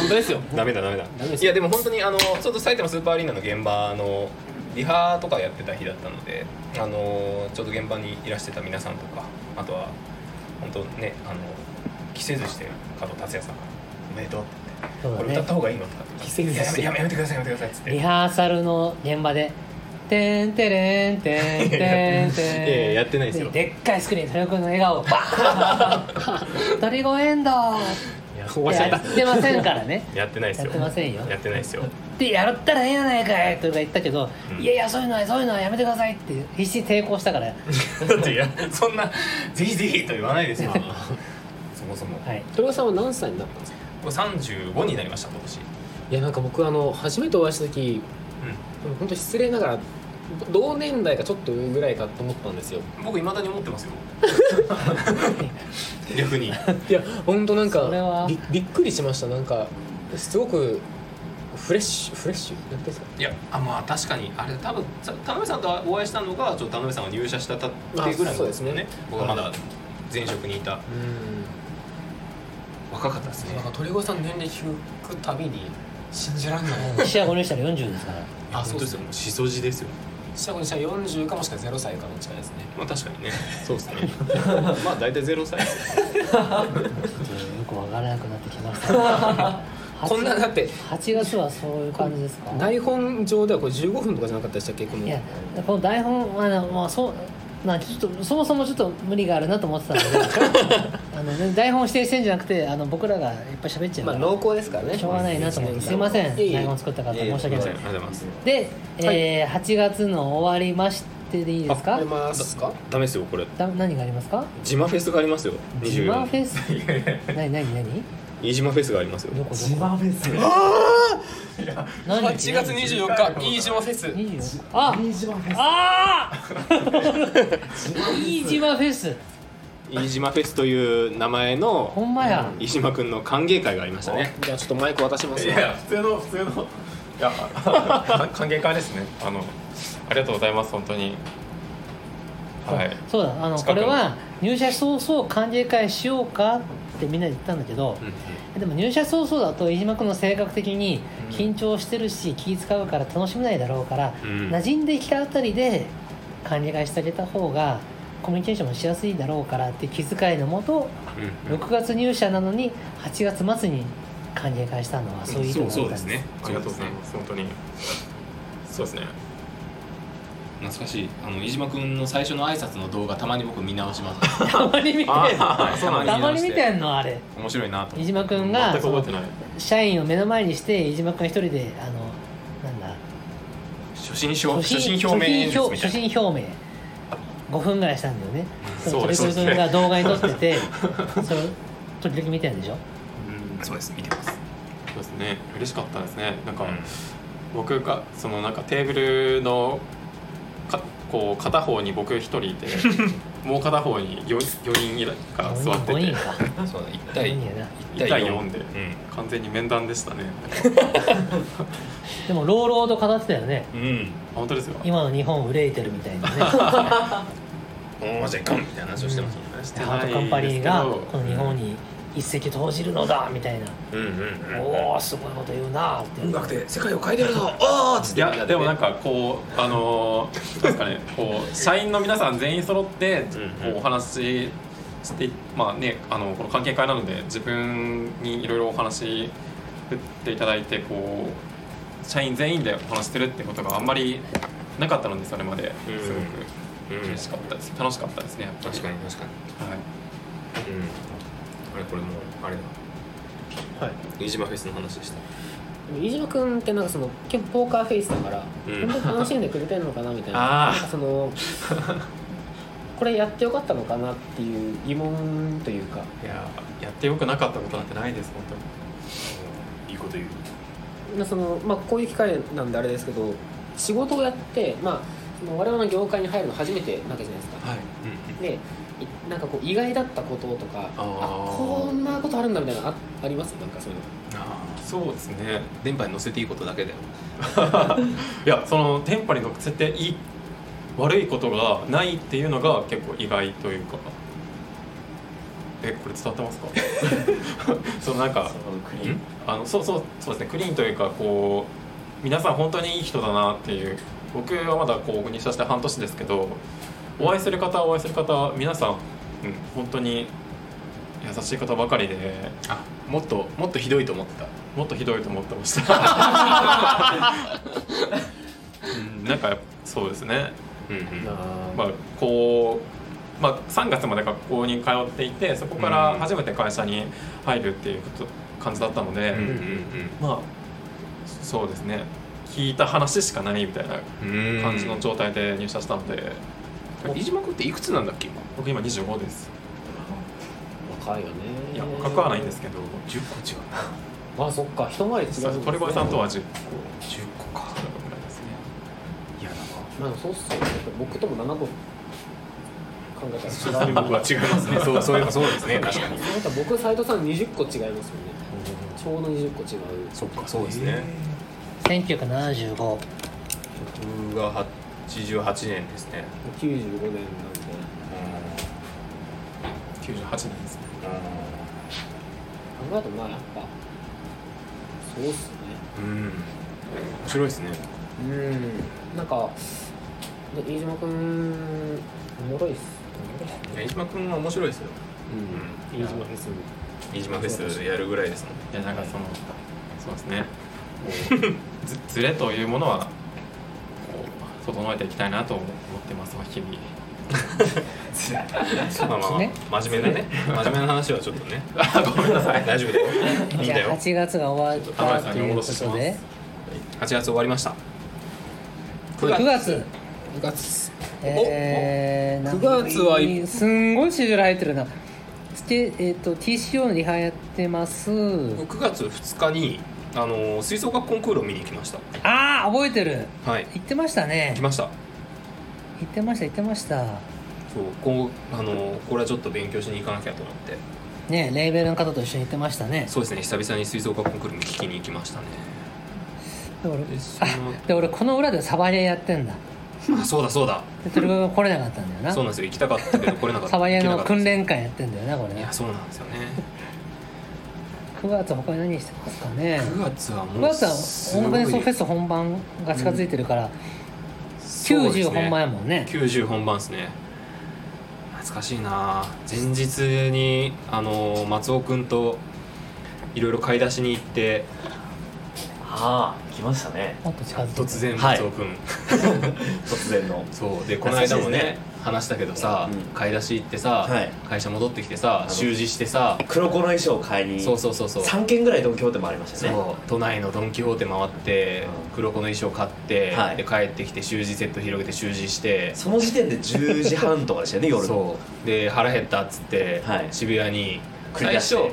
Speaker 2: 当ですよ
Speaker 5: ダメだダメだ
Speaker 2: メです
Speaker 5: いやでも本当にあのちょっと埼玉スーパーアリーナの現場のリハとかやってた日だったのであのちょっと現場にいらしてた皆さんとかあとは本当ねあの着せずして加藤達也さんおめでとうって
Speaker 1: そ
Speaker 5: 言
Speaker 1: うだ
Speaker 5: ってこれ歌
Speaker 1: ね
Speaker 5: った方がいいのとかって
Speaker 2: 着せず
Speaker 5: いや
Speaker 2: して
Speaker 5: やめやめてくださいやめてくださいっつって
Speaker 1: リハーサルの現場で「てんてれんてんてんてん」
Speaker 5: いやいややってないですよ
Speaker 1: でっかいスクリーンに鳥越の笑顔バ ーン鳥越エンド
Speaker 5: 終わっちゃ
Speaker 1: や
Speaker 5: った
Speaker 1: ってませんからね
Speaker 5: やってないですよ
Speaker 1: やってませんよ
Speaker 5: やってないですよ
Speaker 1: でやったらええやないかいとか言ったけど、
Speaker 5: うん
Speaker 1: いやいやそういうのはそういうのはやめてくださいって必死に抵抗したから
Speaker 5: だっていやそんな「ぜひぜひ」と言わないですよそもそも、
Speaker 1: はい
Speaker 2: 鳥羽さんは何歳になったんですか
Speaker 5: これ35になりました今年
Speaker 2: いやなんか僕あの初めてお会いした時
Speaker 5: うん
Speaker 2: 本当失礼ながら同年代かちょっと上ぐらいかと思ったんですよ
Speaker 5: 僕いまだに思って ますよ逆に
Speaker 2: いや本当なん
Speaker 1: それは
Speaker 2: かびびっくりしましたなんかすごくフレッシュフレッシュなんていうんですか
Speaker 5: いやあまあ確かにあれ多分さ田辺さんとお会いしたのがちょっと田辺さんが入社したたってぐらい
Speaker 2: あそう
Speaker 5: の
Speaker 2: ですね
Speaker 5: 僕がまだ前職にいた
Speaker 2: うん
Speaker 5: 若かったですね
Speaker 2: なんか鳥越さん年齢聞くたびに信じらんない
Speaker 1: 石屋5にしたら40ですから
Speaker 2: あ
Speaker 5: あ
Speaker 2: そ
Speaker 5: そうう
Speaker 2: で
Speaker 5: ですす
Speaker 2: よ
Speaker 5: よもうしそじですよ
Speaker 2: 下子にしたら40かもしくは0歳かどっちかですね
Speaker 5: まあ確かにねそう ですねまあ大体ゼロ歳ですよ
Speaker 1: ちょっとよくわからなくなってきま した
Speaker 2: こんなだって
Speaker 1: 8月はそういう感じですか
Speaker 2: 台本上ではこれ15分とかじゃなかったでしたっけこの
Speaker 1: いやこの台本はねまあそうなんかちょっとそもそもちょっと無理があるなと思ってたので あの、ね、台本を指定してんじゃなくてあの僕らがいっぱい喋っちゃう
Speaker 2: ま
Speaker 1: か
Speaker 2: あ
Speaker 1: ら、
Speaker 2: 濃厚ですからね
Speaker 1: しょうがないなと思ってすいません
Speaker 2: いえいえ
Speaker 1: 台本作った方申し訳ないで
Speaker 5: あり
Speaker 1: す
Speaker 5: がとうございます
Speaker 1: で、えー8月の終わりましてでいいです
Speaker 2: あ
Speaker 1: か
Speaker 2: りますか
Speaker 5: ダメですよこれ
Speaker 1: だ何がありますか
Speaker 5: ジマフェスがありますよ
Speaker 1: ジ
Speaker 5: 24
Speaker 1: マフェス 何何何
Speaker 5: 飯島フェスがありますよ
Speaker 1: どこ
Speaker 7: 自
Speaker 1: どこ
Speaker 7: 慢フェス
Speaker 1: 何
Speaker 2: 8月24日飯島フェス
Speaker 1: 24あ
Speaker 7: 自慢フェ
Speaker 1: ああ いい島フェス
Speaker 5: 飯島フェスという名前
Speaker 1: ほ
Speaker 5: の
Speaker 1: んまや
Speaker 5: 飯島くんの歓迎会がありましたね
Speaker 2: じゃあちょっとマイク渡します
Speaker 8: い
Speaker 2: よ
Speaker 8: や普通の普通のいや 歓迎会ですねあのありがとうございます本当にはい
Speaker 1: そうだあの
Speaker 8: 近
Speaker 1: こ
Speaker 8: くの
Speaker 1: れは入社早々歓迎会しようかってみんなで言ったんだけど、でも入社早々だと飯島君の性格的に緊張してるし気使うから楽しめないだろうから、
Speaker 5: うん
Speaker 1: 馴染んできたあたりで歓迎会してあげた方がコミュニケーションもしやすいだろうからって気遣いのもと
Speaker 5: うん
Speaker 1: 6月入社なのに8月末に歓迎会したのはそういう意図
Speaker 5: そう
Speaker 1: が
Speaker 5: そ
Speaker 1: あったん
Speaker 5: うです
Speaker 1: で
Speaker 5: ね
Speaker 1: す
Speaker 8: ありがとうございます本当にそうですね
Speaker 5: 懐かしいあの飯島くんの最初の挨拶の動画たまに僕見直します
Speaker 1: たまに見て
Speaker 5: あそうなんだ
Speaker 1: たまに見てんのあれ
Speaker 5: 面白いなと
Speaker 1: 飯島君が
Speaker 8: 全く覚えてない
Speaker 1: 社員を目の前にして飯島君一人であのなんだ
Speaker 5: 初心表初心表明演説みた
Speaker 1: 初
Speaker 5: いな
Speaker 1: 心表明5分ぐらいしたんだよね
Speaker 8: そうです
Speaker 1: 鳥越君が動画に撮ってて それを時々見てるんでしょ
Speaker 8: うん
Speaker 5: そうです見てます、
Speaker 8: そうですね嬉しかったですねなん
Speaker 5: う
Speaker 8: か、
Speaker 5: ん
Speaker 8: 僕がそのなんかテーブルのかこう片方に僕一人い てもう片方に 4, 四人いらが座って
Speaker 1: 5人
Speaker 8: て
Speaker 1: か
Speaker 5: そうだ1
Speaker 1: 5
Speaker 5: 対
Speaker 1: 人やな
Speaker 8: 1対4で
Speaker 5: うん
Speaker 8: 完全に面談でしたね
Speaker 1: でも朗々と語ってたよね
Speaker 5: うん
Speaker 8: あ本当ですよ
Speaker 1: 今の日本憂いてるみたい なね
Speaker 5: おーじゃあいかんみたいな話をしてますもんね
Speaker 8: して
Speaker 1: ハ
Speaker 8: ない
Speaker 1: ートカンパニーが
Speaker 8: ですけ
Speaker 1: こ
Speaker 8: ど
Speaker 1: の日本に一石投じるのだみたいな、
Speaker 5: うんうんうん
Speaker 1: おおすごいこと言うなーって
Speaker 5: 音楽で世界を変えてやるぞあーっつっ
Speaker 8: い
Speaker 5: てみんな
Speaker 8: や
Speaker 5: ね
Speaker 8: でもなんかこうあのーなんですかねこう社員の皆さん全員揃って
Speaker 5: うんうん
Speaker 8: こうお話ししてまあねあのこの関係会なので自分にいろいろお話振っていただいてこう社員全員でお話してるってことがあんまりなかったのでそれまで
Speaker 5: うん
Speaker 8: すご
Speaker 5: う
Speaker 8: く
Speaker 5: ん
Speaker 8: 嬉しかったです楽しかったですねやっぱり
Speaker 5: 確かに確かに
Speaker 8: はい
Speaker 5: うんあれこれもうあれだ
Speaker 2: はい
Speaker 5: 飯島フェスの話でした
Speaker 2: でも飯島君ってなんかその結構ポーカーフェイスだから、
Speaker 5: うん
Speaker 2: 本当に楽しんでくれてるのかなみたいな
Speaker 8: あー
Speaker 2: なんかそのこれやってよかったのかなっていう疑問というか
Speaker 8: いややってよくなかったことなんてないです本当に
Speaker 5: いいこと言う
Speaker 2: まあその、まあ、こういう機会なんであれですけど仕事をやって、まあ、その我々の業界に入るの初めてなわけじゃないですか。
Speaker 8: はい
Speaker 2: でいなんかこう意外だったこととか
Speaker 8: あー
Speaker 2: あこんなことあるんだみたいなのあありますなんかそういうの
Speaker 8: そうですね
Speaker 5: 電波に乗せていいことだけだよ
Speaker 8: いやその電波に乗せていい悪いことがないっていうのが結構意外というかえこれ伝わってますか そのなんか
Speaker 7: ク
Speaker 5: リーン
Speaker 8: あのそうそうそうですねクリーンというかこう皆さん本当にいい人だなっていう僕はまだこう入社して半年ですけどお会いする方お会いする方皆さん、うん、本当に優しい方ばかりで
Speaker 5: あもっともっとひどいと思ってた
Speaker 8: もっとひどいと思って ました、うん、なんかそうですね
Speaker 5: うんうん
Speaker 8: まあ、こう、まあ、3月まで学校に通っていてそこから初めて会社に入るっていうこと感じだったので、
Speaker 5: うん
Speaker 8: まあそうですね聞いた話しかないみたいな
Speaker 5: うんうん
Speaker 8: 感じの状態で入社したので、
Speaker 5: 飯島君っていくつなんだっけ今
Speaker 8: 僕今25です
Speaker 2: 若いよね
Speaker 8: いや若くはないんですけど
Speaker 5: 10個違うな
Speaker 2: あそっか一回り違う
Speaker 8: そう鳥越さんとは10個
Speaker 5: 10個か
Speaker 8: ぐらいですね
Speaker 5: いやなんか
Speaker 2: まあそうっすよね僕とも7分考えたら違う
Speaker 5: 僕は違いますね。 そう、そういえばそうですね。確かに。
Speaker 2: なんか僕斎藤さん20個違いますもんねちょうど20個違う
Speaker 5: そっか、そうですね。
Speaker 1: 1975
Speaker 5: 僕が88年ですね。
Speaker 2: 95年なんで
Speaker 8: 98年ですね
Speaker 2: 考えたらまあやっぱそうっすね
Speaker 5: うん。うん。面白いですね。
Speaker 2: うんなんかで飯島君おもろいっす
Speaker 5: 飯島君は面白いですよ。
Speaker 2: うん飯島です
Speaker 5: 飯島フェスやるぐらいですもん。
Speaker 8: いやなんかそのそうで すねこうずずれというものはこう整えていきたいなと思ってます日々
Speaker 5: まあまあ
Speaker 1: ね
Speaker 5: まあ、真面目な ね。真面目な話はちょっと ね。ごめんなさい。大丈夫だよ。いいん
Speaker 1: じゃ
Speaker 5: だよ
Speaker 1: あ。8月が終わったということで
Speaker 5: 8月終わりました。
Speaker 1: 9月
Speaker 2: 9月
Speaker 1: えー、
Speaker 5: おお
Speaker 1: なんか
Speaker 5: 9月はい
Speaker 1: すんごいシジュール入ってるなステ、えっと TCO のリハやってます
Speaker 5: 9月2日にあの吹奏楽コンクールを見に行きまし
Speaker 1: ああ覚えてる
Speaker 5: た。はい。
Speaker 1: 言ってましたね
Speaker 5: 行きました。
Speaker 1: 言ってました言ってました
Speaker 5: そうこうあのこれはちょっと勉強しに行かなきゃと思って
Speaker 1: ねレーベルの方と一緒に行ってましたね
Speaker 5: そうですね久々に吹奏楽コンクールに聞きに行きましたね
Speaker 1: で俺
Speaker 5: でそ の
Speaker 1: で俺この裏でサバリアやってんだ
Speaker 5: あそうだそうだ
Speaker 1: で鳥越が来れなかったんだよな
Speaker 5: そうなんですよ行きたかったけど来れなかった
Speaker 1: サバリア
Speaker 5: 行
Speaker 1: の
Speaker 5: けなかっ
Speaker 1: 訓練会やってんだよなこれ
Speaker 5: たい
Speaker 1: ね
Speaker 5: やそうなんですよね
Speaker 1: 9月他に何してますかね
Speaker 5: 9月はも
Speaker 1: 9
Speaker 5: う
Speaker 1: 月は
Speaker 5: す
Speaker 1: オ
Speaker 5: ごい
Speaker 1: ンベンソフェス本番が近づいてるから、
Speaker 5: そうです
Speaker 1: 90
Speaker 5: ね
Speaker 1: 本番やもんね
Speaker 5: 90本番ですね懐かしいな前日にあの松尾君といろいろ買い出しに行って
Speaker 7: ああ来ましたね
Speaker 1: もっと近づいてる
Speaker 5: 突然
Speaker 7: はい
Speaker 5: 松尾君、
Speaker 7: 突 然の
Speaker 5: そうでこの間もね
Speaker 7: 懐かしいですね
Speaker 5: 話したけどさ、
Speaker 7: うん
Speaker 5: 買い出し行ってさ、
Speaker 7: はい
Speaker 5: 会社戻ってきてさ
Speaker 7: の
Speaker 5: 習字してさ
Speaker 7: 黒子の衣装を買いに
Speaker 5: そうそうそうそう
Speaker 7: 3軒ぐらいドン・キホーテもありました
Speaker 5: そ
Speaker 7: よね
Speaker 5: う都内のドン・キホーテ回って
Speaker 7: うん
Speaker 5: 黒子の衣装買って、
Speaker 7: はい
Speaker 5: で帰ってきて習字セット広げて習字して
Speaker 7: その時点で10時半とかで したよね夜の
Speaker 5: そうで腹減ったっつって、
Speaker 7: はい
Speaker 5: 渋谷に
Speaker 7: 繰り
Speaker 5: 最
Speaker 7: 出して
Speaker 5: 初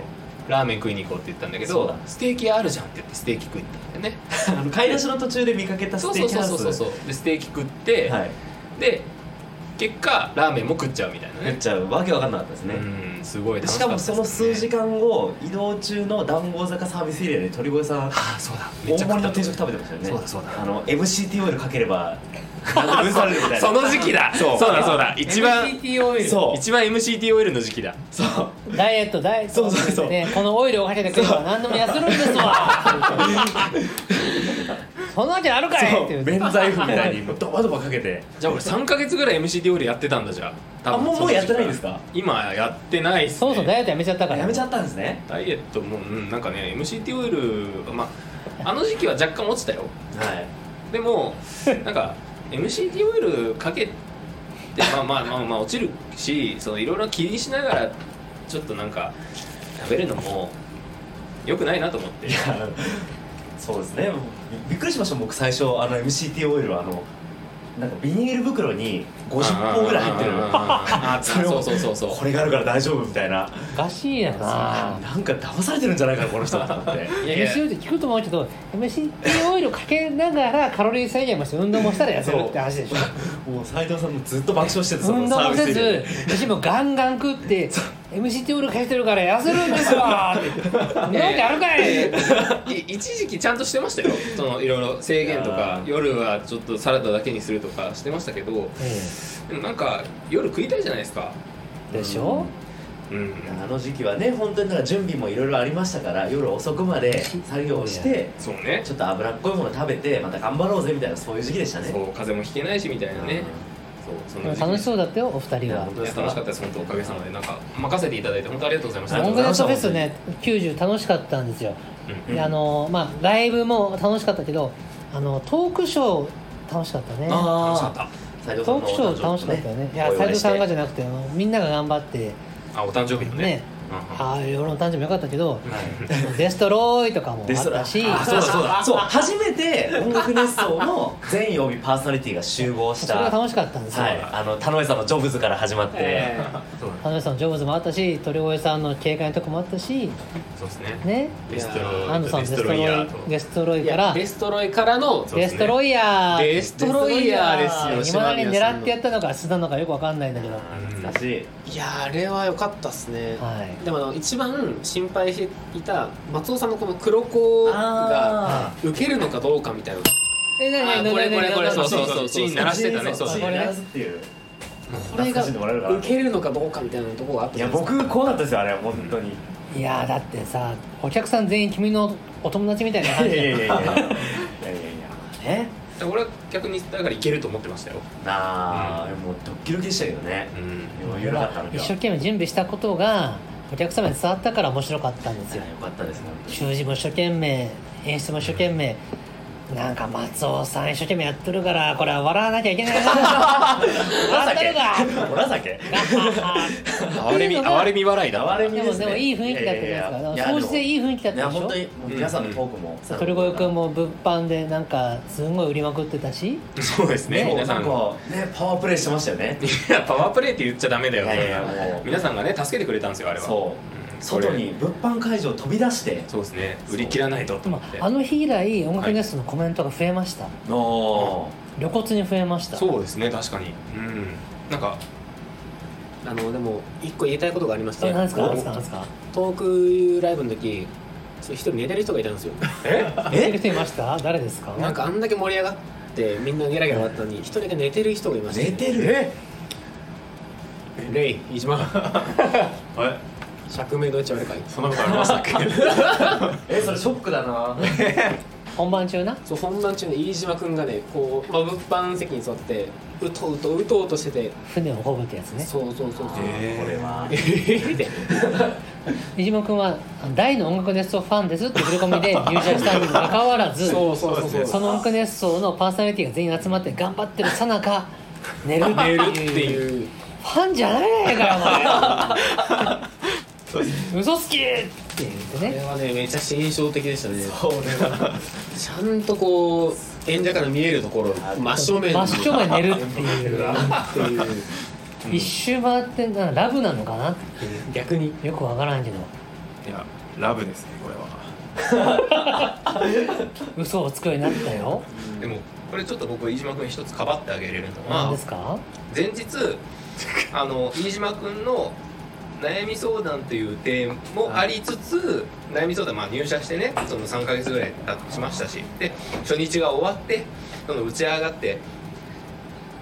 Speaker 5: ラーメン食いに行こうって言ったんだけ
Speaker 7: そう
Speaker 5: ど
Speaker 7: だ
Speaker 5: ステーキ屋あるじゃんって言ってステーキ食いに行ったんだよね
Speaker 7: あの買い出しの途中で見かけた
Speaker 5: そ
Speaker 7: ス
Speaker 5: うそ
Speaker 7: テー
Speaker 5: う
Speaker 7: キ
Speaker 5: そ
Speaker 7: ハ
Speaker 5: う
Speaker 7: ウス
Speaker 5: そうそうそうでステーキ食って、
Speaker 7: はい
Speaker 5: で結果ラーメンも食っちゃうみたいな
Speaker 7: めっ
Speaker 5: ね
Speaker 7: ちゃわけわかんなかったですね、
Speaker 5: うんすごい楽か
Speaker 7: しか
Speaker 5: った
Speaker 7: も
Speaker 5: です
Speaker 7: そ
Speaker 5: ね
Speaker 7: の数時間後移動中の談合坂サービスエリアで鳥越さん
Speaker 5: あそうだめっ
Speaker 7: 大
Speaker 5: ちゃ食っ
Speaker 7: 盛り
Speaker 5: た
Speaker 7: の定食食べてましたよね
Speaker 5: そうだそうだ
Speaker 7: あの MCT オイルかければ何で分されるみたいな
Speaker 5: その時期だそうだそうだ一番
Speaker 1: MCT オイル
Speaker 7: そう
Speaker 5: 一番 MCT オイルの時期だ
Speaker 7: そう
Speaker 1: ダイエットダイエット
Speaker 7: そうそうそう
Speaker 1: ねこのオイルをかけてくれば何でも痩せるんです わそんなわけあるかいっ
Speaker 7: そう
Speaker 1: ていう
Speaker 7: 免罪符みたいにもうドバドバかけて
Speaker 5: じゃあ俺3か月ぐらい MCT オイルやってたんだじゃあ
Speaker 7: あ
Speaker 5: 多分
Speaker 7: もう
Speaker 5: そ
Speaker 7: も
Speaker 5: の時期
Speaker 7: うやってないんですか
Speaker 5: 今やってないっすね
Speaker 1: そもそもダイエットやめちゃったから
Speaker 7: やめちゃったんですね
Speaker 5: ダイエットもうんなんかね MCT オイルまああの時期は若干落ちたよ
Speaker 7: はい
Speaker 5: でもなんか MCT オイルかけてまあまあまあまあ落ちるしそのいろいろ気にしながらちょっとなんか食べるのもよくないなと思って
Speaker 7: いやそうですねもうびびっくりしました僕最初あの MCT オイルはあのなんかビニール袋に50本ぐらい入ってる
Speaker 5: あー
Speaker 7: それを
Speaker 5: そうそうそうそう
Speaker 7: これがあるから大丈夫みたいな
Speaker 1: おかしいやな
Speaker 7: なんか騙されてるんじゃないかなこの人と思って
Speaker 1: いや MCT オイルって聞くと思うけど MCT オイルかけながらカロリー制限もして運動もしたら痩せるって話でしょ
Speaker 7: もう斉藤さんもずっと爆笑してて そ
Speaker 1: 運
Speaker 7: のサ
Speaker 1: 動も
Speaker 7: ービス
Speaker 1: せ
Speaker 7: エリアで
Speaker 1: ず飯もガンガン食って MCT オイルかけてるから痩せるんです わってそんなわけあるかい
Speaker 5: い一時期ちゃんとしてましたよそのいろいろ制限と
Speaker 7: いや
Speaker 5: か
Speaker 7: ー
Speaker 5: 夜はちょっとサラダだけにするとかしてましたけどでもなんか夜食いたいじゃないですか
Speaker 1: でしょ
Speaker 5: うん
Speaker 7: あの時期はね本当にだから準備もいろいろありましたから夜遅くまで作業をして
Speaker 5: そうね
Speaker 7: ちょっと脂っこいもの食べてまた頑張ろうぜみたいなそういう時期でしたね
Speaker 5: そう風邪もひけないしみたいなねそうその時期
Speaker 1: 楽しそうだったよお二
Speaker 7: い
Speaker 1: 人
Speaker 7: や
Speaker 1: は
Speaker 7: 本当
Speaker 5: い
Speaker 7: で
Speaker 5: や
Speaker 7: すか
Speaker 5: 楽しかったです本当おかげさまでなんか任せていただいて本当ありがとうございまし
Speaker 7: あ
Speaker 5: た
Speaker 7: り
Speaker 1: オ
Speaker 7: が
Speaker 1: ン
Speaker 7: と
Speaker 1: ベ
Speaker 7: うござい
Speaker 1: ン
Speaker 7: まし
Speaker 1: ソ
Speaker 7: た
Speaker 1: フェスね90楽しかったんですよ、
Speaker 5: うん
Speaker 1: であのまあライブも楽しかったけどあのトークショー楽しかったね
Speaker 5: 楽し
Speaker 7: あ
Speaker 5: かった
Speaker 7: あ斉藤さ
Speaker 1: トー
Speaker 7: んの
Speaker 1: クショー楽しかったよねいや
Speaker 7: お祝
Speaker 1: 斎
Speaker 7: い
Speaker 1: 藤
Speaker 7: して
Speaker 1: さんがじゃなくてみんなが頑張って
Speaker 5: あお誕生日のね
Speaker 1: ねああ俺の誕生日よかったけど「デストロイ」とかもあったし
Speaker 7: あそうだそうだそう初めて音楽熱奏の全曜日パーソナリティが集合し
Speaker 1: それが
Speaker 7: たは
Speaker 1: 楽しかったんですよ、
Speaker 7: いあの田上さんのジョブズから始まっ
Speaker 1: 田
Speaker 7: て、
Speaker 1: 辺さんのジョブズもあったし鳥越さんの警戒のとこもあったし
Speaker 5: そうですね
Speaker 1: ね
Speaker 5: デスト
Speaker 1: 安
Speaker 5: ロ
Speaker 1: 藤さん
Speaker 5: イ
Speaker 1: デス
Speaker 5: デス
Speaker 1: ト
Speaker 5: ト
Speaker 1: ロ
Speaker 5: ロイヤ
Speaker 1: イ
Speaker 5: ーと
Speaker 1: デストロイ
Speaker 2: い
Speaker 1: か
Speaker 2: や
Speaker 1: ら
Speaker 2: デストロイからの
Speaker 5: そう
Speaker 1: デストロイヤー
Speaker 2: デストロイヤーですよ
Speaker 1: いまだに狙ってやったのか捨てたのかよくわかんないんだけど
Speaker 7: だし
Speaker 2: いやーあれは良かったっすね、
Speaker 1: はい
Speaker 2: でもあの一番心配していた松尾さんのこの黒子が
Speaker 1: あ
Speaker 2: 受けるのかどうかみたいな
Speaker 1: ーえな
Speaker 2: あーこれこれこれそうそうそう
Speaker 5: チン鳴らしてたねそう
Speaker 1: そう
Speaker 7: チン
Speaker 1: これ
Speaker 7: 鳴
Speaker 1: ね
Speaker 7: らすっていう
Speaker 2: これが
Speaker 7: 懐かしんでもらえるから
Speaker 2: 受けるのかどうかみたいなところがあった
Speaker 7: い
Speaker 2: じゃ
Speaker 7: や
Speaker 2: ないですか
Speaker 7: 僕こうだったですよあれ本当に、
Speaker 1: いやーだってさお客さん全員君のお友達みたいな感
Speaker 7: い
Speaker 1: じ
Speaker 7: やいやいやいやいやい
Speaker 1: だ
Speaker 7: やいや
Speaker 1: ね
Speaker 5: 俺は逆にだからいけると思ってましたよ
Speaker 7: なあもうドッキドキでしたけどね
Speaker 5: うん
Speaker 7: 余裕なかったのに
Speaker 1: 一
Speaker 7: は
Speaker 1: 生懸命準備したことがお客様に伝わったから面白かったんです
Speaker 7: い
Speaker 1: よ
Speaker 7: やよかったです本当に
Speaker 1: 習字も一生懸命演出も一生懸命なんか松尾さん一生懸命やってるからこれは笑わなきゃいけないな笑ってるか
Speaker 7: 紫紫
Speaker 5: 哀 れみ哀れみ笑いだ
Speaker 7: 哀れみ
Speaker 1: でも
Speaker 7: です
Speaker 1: で
Speaker 7: ね
Speaker 1: もいい雰囲気だったじゃないですか掃除でいい雰囲気だっ
Speaker 7: いや
Speaker 1: たでし
Speaker 7: 本
Speaker 1: ょ
Speaker 7: 当に皆さんのトークも
Speaker 1: そう鳥越君も物販でなんかすんごい売りまくってたし
Speaker 5: そうですね
Speaker 7: ね
Speaker 5: 皆さ
Speaker 7: なんんかねパワープレイしてましたよね
Speaker 5: い やパワープレイって言っちゃダメだよ
Speaker 7: いやいやもう
Speaker 5: 皆さんがね助けてくれたんですよあれは
Speaker 7: そう
Speaker 5: これ
Speaker 7: 外に物販会場飛び出して
Speaker 5: そうですね売り切らないとと思って
Speaker 1: あの日以来音楽ネストのコメントが増えました
Speaker 7: の
Speaker 1: 露骨に増えました
Speaker 5: そうですね確かにうんなんか
Speaker 2: あのでも一個言いたいことがありまし
Speaker 1: そ
Speaker 2: て
Speaker 1: れなんですかな
Speaker 2: お
Speaker 1: んですかなんですか
Speaker 2: トークライブの時ちょっと一人寝てる人がいたんですよ
Speaker 1: 聞いてる人いました誰ですか
Speaker 2: なんかあんだけ盛り上がってみんなゲラゲラ笑ったのに一人が寝てる人がいました、
Speaker 7: 寝てる
Speaker 2: えレイ飯島釈明どっち悪かい
Speaker 8: そんなことありましたっ け
Speaker 7: えそれショックだな
Speaker 1: 本番中な
Speaker 2: そう本番中に飯島君がねこう、まあ、物販席に座ってうとうとうとうとしてて
Speaker 1: 船をこぐってやつね
Speaker 2: そうそうそうそう
Speaker 7: これは
Speaker 2: えーって
Speaker 1: 飯島君は大の音楽熱奏ファンですって振り込 みで入社したにもかかわらず
Speaker 2: そうそうそうそう
Speaker 1: その音楽熱奏のパーソナリティが全員集まって頑張ってるさな か寝るって
Speaker 2: って
Speaker 1: いう
Speaker 2: いう
Speaker 1: ファンじゃないじゃないか よお前嘘つきって言って
Speaker 2: あれ
Speaker 1: ね
Speaker 2: はねめちゃくちゃ印象的でしたねちゃんとこう演者から見えるところ真正面に
Speaker 1: 真正面寝るっていう
Speaker 2: っていう
Speaker 1: 一周回ってなラブなのかなっていう
Speaker 2: 逆に
Speaker 1: よくわからんけど
Speaker 8: いやラブですねこれは
Speaker 1: 嘘をつくようになったよ
Speaker 5: でもこれちょっと僕飯島君一つかばってあげれるの
Speaker 1: 何
Speaker 5: は
Speaker 1: ですか
Speaker 5: 前日あの飯島君の悩み相談という点もありつつ悩み相談まあ入社してねその3ヶ月ぐらい経ってしましたしで初日が終わってその打ち上がって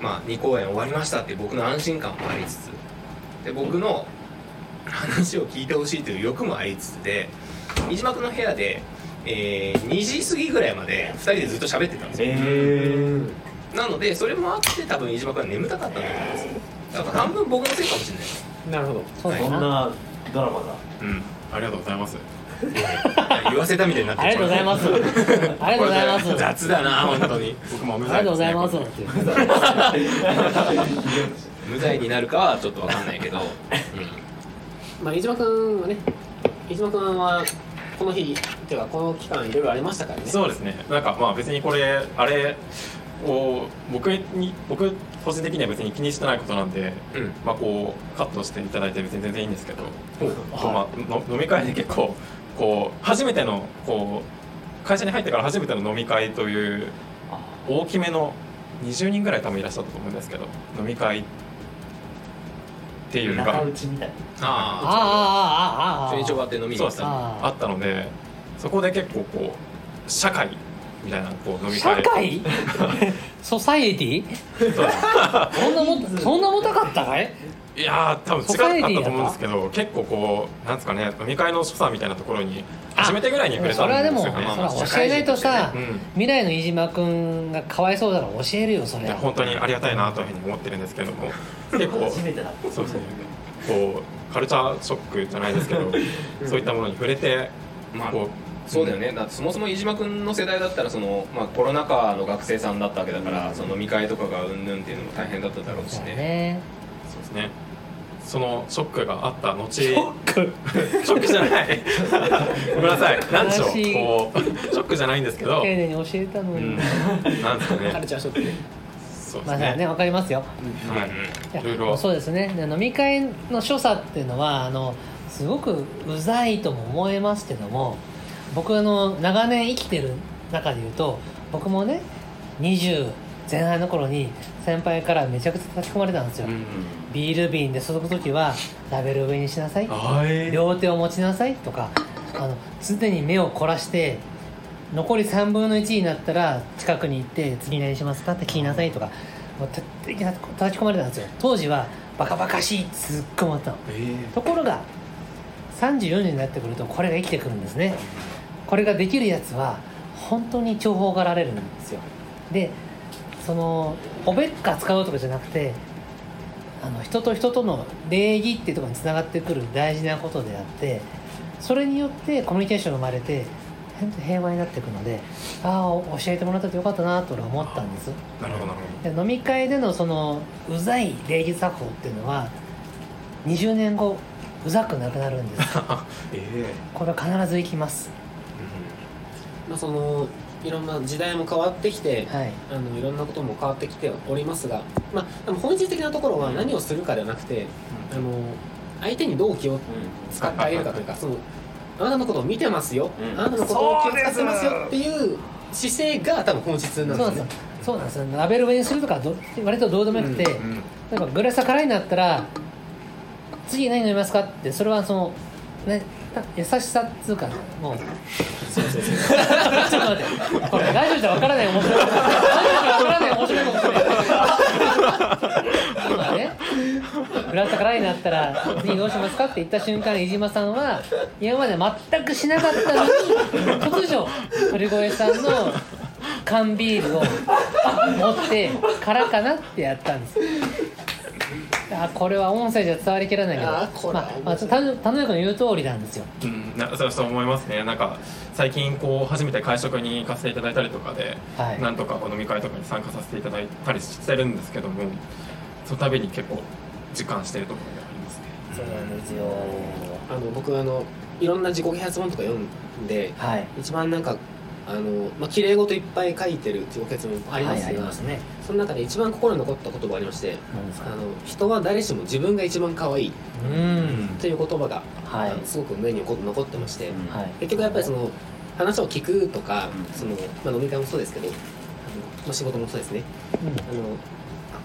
Speaker 5: まあ2公演終わりましたっていう僕の安心感もありつつで僕の話を聞いてほしいという欲もありつつで飯島君の部屋で、えー2時過ぎぐらいまで2人でずっと喋ってたんですよ。
Speaker 7: え
Speaker 5: なのでそれもあって多分飯島君は眠たかったんだと思いますだから半分僕のせいかもしれない
Speaker 2: なるほど
Speaker 1: そうだ
Speaker 7: こん
Speaker 1: な
Speaker 7: なドラマが
Speaker 5: うん
Speaker 8: ありがとうございます
Speaker 5: 言わせたみたいになって
Speaker 1: ありがとうございますありがとうございます
Speaker 5: これ雑だな本当に
Speaker 8: 僕も
Speaker 1: あ
Speaker 8: 無
Speaker 1: り
Speaker 8: 罪
Speaker 1: がとうご
Speaker 8: ですね
Speaker 1: ざいます
Speaker 8: こ
Speaker 1: っていう
Speaker 5: 無罪になるかはちょっとわかんないけど、
Speaker 2: まあ飯島君はね飯島君はこの日てかこの期間いろいろありましたからね
Speaker 8: れそうですねなんかまあ別にこれあれを僕に僕個人的には別に気にしてないことなんで
Speaker 5: うんうん、
Speaker 8: まあ、こうカットしていただいて別に全然いいんですけど、まあ、の飲み会で結構こう初めてのこう会社に入ってから初めての飲み会という大きめの20人ぐらい多分いらっしゃったと思うんですけど飲み会っていうのが
Speaker 7: 中打ちみたい
Speaker 1: あ
Speaker 5: ああ
Speaker 1: ああああああ
Speaker 5: 初日終わって飲みに
Speaker 8: そ
Speaker 5: 行
Speaker 8: うで
Speaker 5: っ
Speaker 8: す
Speaker 5: た
Speaker 8: ね
Speaker 5: の
Speaker 1: あー
Speaker 8: あったのでそこで結構こう社会みたいなこう飲み
Speaker 1: 社
Speaker 8: 会
Speaker 1: 会ソサエティそんなもそんなもたかったかい
Speaker 8: いやー多分違かったと思うんですけど結構こうなんですかね飲み会の所作みたいなところに初めてぐらいに触れた
Speaker 1: そ
Speaker 8: ん
Speaker 1: れ
Speaker 8: で
Speaker 1: は
Speaker 8: す
Speaker 1: で
Speaker 8: よ
Speaker 1: も
Speaker 8: ね
Speaker 1: それ
Speaker 5: まあまあ
Speaker 1: は教えないとさ
Speaker 8: うん
Speaker 1: 未来の飯島君がかわいそうだから教えるよそ
Speaker 8: い
Speaker 1: れ
Speaker 8: や本当にありがたいなというふうに思ってるんですけども結
Speaker 7: な
Speaker 8: 構
Speaker 7: 初めてだ
Speaker 8: そうですねこうカルチャーショックじゃないですけ どそういったものに触れて
Speaker 5: まあ
Speaker 8: こ
Speaker 5: そうだよねだってそもそも飯島君の世代だったらその、まあ、コロナ禍の学生さんだったわけだから、その飲み会とかがうんぬんっていうのも大変だっただろうし
Speaker 1: そうだ
Speaker 5: ね
Speaker 1: ね
Speaker 8: うそうですねそのショックがあった後ショ
Speaker 1: 僕
Speaker 8: ックじゃない ごめんなさいなんでしょう
Speaker 1: 悲しい
Speaker 8: こうショックじゃないんですけど、
Speaker 1: 丁寧に教えたの
Speaker 8: う
Speaker 1: に
Speaker 8: ん、なんです
Speaker 2: カ
Speaker 8: か
Speaker 2: ル
Speaker 8: ね
Speaker 2: チャーショックで
Speaker 8: そうで
Speaker 1: まあ
Speaker 8: すね
Speaker 1: ねわかりますよい
Speaker 8: はい
Speaker 1: や
Speaker 8: いろいろ
Speaker 1: そうですねで飲み会の所作っていうのはあのすごくうざいとも思えますけども僕あの長年生きてる中で言うと僕もね20前半の頃に先輩からめちゃくちゃ叩き込まれたんですよ、ビール瓶で注ぐ時はラベル上にしなさい
Speaker 8: はい
Speaker 1: 両手を持ちなさいとかあの常に目を凝らして残り3分の1になったら近くに行って次何しますかって聞きなさいとかもうた叩き込まれたんですよ当時はバカバカしいってすっごい思ったのところが34になってくるとこれが生きてくるんですねこれができるやつは本当に重宝がられるんですよでそのおべっか使うとかじゃなくてあの人と人との礼儀っていうところにつながってくる大事なことであってそれによってコミュニケーションが生まれて本当に平和になっていくのでああ教えてもらっててよかったなと俺は思ったんです
Speaker 8: なるほどなるほ
Speaker 1: で飲み会でのそのうざい礼儀作法っていうのは20年後うざくなくなるんです
Speaker 8: どえ
Speaker 1: これは必ず行きます
Speaker 2: まあそのいろんな時代も変わってきて、
Speaker 1: はい
Speaker 2: あのいろんなことも変わってきておりますが、まあ、でも本質的なところは何をするかではなくて、あの相手にどう気を使ってあげるかというか、そのあなたのことを見てますよ、
Speaker 7: うん
Speaker 2: あなたのことを気を使ってますよっていう姿勢が多分本質なん
Speaker 1: そう
Speaker 2: で
Speaker 1: なん
Speaker 2: すね
Speaker 1: ですよそうなんですよラベル上にするとかはど割とどうでもよくて、
Speaker 8: えうん
Speaker 1: 例えばグラス空になったら次何飲みますかってそれはそのねた優しさっつうかもうちょっと待ってこれラジオじゃわからない面白いことラジオじゃわからない面白いことそうだねグラス空になったら次どうしますかって言った瞬間飯島さんは今まで全くしなかったのに突如鳥越さんの缶ビールを持って空かなってやったんですあこれは音声じゃ伝わりきらないけど
Speaker 2: あこれ
Speaker 1: まあまあ、た田辺君の言う通りなんですよ
Speaker 8: うん、なそれはそう思いますねなんか最近こう初めて会食に行かせていただいたりとかで、
Speaker 1: はい
Speaker 8: なんとかこう飲み会とかに参加させていただいたりしてるんですけどもその度に結構実感してるところがありますね
Speaker 2: そうなんですよあの僕あのいろんな自己啓発本とか読んで
Speaker 1: はい
Speaker 2: 一番なんかあの、まあ、綺麗事いっぱい書いてる自己啓発本ありますが、
Speaker 1: ね
Speaker 2: その中で一番心に残った言葉がありまして
Speaker 1: 何です
Speaker 2: あ
Speaker 1: か
Speaker 2: の人は誰しも自分が一番可愛い
Speaker 1: うん
Speaker 2: という言葉が、
Speaker 1: はい
Speaker 2: あのすごく目に残残ってまして、
Speaker 7: うん
Speaker 1: はい
Speaker 2: 結局やっぱりその話を聞くとか、
Speaker 7: うん
Speaker 2: そのまあ、飲み会もそうですけどあのまあ仕事もそうですねあの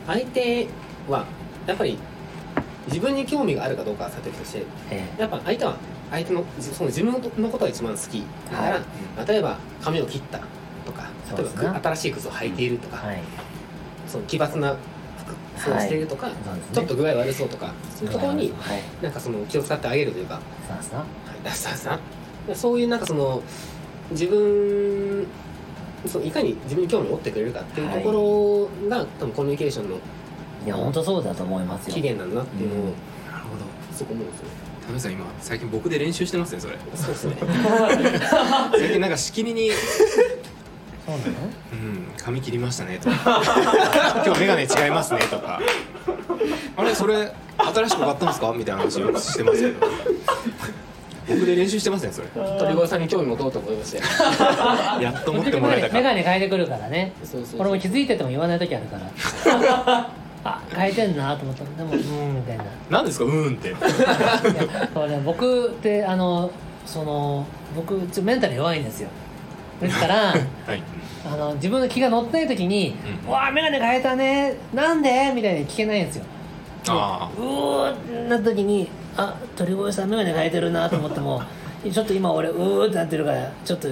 Speaker 2: 相手はやっぱり自分に興味があるかどうかはさておきとして
Speaker 1: え
Speaker 2: やっぱ相手は相手のじその自分のことが一番好きだから、
Speaker 1: は
Speaker 2: 例えば髪を切ったとか
Speaker 1: そう
Speaker 2: 例え
Speaker 1: です
Speaker 2: ば
Speaker 1: ね
Speaker 2: く新しい靴を履いていると
Speaker 1: え
Speaker 2: か、
Speaker 1: はい
Speaker 2: その奇抜な服装をしているとか、
Speaker 1: そうですね
Speaker 2: ちょっと具合悪そうとかそういうところに
Speaker 1: はい
Speaker 2: なんかその気を使ってあげるというか、
Speaker 1: そうですな
Speaker 2: はい、ささそういうなんかその自分そういかに自分に興味を持ってくれるかっていうところが、多分コミュニケーションの
Speaker 1: いや本当そうだと思いますよ
Speaker 2: 起源なんだなっていうのを、
Speaker 5: なるほど
Speaker 2: そこ思うんですよね
Speaker 5: 田辺さん今最近僕で練習してますねそれ
Speaker 2: そうですね
Speaker 5: 最近なんかしきりに
Speaker 1: そうなの
Speaker 5: うん、髪切りましたねとか 今日メガネ違いますねとかあれそれ新しく買ったんですかみたいな話をよくしてますけど僕で練習してますねそれ
Speaker 2: 鳥越さんに興味持とうと思いましたよ
Speaker 5: やっと思ってもらえたか
Speaker 1: メガネ変えてくるからね
Speaker 2: そうそうそう
Speaker 1: 俺も気づいてても言わない時あるから あ変えてんなと思ったでもうんみたいな
Speaker 5: 何ですかうーんって
Speaker 1: いやそうね僕ってあのその僕ちょメンタル弱いんですよですから
Speaker 5: はい
Speaker 1: あの自分の気が乗ってない時に「
Speaker 5: うん
Speaker 1: わあ眼鏡変えたねなんで?」みたいに聞けないんですよ
Speaker 5: あ
Speaker 1: うーってなった時に「あ鳥越さん眼鏡変えてるな」と思っても 「ちょっと今俺うーってなってるからちょっと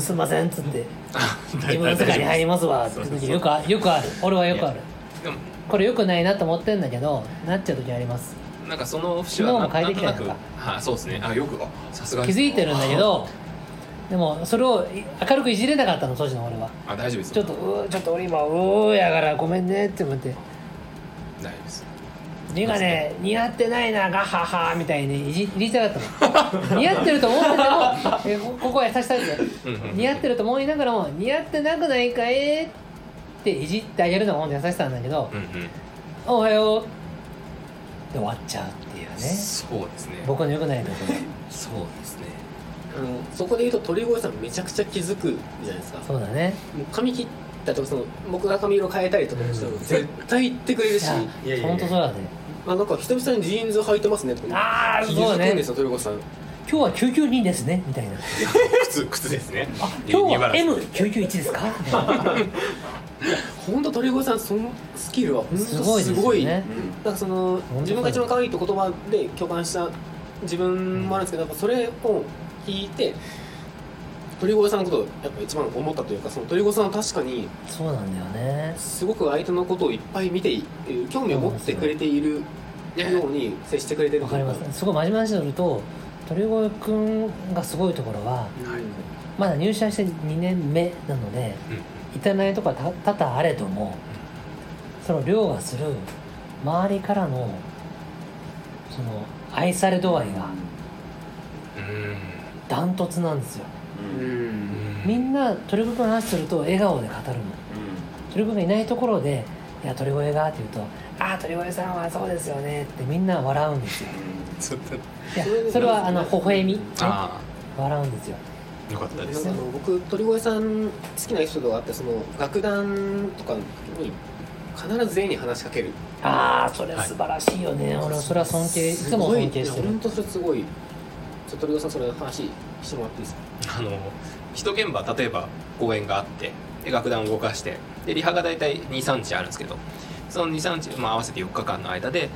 Speaker 1: すんません」っつって「自分の世界に入りますわ」って時よくあよくある俺はよくある
Speaker 5: でも
Speaker 1: これよくないなと思ってんだけどなっちゃう時あります
Speaker 5: なんかその節はな
Speaker 1: 昨日も変えてきた
Speaker 5: な
Speaker 1: や
Speaker 5: ん
Speaker 1: つ
Speaker 5: と
Speaker 1: か
Speaker 5: なくはいそうですねあよくあさすが
Speaker 1: 気づいてるんだけどでもそれをい明るくいじれなかったの当時の俺は
Speaker 5: あ大丈夫です
Speaker 1: ちょっとうーちょっと俺今うーやからごめんねって思って
Speaker 5: 大丈夫です
Speaker 1: 眼鏡似合ってないなガッハッハみたいにいじいじりたか ったの似合ってると思 っててもえこここは優しさですよ
Speaker 5: うんうんうん
Speaker 1: 似合ってると思いながらも似合ってなくないかいっていじってあげるのが本当に優しさなんだけど
Speaker 5: うんう
Speaker 1: お
Speaker 5: ん
Speaker 1: はようで終わっちゃうっていうね
Speaker 5: そうですね
Speaker 1: 僕の良くないところ
Speaker 5: そうですね
Speaker 2: あのそこで言うと鳥越さんめちゃくちゃ気づくじゃないですか
Speaker 1: そうだね
Speaker 2: もう髪切ったとかその僕が髪色変えたりとかもしたら絶対言ってくれるし、
Speaker 1: いや本当そうだね
Speaker 2: あなんか久々にジーンズ履いてますねとか
Speaker 1: ああ
Speaker 2: 気
Speaker 1: そう
Speaker 2: づく
Speaker 1: ね
Speaker 2: んですよ鳥越さん
Speaker 1: 今日は992ですねみたいな
Speaker 5: 靴靴ですね
Speaker 1: あ今日
Speaker 5: いや
Speaker 1: は
Speaker 5: 茨城
Speaker 1: M991 ですかみたいな
Speaker 2: 本当鳥越さんそのスキルは本当す
Speaker 1: す
Speaker 2: ご
Speaker 1: ご
Speaker 2: い
Speaker 1: いですよね
Speaker 2: なんかその
Speaker 1: 当そう
Speaker 2: 自分が一番可愛いって言葉で共感した自分もあるんですけど、やっぱそれを聞いて鳥越さんのことをやっぱ一番思ったというかその鳥越さんは確かに
Speaker 1: そうなんだよね
Speaker 2: すごく相手のことをいっぱい見てい興味を持ってくれているように接してくれてる
Speaker 1: わ
Speaker 2: と
Speaker 1: か
Speaker 2: い
Speaker 1: り
Speaker 2: う
Speaker 1: ますすごい真面目な話すると鳥越くんがすごいところはまだ入社して2年目なので、至らないとこは多多々あれども、その凌駕する周りからのその愛され度合いがダントツなんですよ、
Speaker 2: うんうん
Speaker 1: みんな鳥越くんの話すると笑顔で語るの鳥越がいないところで「いや鳥越が」って言うと「ああ鳥越さんはそうですよね」ってみんな笑うんですよ
Speaker 5: ちょっと
Speaker 1: いやそれはあの微笑み、ね、
Speaker 5: あ
Speaker 1: 笑うんですよ
Speaker 5: あよかったで
Speaker 2: なん
Speaker 5: す
Speaker 2: かあ
Speaker 5: ね
Speaker 2: の僕鳥越さん好きなエピソードがあってその楽団とかの時に必ず全員に話しかける
Speaker 1: ああそれは素晴らしいよね、俺はそれは尊敬いつも尊敬してる
Speaker 2: 本当それすごいちょっと鳥越さんそれの話してもらっていいですか
Speaker 5: あの一現場例えば公演があってで楽団を動かしてでリハが大体23日あるんですけどその23日、まあ、合わせて4日間の間で、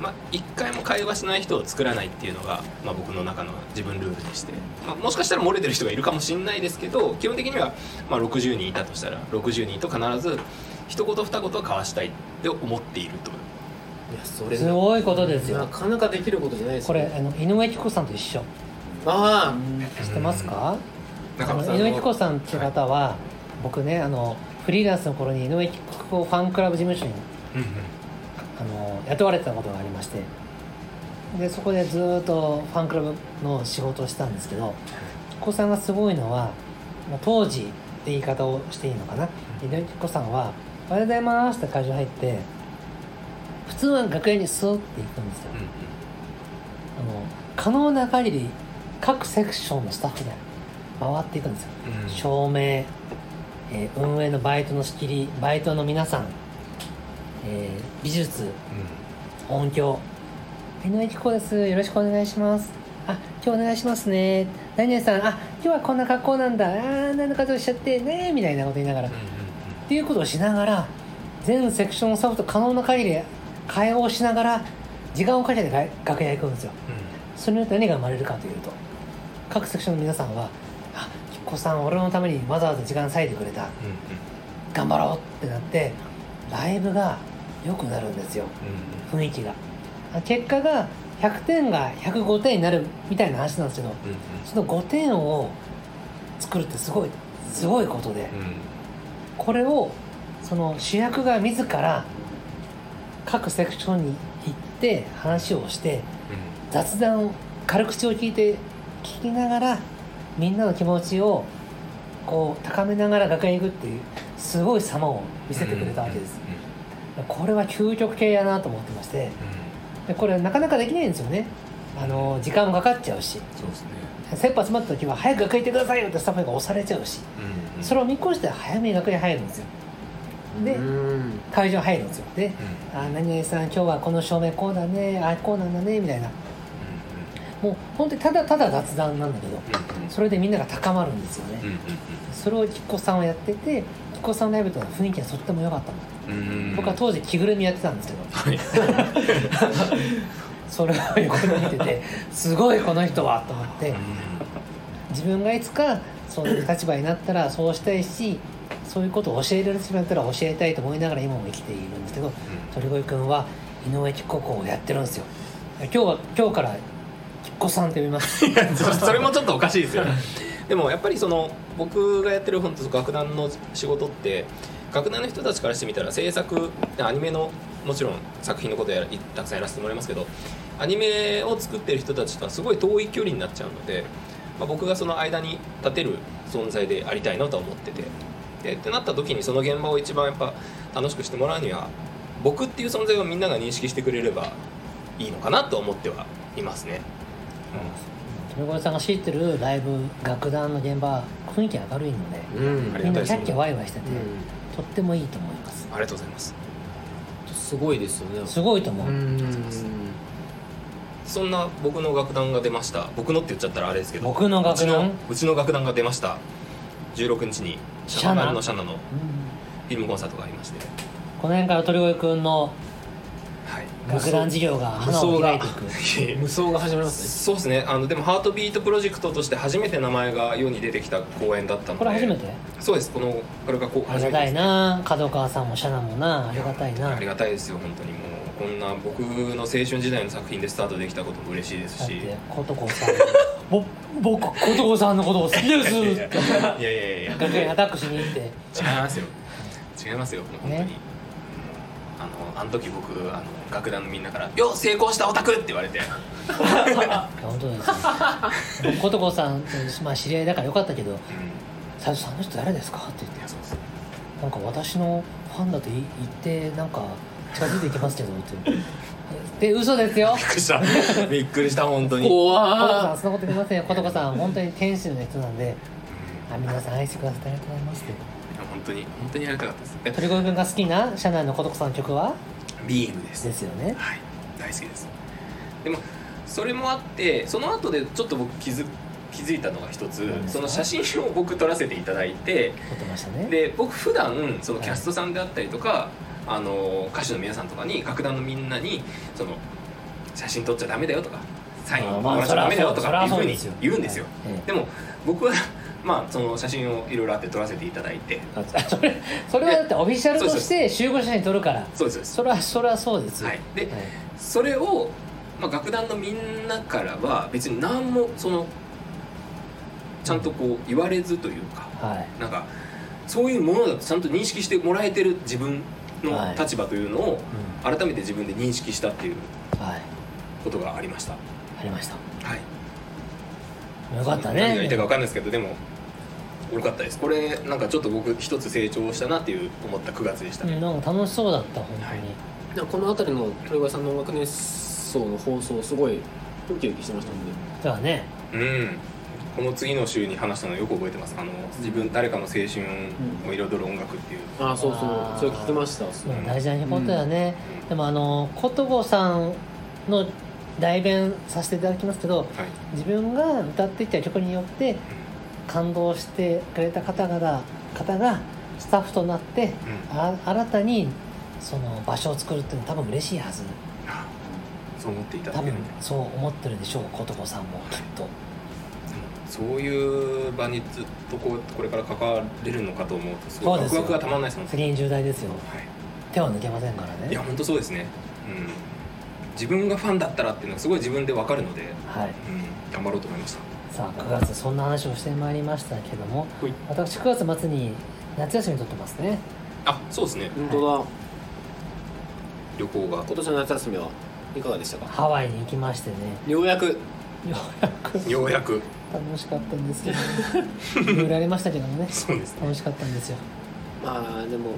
Speaker 5: まあ、1回も会話しない人を作らないっていうのが、まあ、僕の中の自分ルールでして、まあ、もしかしたら漏れてる人がいるかもしれないですけど基本的には、まあ、60人いたとしたら60人と必ず一言二言は交わしたいって思っていると
Speaker 2: いやそれ
Speaker 1: すごいことです
Speaker 2: な
Speaker 1: よ
Speaker 2: かなかできることじゃないです
Speaker 1: これあの井上貴子さんと一緒
Speaker 2: あ
Speaker 1: 知ってますか、
Speaker 5: 中
Speaker 1: あ
Speaker 5: 村さ
Speaker 1: の
Speaker 5: ん
Speaker 1: 井
Speaker 5: の
Speaker 1: 上貴子さんっていう方は、僕ねあのフリーランスの頃に井上貴子ファンクラブ事務所に
Speaker 5: うんうん
Speaker 1: あの雇われてたことがありましてでそこでずーっとファンクラブの仕事をしたんですけど貴子さんがすごいのは、まあ、当時って言い方をしていいのかな井上貴子さんは「おはようございます」って会場入って普通は楽屋にスーって行くんですよ、あの可能な限り各セクションのスタッフで回っていくんですよ
Speaker 5: うんうん
Speaker 1: 照明、えー運営のバイトの仕切りバイトの皆さん、えー美術音響井上貴子ですよろしくお願いしますあ今日お願いしますね何々さんあ今日はこんな格好なんだあー何の活動しちゃってねみたいなこと言いながらっていうことをしながら全セクションのスタッフと可能な限り会話をしながら時間をかけて楽楽屋へ行くんですよそれによって何が生まれるかというと各セクションの皆さんは「あきっこさん俺のためにわざわざ時間割いてくれた
Speaker 5: うんうん
Speaker 1: 頑張ろう」ってなってライブが良くなるんですよ
Speaker 5: う
Speaker 1: 雰囲気が結果が100点が105点になるみたいな話なんですけど
Speaker 5: んうん
Speaker 1: その5点を作るってすごいすごいことで
Speaker 5: うんうん
Speaker 1: これをその主役が自ら各セクションに行って話をして
Speaker 5: うん
Speaker 1: 雑談を軽口を聞いて聞きながらみんなの気持ちをこう高めながら楽屋に行くっていうすごい様を見せてくれたわけです、これは究極系やなと思ってましてでこれなかなかできないんですよねあの時間もかかっちゃうし
Speaker 5: そうですね。
Speaker 1: 切羽詰まった時は早く楽屋行ってくださいよってスタッフが押されちゃうし
Speaker 5: うん
Speaker 1: それを見越して早めに楽屋に入るんですよ
Speaker 2: あ
Speaker 1: で
Speaker 2: うん
Speaker 1: 会場に入るんですよで
Speaker 5: うん
Speaker 1: 「あー何々さん今日はこの照明こうだねあーこうなんだね」みたいなもう本当にただただ雑談なんだけどそれでみんなが高まるんですよね、
Speaker 5: うん
Speaker 1: それをきっこさんはやっててきっこさんのライブとの雰囲気がとっても良かったの、
Speaker 5: うんうん
Speaker 1: 僕は当時着ぐるみやってたんですけど、
Speaker 5: い
Speaker 1: それを横に見ててすごいこの人はと思って自分がいつかそういう立場になったらそうしたいしそういうことを教えられる立場になったら教えたいと思いながら今も生きているんですけど鳥越くんは井上貴子をやってるんですよ今日は今日から貴子さんって呼びます
Speaker 5: それもちょっとおかしいですよね。でもやっぱりその僕がやってる本当楽団の仕事って楽団の人たちからしてみたら制作アニメのもちろん作品のことやらたくさんやらせてもらいますけどアニメを作ってる人たちとはすごい遠い距離になっちゃうので、まあ、僕がその間に立てる存在でありたいなとは思っててでってなった時にその現場を一番やっぱ楽しくしてもらうには僕っていう存在をみんなが認識してくれれば
Speaker 2: いいのかなと思ってはいますね
Speaker 1: 豊頃さんが知ってるライブ楽団の現場は雰囲気明るいので
Speaker 2: うんあり
Speaker 1: み
Speaker 2: が
Speaker 1: んな
Speaker 2: たいで
Speaker 1: キ
Speaker 2: す
Speaker 1: ャッキャワイワイしてて、
Speaker 2: うん
Speaker 1: とってもいいと思います
Speaker 2: ありがとうございますすごいですよね
Speaker 1: すごいと思う、
Speaker 2: うん
Speaker 5: そんな僕の楽団が出ました僕のって言っちゃったらあれですけど
Speaker 1: 僕の楽団
Speaker 5: うちのうちの楽団が出ました16日に
Speaker 1: シャナ
Speaker 5: 丸のシャナのフィルムコンサートがありまして
Speaker 1: この辺から鳥越くんの
Speaker 5: はい
Speaker 1: 楽団事業が
Speaker 2: 無
Speaker 1: 花を
Speaker 2: 双
Speaker 1: 開
Speaker 2: が
Speaker 1: いていく
Speaker 2: 無双が始まりますね
Speaker 5: そうですねあのでもハートビートプロジェクトとして初めて名前が世に出てきた公演だったので
Speaker 1: これ初めて
Speaker 5: そうですこのこれがこう
Speaker 1: あり
Speaker 5: 初
Speaker 1: が
Speaker 5: め
Speaker 1: た
Speaker 5: て
Speaker 1: いな角川さんもシャナもなありがたいな
Speaker 5: ありがたいですよ本当にもうこんな僕の青春時代の作品でスタートできたことも嬉しいです
Speaker 1: だっ
Speaker 5: して
Speaker 1: 琴子さんぼ僕琴子さんのことを好きです
Speaker 5: いやい
Speaker 1: って
Speaker 5: やいやいや
Speaker 1: 楽屋にアタックしに行って
Speaker 5: 違いますよ違いますよもう本当に、
Speaker 1: ね
Speaker 5: あのあの時僕あの楽団のみんなから「よっ成功したオタク!」って言われて
Speaker 1: いや本当ですよ琴子さんと、まあ、知り合いだからよかったけど
Speaker 5: うん
Speaker 1: 「最初さんあの人誰ですか?」って言って
Speaker 5: いやそうです
Speaker 1: 「なんか私のファンだとい言ってなんか近づいていきますけど」って言ってで嘘ですよ
Speaker 5: びっくりしたびっくりした本当に
Speaker 1: 琴子
Speaker 2: 怖
Speaker 1: さんそんなこと言いませんよ琴子さん本当に天使の人なんであ皆さん愛してくださってありがとうございますって
Speaker 5: いや本当に本当にやりたかったですえ
Speaker 1: 鳥越君が好きな社内の琴子さんの曲は
Speaker 5: ビームです
Speaker 1: ですよね
Speaker 5: はい大好きですでもそれもあってその後でちょっと僕気づ気づいたのが一つ
Speaker 1: 何です
Speaker 5: そ
Speaker 1: か
Speaker 5: の写真を僕撮らせていただいて
Speaker 1: 撮ってましたね
Speaker 5: で僕普段そのキャストさんであったりとか、あの歌手の皆さんとかに楽団のみんなにその写真撮っちゃダメだよとかサイン
Speaker 1: あー
Speaker 5: もらっちゃダメだよと
Speaker 1: そり
Speaker 5: か
Speaker 1: ゃ
Speaker 5: いう
Speaker 1: そそ
Speaker 5: ふ
Speaker 1: うりゃ
Speaker 5: に
Speaker 1: そう
Speaker 5: 言うんですよ、
Speaker 1: はいええ
Speaker 5: でも僕はまあその写真をいろいろあって撮らせていただいて
Speaker 1: それそれはだってオフィシャルとして集合写真撮るから
Speaker 5: そうですそうです
Speaker 1: それはそれはそうですよ
Speaker 5: はい、で、それを、まあ、楽団のみんなからは別に何もそのちゃんとこう言われずというか
Speaker 1: はいはい
Speaker 5: なんかそういうものだとちゃんと認識してもらえてる自分の立場というのを
Speaker 1: う
Speaker 5: 改めて自分で認識したっていう
Speaker 1: はい
Speaker 5: ことがありました。
Speaker 1: ありました
Speaker 5: はい、
Speaker 1: よかった
Speaker 5: 何が言
Speaker 1: ね
Speaker 5: いたいか分かんないですけどでもよかったですこれなんかちょっと僕一つ成長したなっていう思った9月でした、
Speaker 1: うん、なんか楽しそうだった本
Speaker 5: はい
Speaker 2: なんかこの辺りの鳥越さんの音楽熱奏の放送すごいウキウキしてましたもんね
Speaker 1: 当にだからね
Speaker 5: うん、この次の週に話したのよく覚えてますあの自分誰かの青春を彩る音楽っていう、
Speaker 2: ああそうそう
Speaker 1: あー
Speaker 2: それ聞きました
Speaker 1: もう大事なことだね、
Speaker 5: うん
Speaker 1: でもあの琴子さんの代弁させていただきますけど
Speaker 5: はい
Speaker 1: 自分が歌ってきた曲によって感動してくれた方々方がスタッフとなって
Speaker 5: うんうん
Speaker 1: あ新たにその場所を作るっていうのは多分嬉しいはず
Speaker 5: あそう思っていただ
Speaker 1: 多
Speaker 5: け
Speaker 1: 分
Speaker 5: るんだ
Speaker 1: そう思ってるでしょう琴子さんもきっと
Speaker 5: そういう場にずっとこうこれから関われるのかと思うとすごい
Speaker 1: そう
Speaker 5: ワ
Speaker 1: です
Speaker 5: ク
Speaker 1: よ
Speaker 5: ワクがたまらないですもん、は
Speaker 1: 責任重大ですよ
Speaker 5: い、
Speaker 1: 手は抜けませんから
Speaker 5: いや
Speaker 1: ね
Speaker 5: 本当そうですね、うん、自分がファンだったらっていうのがすごい自分で分かるので、
Speaker 1: はい
Speaker 5: うん、頑張ろうと思いました
Speaker 1: さあ9月そんな話をしてまいりましたけども
Speaker 5: はい
Speaker 1: 私9月末に夏休み取ってますね
Speaker 5: あそうですね
Speaker 2: 本当だ
Speaker 5: 旅行が
Speaker 2: 今年の夏休みはいかがでしたか
Speaker 1: ハワイに行きましてね
Speaker 2: ようやく
Speaker 1: ようやく
Speaker 5: ようやく
Speaker 1: 楽しかったんですけどねいろいろありましたけどもね
Speaker 5: そうですね
Speaker 1: 楽しかったんですよ
Speaker 2: まあでも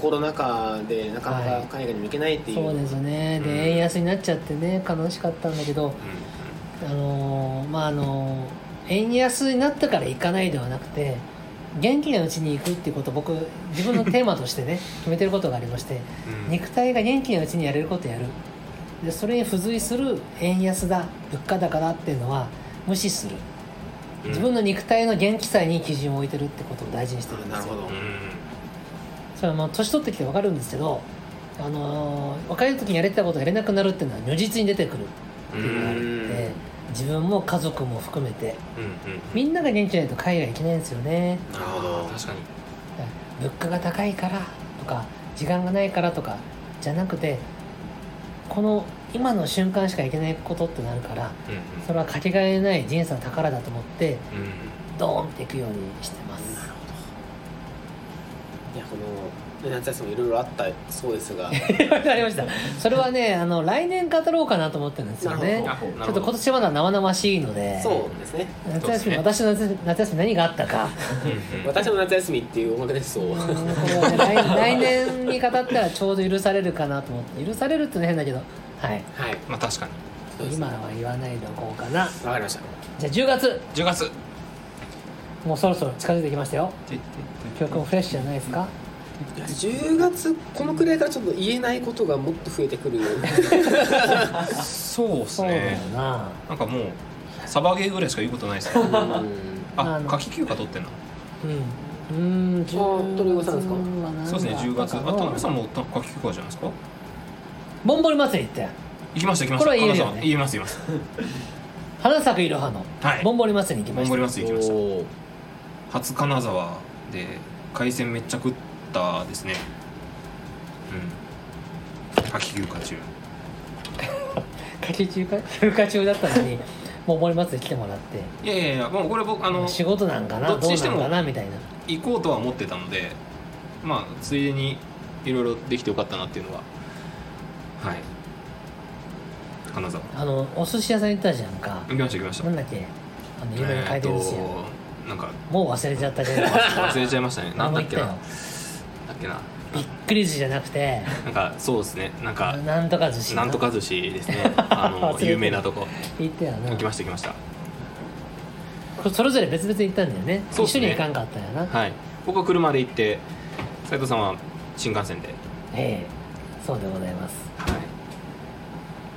Speaker 2: コロナ禍でなかな
Speaker 1: はい
Speaker 2: か海外にも行けないっていう、
Speaker 1: そうですね
Speaker 5: うん
Speaker 1: で円安になっちゃってね悲しかったんだけど
Speaker 5: うん
Speaker 1: あのーまああのー円安になったから行かないではなくて元気なうちに行くっていうことを僕自分のテーマとしてね 決めてることがありまして
Speaker 5: うん
Speaker 1: 肉体が元気なうちにやれることやるでそれに付随する円安だ物価高だっていうのは無視する
Speaker 5: うん
Speaker 1: 自分の肉体の元気さに基準を置いてるってことを大事にしてるんで
Speaker 2: な
Speaker 1: す
Speaker 2: る
Speaker 1: よ
Speaker 2: ほど、
Speaker 1: それはもう年取ってきて分かるんですけど、あのー若い時にやれてたことがやれなくなるっていうのは如実に出てくるっていうのがあるんで自分も家族も含めて
Speaker 5: うんうん
Speaker 1: みんなが元気じゃないと海外行けないんですよね
Speaker 5: なるほど確かに
Speaker 1: だから物価が高いからとか時間がないからとかじゃなくてこの今の瞬間しか行けないことってなるから
Speaker 5: うん
Speaker 1: それはかけがえない人生の宝だと思って
Speaker 5: うんうん
Speaker 1: ドーンっていくようにしてます
Speaker 2: いやこの夏休みいろいろあったそうですが
Speaker 1: わかりましたそれはねあの来年語ろうかなと思ってるんですよね
Speaker 2: な
Speaker 5: あ
Speaker 1: ち
Speaker 5: な
Speaker 1: ょ
Speaker 5: る
Speaker 1: っ
Speaker 5: ほ
Speaker 1: と
Speaker 5: ど
Speaker 1: 今年はまだ生々しいので
Speaker 2: そうですね
Speaker 1: 夏
Speaker 5: そうで
Speaker 1: 休
Speaker 5: す
Speaker 1: み
Speaker 5: ね
Speaker 1: 私の夏休み夏休み何があったか
Speaker 5: うんうん
Speaker 2: 私の夏休みっていう音楽熱奏
Speaker 1: これ
Speaker 2: を
Speaker 1: はね来来年に語ったらちょうど許されるかなと思って許されるってのは変だけどはい
Speaker 2: はい
Speaker 5: まあ確かに
Speaker 1: 今は言わないでおこうかな
Speaker 2: わかりました
Speaker 1: じゃあ10月
Speaker 5: 10月
Speaker 1: もうそろそろ近づいてきましたよ曲もフレッシュじゃないですか
Speaker 2: いや10月このくらいからちょっと言えないことがもっと増えてく る
Speaker 5: そうです
Speaker 1: そうだよ
Speaker 5: ね
Speaker 1: な
Speaker 5: なんかもうサバゲーぐらいしか言うことないですね
Speaker 2: うん
Speaker 1: あ
Speaker 5: あ
Speaker 1: の
Speaker 5: 夏季休暇取ってんの
Speaker 1: うんうん10
Speaker 2: 鳥越さんですか
Speaker 1: はなんだ
Speaker 5: そうですね10月あ
Speaker 1: な
Speaker 5: 田
Speaker 1: んかの
Speaker 5: 辺さんも夏季休暇じゃないですか
Speaker 1: ぼんぼり祭りって
Speaker 5: 行きました行きました
Speaker 1: これは言えるよね
Speaker 5: 田辺さん言います言います
Speaker 1: 花咲くいろはの
Speaker 5: はい
Speaker 1: ぼんぼり祭りに行き
Speaker 5: モ
Speaker 1: ま
Speaker 5: ン
Speaker 1: し
Speaker 5: ゴ
Speaker 1: た
Speaker 5: リ祭り行きました
Speaker 2: おー
Speaker 5: 初金沢で海鮮めっちゃ食ったですねうん秋休暇中
Speaker 1: 夏季中か休暇中だったのにぼんぼり祭り来てもらって
Speaker 5: いやいやいやもうこれ僕あの
Speaker 1: 仕事なんかな
Speaker 5: ど
Speaker 1: ど
Speaker 5: っち
Speaker 1: う
Speaker 5: に
Speaker 1: な
Speaker 5: しても
Speaker 1: んかなみたいな
Speaker 5: 行こうとは思ってたのでまあついでにいろいろできてよかったなっていうのははい金沢
Speaker 1: あのお寿司屋さん行ったじゃんか
Speaker 5: 行きました行きました
Speaker 1: なんだっけあのいろいろ回転寿司
Speaker 5: え
Speaker 1: 屋
Speaker 5: ーとなんか
Speaker 1: もう忘れちゃったじ ゃん
Speaker 5: 忘れちゃいまし たねなんだっけな
Speaker 1: あ
Speaker 5: だ
Speaker 1: の
Speaker 5: っけな
Speaker 1: びっくり寿司じゃなくて
Speaker 5: なんかそうですねなんか
Speaker 1: なんとか寿司
Speaker 5: なんとか寿司ですねあ
Speaker 1: 忘れ
Speaker 5: の
Speaker 1: てる
Speaker 5: 有名なとこ
Speaker 1: 行ったよな
Speaker 5: 行きました行きました
Speaker 1: それぞれ別々に行ったんだよね
Speaker 5: そうっ
Speaker 1: 一緒
Speaker 5: す
Speaker 1: に
Speaker 5: ね
Speaker 1: は行かんかったよな、
Speaker 5: はい僕は車で行って斉藤さんは新幹線で
Speaker 1: ええそうでございます
Speaker 5: はい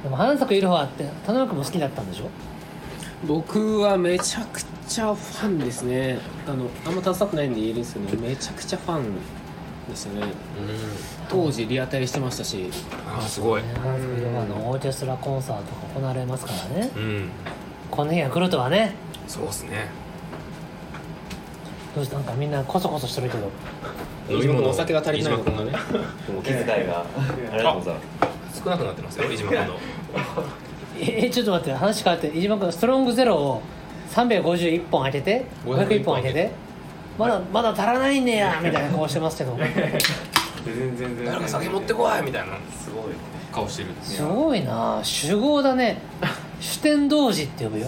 Speaker 1: でも花咲くいろはって田中君も好きだったんでしょ
Speaker 2: 僕はめちゃくちゃファンですねあのあんま携わってないんで言えるんですけどめちゃくちゃファンでしたね当時リアタイしてましたし
Speaker 5: ああすごい
Speaker 1: ね花咲くいろはのオーケストラコンサートが行われますからね
Speaker 5: うん
Speaker 1: この日が来るとはね
Speaker 5: そうですね
Speaker 1: どうしてなんかみんなこそこそしてるけど
Speaker 5: 飲み物
Speaker 2: お酒が足りないのか
Speaker 5: 飯島
Speaker 2: なね
Speaker 7: お気遣いがありがとうございます
Speaker 5: 君少なくなってますよ飯島君の
Speaker 1: え えちょっと待って話変わって飯島君ストロングゼロを351本開けて501本開けてまだまだ足らないんねやみたいな顔してますけど
Speaker 8: 全然全然
Speaker 5: 誰か酒持ってこいみたいな
Speaker 7: すごい
Speaker 5: 顔してる
Speaker 1: すごいな酒豪だね酒天童子って呼ぶよ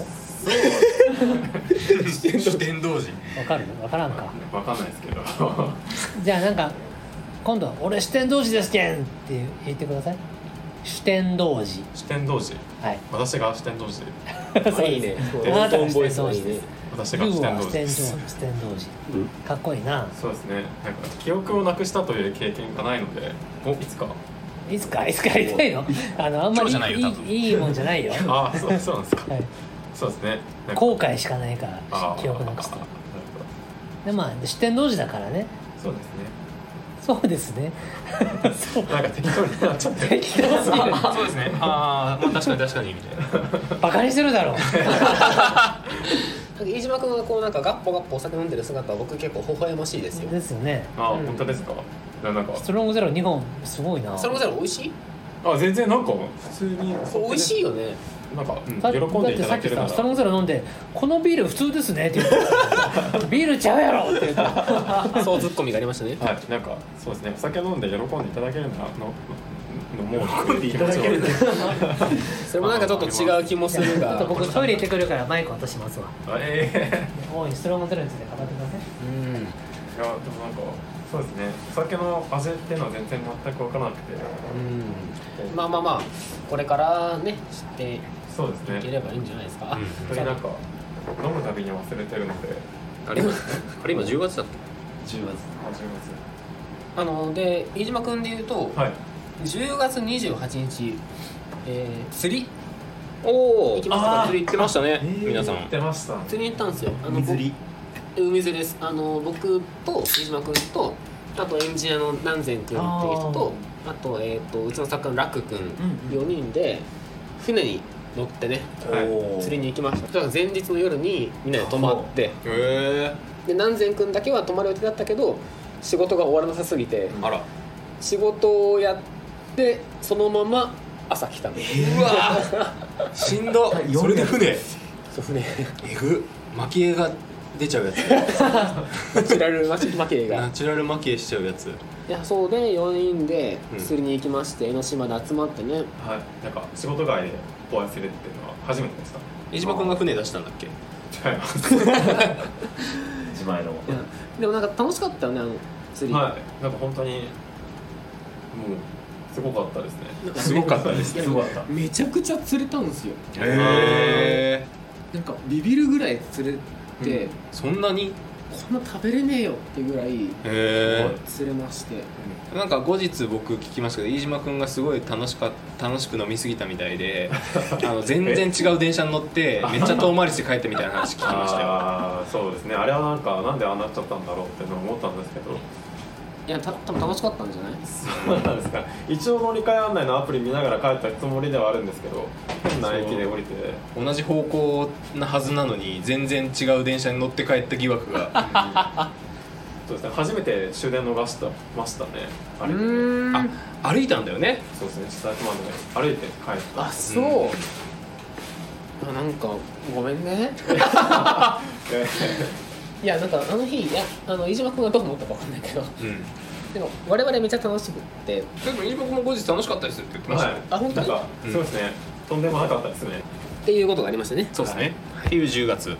Speaker 5: 主典同時
Speaker 1: わかるわからんか
Speaker 8: わかんないですけど
Speaker 1: じゃあなんか今度は「俺酒天童子ですけん!」って言ってください酒天童子
Speaker 8: 四天童子
Speaker 1: はい
Speaker 8: 私が四天童子
Speaker 1: そう
Speaker 2: いいね
Speaker 1: です
Speaker 2: ボ
Speaker 1: あな
Speaker 2: ン
Speaker 1: た
Speaker 2: ボ
Speaker 1: が
Speaker 2: ン
Speaker 1: 酒
Speaker 2: ボイ
Speaker 1: 天
Speaker 2: スも
Speaker 1: 童子
Speaker 2: いい
Speaker 1: です
Speaker 2: ね
Speaker 8: 私
Speaker 1: ル
Speaker 8: が四
Speaker 1: ー
Speaker 8: 天
Speaker 1: は
Speaker 8: 童
Speaker 1: 酒
Speaker 8: 子
Speaker 1: 天童
Speaker 8: で
Speaker 1: 子
Speaker 8: す
Speaker 1: 酒天童子かっこいいな
Speaker 8: そうですねなんか記憶をなくしたという経験がないのでおいつか
Speaker 1: いつかいつかやりたいのあのあんま
Speaker 5: 今日じゃない
Speaker 1: り
Speaker 5: よ
Speaker 1: い
Speaker 5: 多分
Speaker 1: いいいもんじゃないよ、は
Speaker 8: ああそうそうなんですか
Speaker 1: い
Speaker 8: そうですねなんか
Speaker 1: 後悔しかないか
Speaker 8: あ
Speaker 1: ら
Speaker 8: ー
Speaker 1: 記憶なくすと
Speaker 8: なるほ
Speaker 1: で
Speaker 8: ど
Speaker 1: まあ視点同時だからね
Speaker 8: そうですね
Speaker 1: そうですね そう
Speaker 8: なんか適当になっちゃって
Speaker 1: 適当すぎる
Speaker 5: そうですねああまあ確かに確かにみたいな
Speaker 1: バカにしてるだろう
Speaker 2: なんか飯島君がこうなんかガッポガッポお酒飲んでる姿は僕結構微笑ましいですよ
Speaker 1: ですよね
Speaker 8: ああ本当ですかななんか
Speaker 1: ストロングゼロ2本すごいな
Speaker 2: それもゼロ美味しい
Speaker 8: あ全然なんか普通に
Speaker 2: これ美味しいよね
Speaker 8: なんか、うん、
Speaker 1: だ
Speaker 8: 喜んでいた
Speaker 1: だ
Speaker 8: だ
Speaker 1: って
Speaker 8: ける
Speaker 1: さっ
Speaker 8: な
Speaker 1: きさストロン
Speaker 8: ら
Speaker 1: グゼロ飲んで「このビール普通ですね」って言 ってビールちゃうやろ」 って言って
Speaker 2: そうツッコミがありましたね
Speaker 8: はいなんかそうですねお酒飲んで喜んでいただけるならののもう喜んでい
Speaker 7: ただけるな
Speaker 2: それもなんかちょっと違う気もする
Speaker 1: ちょっと
Speaker 2: が
Speaker 1: 僕トイレ行ってくるからマイク渡しますわ
Speaker 8: ええ
Speaker 1: 大いにストロングゼロについて語ってください
Speaker 2: うん
Speaker 8: いやでもなんかそうですねお酒の味っていうのは全然全く分からなくて
Speaker 2: うんまあまあまあこれからね知ってい
Speaker 8: そうです
Speaker 2: け
Speaker 8: ね
Speaker 2: ればいいんじゃないですか、
Speaker 5: うん
Speaker 8: 本当になんか飲むたびに忘れてるので
Speaker 5: あれあれ今10月だっ
Speaker 7: 10月
Speaker 8: 始めます
Speaker 2: あので飯島君で言うと、
Speaker 8: はい
Speaker 2: 10月28日、えー釣り
Speaker 5: けお
Speaker 2: 行
Speaker 5: お
Speaker 2: きましたか
Speaker 5: 釣り行ってましたね
Speaker 7: あー
Speaker 5: 皆さん
Speaker 8: 出ました
Speaker 2: 釣りに行ったんですよあの
Speaker 7: 水り
Speaker 2: 僕海釣りですあの僕と飯島君とあとエンジニアの南禅君っていう人とあと,、えー、とうちの作家の楽君
Speaker 7: うん
Speaker 2: 4人で船に乗ってね
Speaker 8: はい
Speaker 7: おー
Speaker 2: 釣りに行きましただから前日の夜にみんなで泊まって
Speaker 5: へえ
Speaker 2: で南禅君だけは泊まる予定だったけど仕事が終わらなさすぎて
Speaker 5: あら
Speaker 2: 仕事をやってそのまま朝来たの
Speaker 5: うわーしん どそれで船え
Speaker 2: そう船
Speaker 5: ぐ巻き絵が出ちゃう やつ
Speaker 2: ナチュラルマ負け が
Speaker 5: ナチュラル巻き絵しちゃうやつ
Speaker 2: いやそうで4人で
Speaker 5: うん
Speaker 2: 釣りに行きまして、江ノ島で集まってね
Speaker 8: はいなんか仕事外でお会いするっていうのは初めてでした
Speaker 5: 飯島君が船出したんだっけ
Speaker 8: 違います
Speaker 7: 自前の
Speaker 2: いやでもなんか楽しかったよねあの釣り、
Speaker 8: はいなんか本当にもうすごかったですね
Speaker 5: すごかったです
Speaker 7: すごかった
Speaker 2: めちゃくちゃ釣れたんですよ
Speaker 5: へえ
Speaker 2: なんかビビるぐらい釣れて、
Speaker 5: そんなに
Speaker 2: こんな食べれねえよってぐらい
Speaker 5: へ
Speaker 2: 釣れまして、
Speaker 5: えなんか後日僕聞きましたけど飯島君がすごい楽しか楽しく飲みすぎたみたい であの全然違う電車に乗 ってめっちゃ遠回りして帰ったみたいな話聞きましたよ
Speaker 8: ああそうですねあれはなんかなんでああなっちゃったんだろうってのは思ったんですけど
Speaker 2: いやた多分楽しかったんじゃない
Speaker 8: そうなんですか一応乗り換え案内のアプリ見ながら帰ったつもりではあるんですけど変な駅で降りて
Speaker 5: 同じ方向なはずなのに全然違う電車に乗って帰った疑惑 が
Speaker 8: そうですね初めて終電逃したましたねあれ
Speaker 2: うん
Speaker 5: あ歩いたんだよね
Speaker 8: そうですね自宅まで歩いて帰った
Speaker 2: あそう、
Speaker 11: あなんかごめんね
Speaker 1: いやなんかあの日いやあの飯島君がどう思ったかわかんないけど
Speaker 5: うん
Speaker 1: でも我々めっちゃ楽しくって
Speaker 5: でも飯島君も後日楽しかったですよって言ってましたよ、
Speaker 8: はい
Speaker 1: あ本当
Speaker 8: なん
Speaker 1: に
Speaker 8: か、
Speaker 5: うん
Speaker 8: そうですねとんでもなかったですね
Speaker 11: っていうことがありましたね
Speaker 5: そうですね、っていう10月